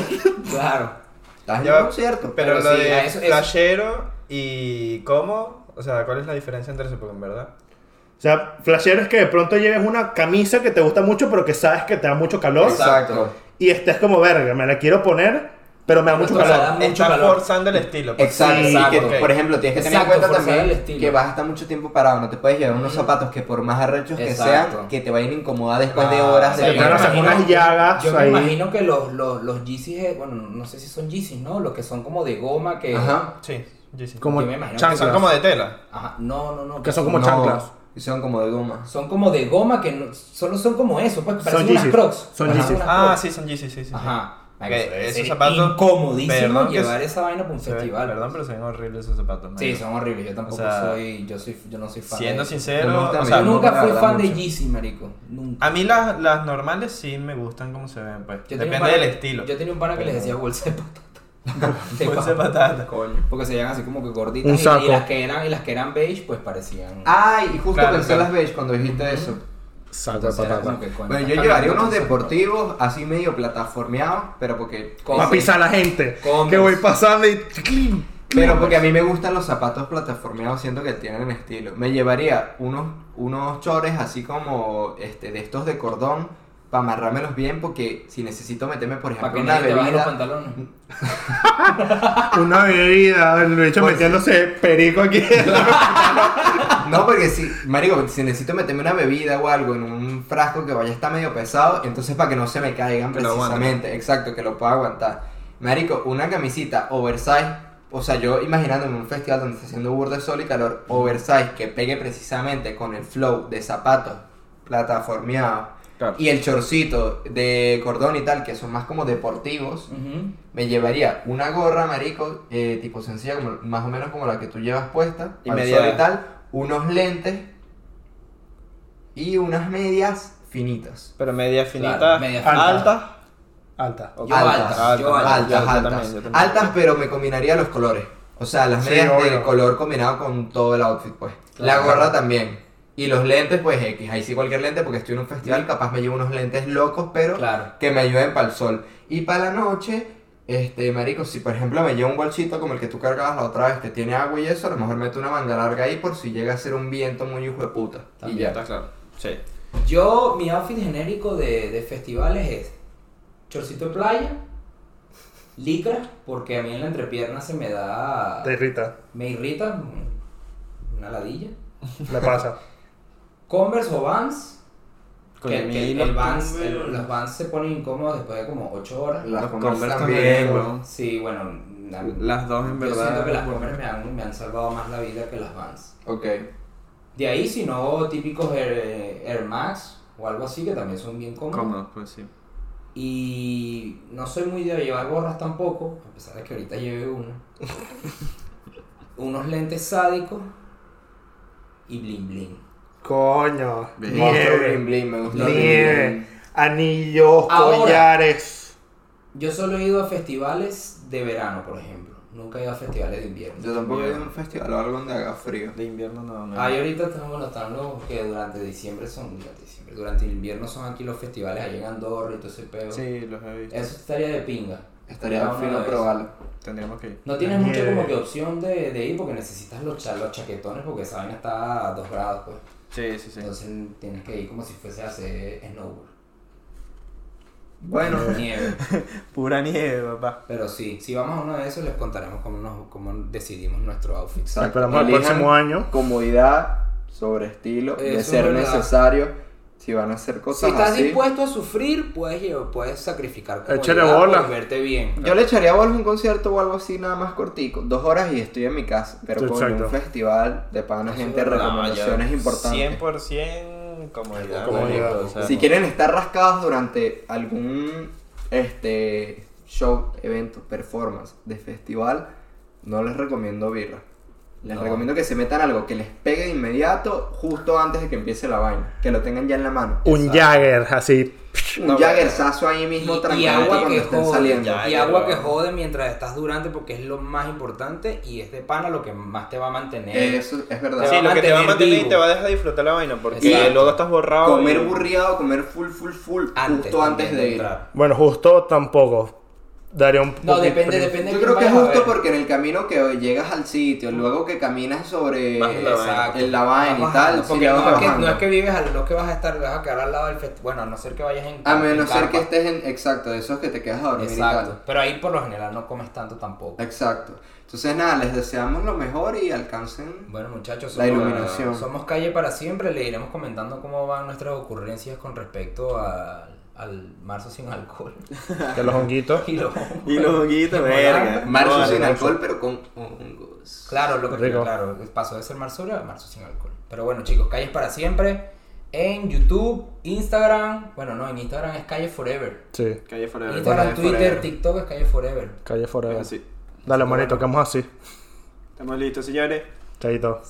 [SPEAKER 2] claro.
[SPEAKER 1] Estás en
[SPEAKER 4] Ya
[SPEAKER 1] un
[SPEAKER 4] va,
[SPEAKER 1] concierto.
[SPEAKER 4] Pero,
[SPEAKER 2] Pero
[SPEAKER 4] lo
[SPEAKER 2] sí,
[SPEAKER 4] de
[SPEAKER 2] a eso- eso-
[SPEAKER 4] flashero y cómo, o sea, ¿cuál es la diferencia entre eso? Porque en verdad.
[SPEAKER 3] O sea, flashero es que de pronto lleves una camisa que te gusta mucho, pero que sabes que te da mucho calor.
[SPEAKER 1] Exacto.
[SPEAKER 3] Y estés como, verga, me la quiero poner, pero me da mucho
[SPEAKER 2] O sea,
[SPEAKER 3] calor.
[SPEAKER 2] da mucho
[SPEAKER 4] Estás
[SPEAKER 2] calor.
[SPEAKER 4] forzando el estilo. pues.
[SPEAKER 1] Exacto,
[SPEAKER 3] Sí,
[SPEAKER 1] y que,
[SPEAKER 4] ok.
[SPEAKER 1] por ejemplo, tienes que
[SPEAKER 2] Exacto,
[SPEAKER 1] tener en cuenta
[SPEAKER 2] forzar el
[SPEAKER 1] también
[SPEAKER 2] estilo.
[SPEAKER 1] que vas a estar mucho tiempo parado, no te puedes llevar unos zapatos que por más arrechos que
[SPEAKER 2] Exacto.
[SPEAKER 1] sean, que te vayan a incomodar después de
[SPEAKER 2] Ah,
[SPEAKER 1] horas
[SPEAKER 2] o sea,
[SPEAKER 1] de
[SPEAKER 3] te van a sacar
[SPEAKER 2] imagino-
[SPEAKER 3] unas llagas
[SPEAKER 2] Yo me
[SPEAKER 3] ahí.
[SPEAKER 2] imagino que los, los, los Yeezys, eh, bueno, no sé si son Yeezys, ¿no? Los que son como de goma, que...
[SPEAKER 1] Ajá.
[SPEAKER 4] Sí, yo sí.
[SPEAKER 3] Como
[SPEAKER 2] Yo me imagino que
[SPEAKER 3] chanclas.
[SPEAKER 4] Son como de tela.
[SPEAKER 2] Ajá, no, no, no.
[SPEAKER 3] Que son como chanclas.
[SPEAKER 1] Y son como de goma.
[SPEAKER 2] Son como de goma, que no- solo son como eso, pues, parecen unas
[SPEAKER 3] Yeezys.
[SPEAKER 2] crocs.
[SPEAKER 3] Son
[SPEAKER 2] Parecen
[SPEAKER 3] Yeezys.
[SPEAKER 2] unas
[SPEAKER 4] Ah,
[SPEAKER 2] Crocs.
[SPEAKER 4] sí, son Yeezy, sí, sí.
[SPEAKER 2] Ajá.
[SPEAKER 4] Ok,
[SPEAKER 2] Marico, debe
[SPEAKER 4] esos
[SPEAKER 2] ser
[SPEAKER 4] zapatos-
[SPEAKER 2] incomodísimo
[SPEAKER 4] perdón que
[SPEAKER 2] llevar
[SPEAKER 4] se-
[SPEAKER 2] esa vaina para un
[SPEAKER 4] Se ven-
[SPEAKER 2] festival.
[SPEAKER 4] Perdón, pero se ven horribles esos zapatos.
[SPEAKER 2] Sí,
[SPEAKER 4] marico.
[SPEAKER 2] son horribles. Yo tampoco
[SPEAKER 4] O sea,
[SPEAKER 2] soy, yo soy, yo no soy fan.
[SPEAKER 4] Siendo
[SPEAKER 2] de-
[SPEAKER 1] No me
[SPEAKER 4] sincero,
[SPEAKER 1] gustan
[SPEAKER 4] o
[SPEAKER 2] Yo
[SPEAKER 4] sea,
[SPEAKER 1] a mí.
[SPEAKER 2] nunca
[SPEAKER 1] la
[SPEAKER 2] fui
[SPEAKER 1] verdad,
[SPEAKER 2] fan de
[SPEAKER 1] mucho.
[SPEAKER 2] Yeezy, marico. Nunca.
[SPEAKER 4] a mí las, las normales sí me gustan como se ven, pues.
[SPEAKER 2] Yo tenía un
[SPEAKER 4] Depende
[SPEAKER 2] pana-
[SPEAKER 4] del estilo.
[SPEAKER 2] Yo tenía un pana que les decía bolsa de patata. De
[SPEAKER 4] Bolsa de patata.
[SPEAKER 1] Coño.
[SPEAKER 2] Porque se veían así como que gorditas.
[SPEAKER 3] Un
[SPEAKER 2] y-
[SPEAKER 3] saco.
[SPEAKER 2] Y,
[SPEAKER 3] Ah,
[SPEAKER 2] las que eran, y las que eran beige, pues parecían.
[SPEAKER 1] Ay, y justo
[SPEAKER 4] Claro,
[SPEAKER 1] pensé
[SPEAKER 4] claro.
[SPEAKER 1] las beige cuando dijiste eso.
[SPEAKER 3] Saco
[SPEAKER 2] Entonces era como que, coño,
[SPEAKER 1] Bueno, yo
[SPEAKER 2] estás
[SPEAKER 1] llevaría
[SPEAKER 2] cagando,
[SPEAKER 1] unos
[SPEAKER 2] entonces,
[SPEAKER 1] deportivos así medio plataformeados, pero porque.
[SPEAKER 2] Con-
[SPEAKER 3] Va a pisar la gente.
[SPEAKER 2] Comes.
[SPEAKER 3] Que voy pasando y. ¡clin!
[SPEAKER 1] Pero porque a
[SPEAKER 2] pues.
[SPEAKER 1] mí me gustan los zapatos plataformeados, siento que tienen estilo. Me llevaría unos, unos chores así como este, de estos de cordón para amarrármelos bien, porque si necesito meterme, por
[SPEAKER 2] Para
[SPEAKER 1] ejemplo,
[SPEAKER 2] que
[SPEAKER 1] una
[SPEAKER 2] nadie te baje los
[SPEAKER 1] bebida.
[SPEAKER 2] pantalones.
[SPEAKER 3] Una bebida. El bicho
[SPEAKER 1] Pues-
[SPEAKER 3] metiéndose perico aquí.
[SPEAKER 1] No, porque si, marico, si necesito meterme una bebida o algo en un frasco que vaya a estar medio pesado, entonces para que no se me caigan
[SPEAKER 4] Que lo aguante.
[SPEAKER 1] precisamente, exacto, que lo pueda aguantar. Marico, una camisita oversize, o sea, yo imaginándome un festival donde está haciendo burda de sol y calor, oversize que pegue precisamente con el flow de zapatos plataformeados
[SPEAKER 4] Claro.
[SPEAKER 1] y el chorcito de cordón y tal, que son más como deportivos.
[SPEAKER 2] Ujú.
[SPEAKER 1] Me llevaría una gorra, marico, eh, tipo sencilla, como, más o menos como la que tú llevas puesta,
[SPEAKER 4] Y
[SPEAKER 1] y media
[SPEAKER 4] medias.
[SPEAKER 1] y tal, unos lentes y unas medias finitas.
[SPEAKER 4] Pero media finita,
[SPEAKER 2] Claro, media finita.
[SPEAKER 4] alta,
[SPEAKER 3] Alta.
[SPEAKER 2] Yo alta, yo alta.
[SPEAKER 1] altas,
[SPEAKER 5] yo
[SPEAKER 1] altas.
[SPEAKER 5] también, yo también.
[SPEAKER 1] Altas, pero me combinaría los colores. O sea, las
[SPEAKER 3] Sí,
[SPEAKER 1] medias de
[SPEAKER 3] obvio.
[SPEAKER 1] color combinado con todo el outfit, pues. La gorra también. Y los lentes, pues X. Ahí sí cualquier lente, porque estoy en un festival, capaz me llevo unos lentes locos, pero
[SPEAKER 2] Claro.
[SPEAKER 1] que me ayuden para el sol. Y para la noche, este, marico, si por ejemplo me llevo un bolsito como el que tú cargabas la otra vez, que tiene agua y eso, a lo mejor meto una manga larga ahí por si llega a ser un viento muy hijo de puta. Y ya.
[SPEAKER 4] Está claro. Sí.
[SPEAKER 2] Yo, mi outfit genérico de, de festivales es chorcito de playa, licra, porque a mí en la entrepierna se me da.
[SPEAKER 3] Te irrita.
[SPEAKER 2] Me irrita, mm, una ladilla.
[SPEAKER 3] Me pasa.
[SPEAKER 2] Converse o Vans.
[SPEAKER 5] Con
[SPEAKER 2] que-
[SPEAKER 5] el
[SPEAKER 2] que
[SPEAKER 5] hilo,
[SPEAKER 2] el Vans-
[SPEAKER 5] con-
[SPEAKER 2] el- los Vans se ponen incómodos después de como 8 horas.
[SPEAKER 1] Las
[SPEAKER 5] Los
[SPEAKER 1] Converse
[SPEAKER 5] Converse
[SPEAKER 1] también,
[SPEAKER 5] también,
[SPEAKER 1] weón.
[SPEAKER 5] weón.
[SPEAKER 2] Sí, bueno, la-
[SPEAKER 5] Las dos en
[SPEAKER 2] yo
[SPEAKER 5] verdad.
[SPEAKER 2] siento que las Converse me han, me han salvado más la vida que las Vans.
[SPEAKER 1] Ok.
[SPEAKER 2] De ahí, si no, típicos Air, eh, Air Max o algo así, que también son bien cómodos.
[SPEAKER 5] Cómodos, pues sí.
[SPEAKER 2] Y no soy muy de llevar gorras tampoco, a pesar de que ahorita lleve una. Unos lentes sádicos y bling bling.
[SPEAKER 3] Coño.
[SPEAKER 5] Bien.
[SPEAKER 1] Monstruo
[SPEAKER 3] Nieve.
[SPEAKER 1] Bling Bling, me gusta. el bling
[SPEAKER 3] Nieve.
[SPEAKER 1] bling.
[SPEAKER 3] Anillos,
[SPEAKER 2] Ahora.
[SPEAKER 3] collares.
[SPEAKER 2] Yo solo he ido a festivales de verano, por ejemplo. Nunca he ido a festivales de invierno.
[SPEAKER 1] Yo tampoco he ido a un festival o algo donde haga frío.
[SPEAKER 5] De invierno no, no.
[SPEAKER 4] Ah,
[SPEAKER 2] Ahí ahorita estamos notando que durante diciembre son, durante diciembre, durante el invierno son aquí los festivales, ahí en Andorra y todo ese pedo.
[SPEAKER 5] Sí, los he visto.
[SPEAKER 2] Eso estaría de pinga.
[SPEAKER 1] Estaría
[SPEAKER 2] Cada uno
[SPEAKER 1] fino
[SPEAKER 2] de
[SPEAKER 1] probarlo.
[SPEAKER 5] Tendríamos que ir.
[SPEAKER 2] No tienes
[SPEAKER 3] La
[SPEAKER 2] mucho
[SPEAKER 3] nieve.
[SPEAKER 2] como que opción de, de ir porque necesitas los, cha- los chaquetones porque esa vaina está a 2 grados pues.
[SPEAKER 5] Sí, sí, sí.
[SPEAKER 2] Entonces tienes que ir como si fuese a hacer snowboard.
[SPEAKER 1] Bueno,
[SPEAKER 2] Nieve.
[SPEAKER 5] Pura nieve, papá.
[SPEAKER 2] Pero sí, si vamos a uno de esos les contaremos cómo, nos, cómo decidimos nuestro outfit.
[SPEAKER 1] Exacto.
[SPEAKER 3] Esperamos el
[SPEAKER 1] Elijan
[SPEAKER 3] próximo año.
[SPEAKER 1] comodidad sobre estilo, de
[SPEAKER 2] Eso
[SPEAKER 1] ser
[SPEAKER 2] es verdad.
[SPEAKER 1] necesario. Si van a hacer
[SPEAKER 2] Si
[SPEAKER 1] cosas
[SPEAKER 2] estás
[SPEAKER 1] así.
[SPEAKER 2] dispuesto a sufrir, puedes, llevar- puedes sacrificar
[SPEAKER 3] Échale
[SPEAKER 2] comodidad
[SPEAKER 3] bola.
[SPEAKER 2] por verte bien.
[SPEAKER 1] Yo le echaría bolas a un concierto o algo así nada más cortico. Dos horas y estoy en mi casa. Pero con
[SPEAKER 3] Exacto.
[SPEAKER 1] un festival de pana
[SPEAKER 2] Eso es
[SPEAKER 1] gente,
[SPEAKER 2] verdad,
[SPEAKER 1] recomendaciones importantes.
[SPEAKER 5] 100% comodidad.
[SPEAKER 3] Comodidad.
[SPEAKER 5] marico, o sea,
[SPEAKER 1] Si quieren estar rascados durante algún este show, evento, performance de festival, no les recomiendo birra. Les
[SPEAKER 2] No.
[SPEAKER 1] recomiendo que se metan algo que les pegue de inmediato, justo antes de que empiece la vaina. Que lo tengan ya en la mano.
[SPEAKER 3] Un Jagger, así.
[SPEAKER 1] Un jaggersazo ahí mismo,
[SPEAKER 2] y
[SPEAKER 1] trancadito
[SPEAKER 2] agua
[SPEAKER 1] cuando
[SPEAKER 2] que
[SPEAKER 1] estén
[SPEAKER 2] jode,
[SPEAKER 1] saliendo.
[SPEAKER 2] y
[SPEAKER 5] ya,
[SPEAKER 2] agua
[SPEAKER 5] ya.
[SPEAKER 2] que jode mientras estás durante porque es lo más importante y es de pana lo que más te va a mantener.
[SPEAKER 1] Eso es verdad.
[SPEAKER 2] Te va
[SPEAKER 5] Sí,
[SPEAKER 2] a
[SPEAKER 5] lo que te va a
[SPEAKER 2] mantener
[SPEAKER 5] mantener y
[SPEAKER 2] vivo.
[SPEAKER 5] te va a dejar disfrutar la vaina porque
[SPEAKER 2] Exacto.
[SPEAKER 5] luego estás borrado.
[SPEAKER 1] Comer
[SPEAKER 5] y-
[SPEAKER 1] burriado, comer full, full, full, justo
[SPEAKER 2] también
[SPEAKER 1] antes de ir.
[SPEAKER 2] entrar.
[SPEAKER 3] Bueno, justo tampoco. Daría un
[SPEAKER 2] No,
[SPEAKER 3] poquito-
[SPEAKER 2] depende, depende.
[SPEAKER 1] Yo
[SPEAKER 2] de
[SPEAKER 1] creo que
[SPEAKER 2] quién
[SPEAKER 1] es
[SPEAKER 2] vayas a
[SPEAKER 1] justo
[SPEAKER 2] ver.
[SPEAKER 1] porque en el camino que llegas al sitio, luego que caminas sobre
[SPEAKER 5] Baja la vaina.
[SPEAKER 2] Exacto.
[SPEAKER 1] en la vaina
[SPEAKER 2] Vas
[SPEAKER 1] y tal,
[SPEAKER 2] bajando,
[SPEAKER 1] sí
[SPEAKER 2] porque
[SPEAKER 1] le vas
[SPEAKER 2] no, es que,
[SPEAKER 1] bajando.
[SPEAKER 2] no es que vives, al, no es que vas a estar, vas a quedar al lado del festival. Bueno, a no ser que vayas en.
[SPEAKER 1] A
[SPEAKER 2] en
[SPEAKER 1] menos ser
[SPEAKER 2] carpa.
[SPEAKER 1] que estés en, exacto, de esos que te quedas a dormir y
[SPEAKER 2] Exacto.
[SPEAKER 1] tal.
[SPEAKER 2] Pero ahí por lo general no comes tanto tampoco.
[SPEAKER 1] Exacto. Entonces nada, les deseamos lo mejor y alcancen.
[SPEAKER 2] Bueno, muchachos,
[SPEAKER 1] La
[SPEAKER 2] somos,
[SPEAKER 1] iluminación.
[SPEAKER 2] somos calle para siempre. Le iremos comentando cómo van nuestras ocurrencias con respecto a- al marzo sin alcohol.
[SPEAKER 3] De los honguitos.
[SPEAKER 2] Y lo-
[SPEAKER 5] Y los honguitos, verga.
[SPEAKER 1] Marzo
[SPEAKER 5] Vale,
[SPEAKER 1] sin
[SPEAKER 5] marzo.
[SPEAKER 1] alcohol, pero con hongos.
[SPEAKER 2] Claro, lo que
[SPEAKER 3] Rico.
[SPEAKER 2] claro, pasó de ser marsura a marzo sin alcohol. Pero bueno, chicos, calles para siempre. En YouTube, Instagram. Bueno, no, en Instagram es calle forever.
[SPEAKER 3] Sí.
[SPEAKER 4] Calle Forever.
[SPEAKER 2] Instagram,
[SPEAKER 1] Calle
[SPEAKER 2] Twitter,
[SPEAKER 1] Forever.
[SPEAKER 2] TikTok es calle forever.
[SPEAKER 3] Calle Forever.
[SPEAKER 4] Así.
[SPEAKER 3] Dale, manito, quedamos así.
[SPEAKER 4] Estamos listos, señores.
[SPEAKER 3] Chaito.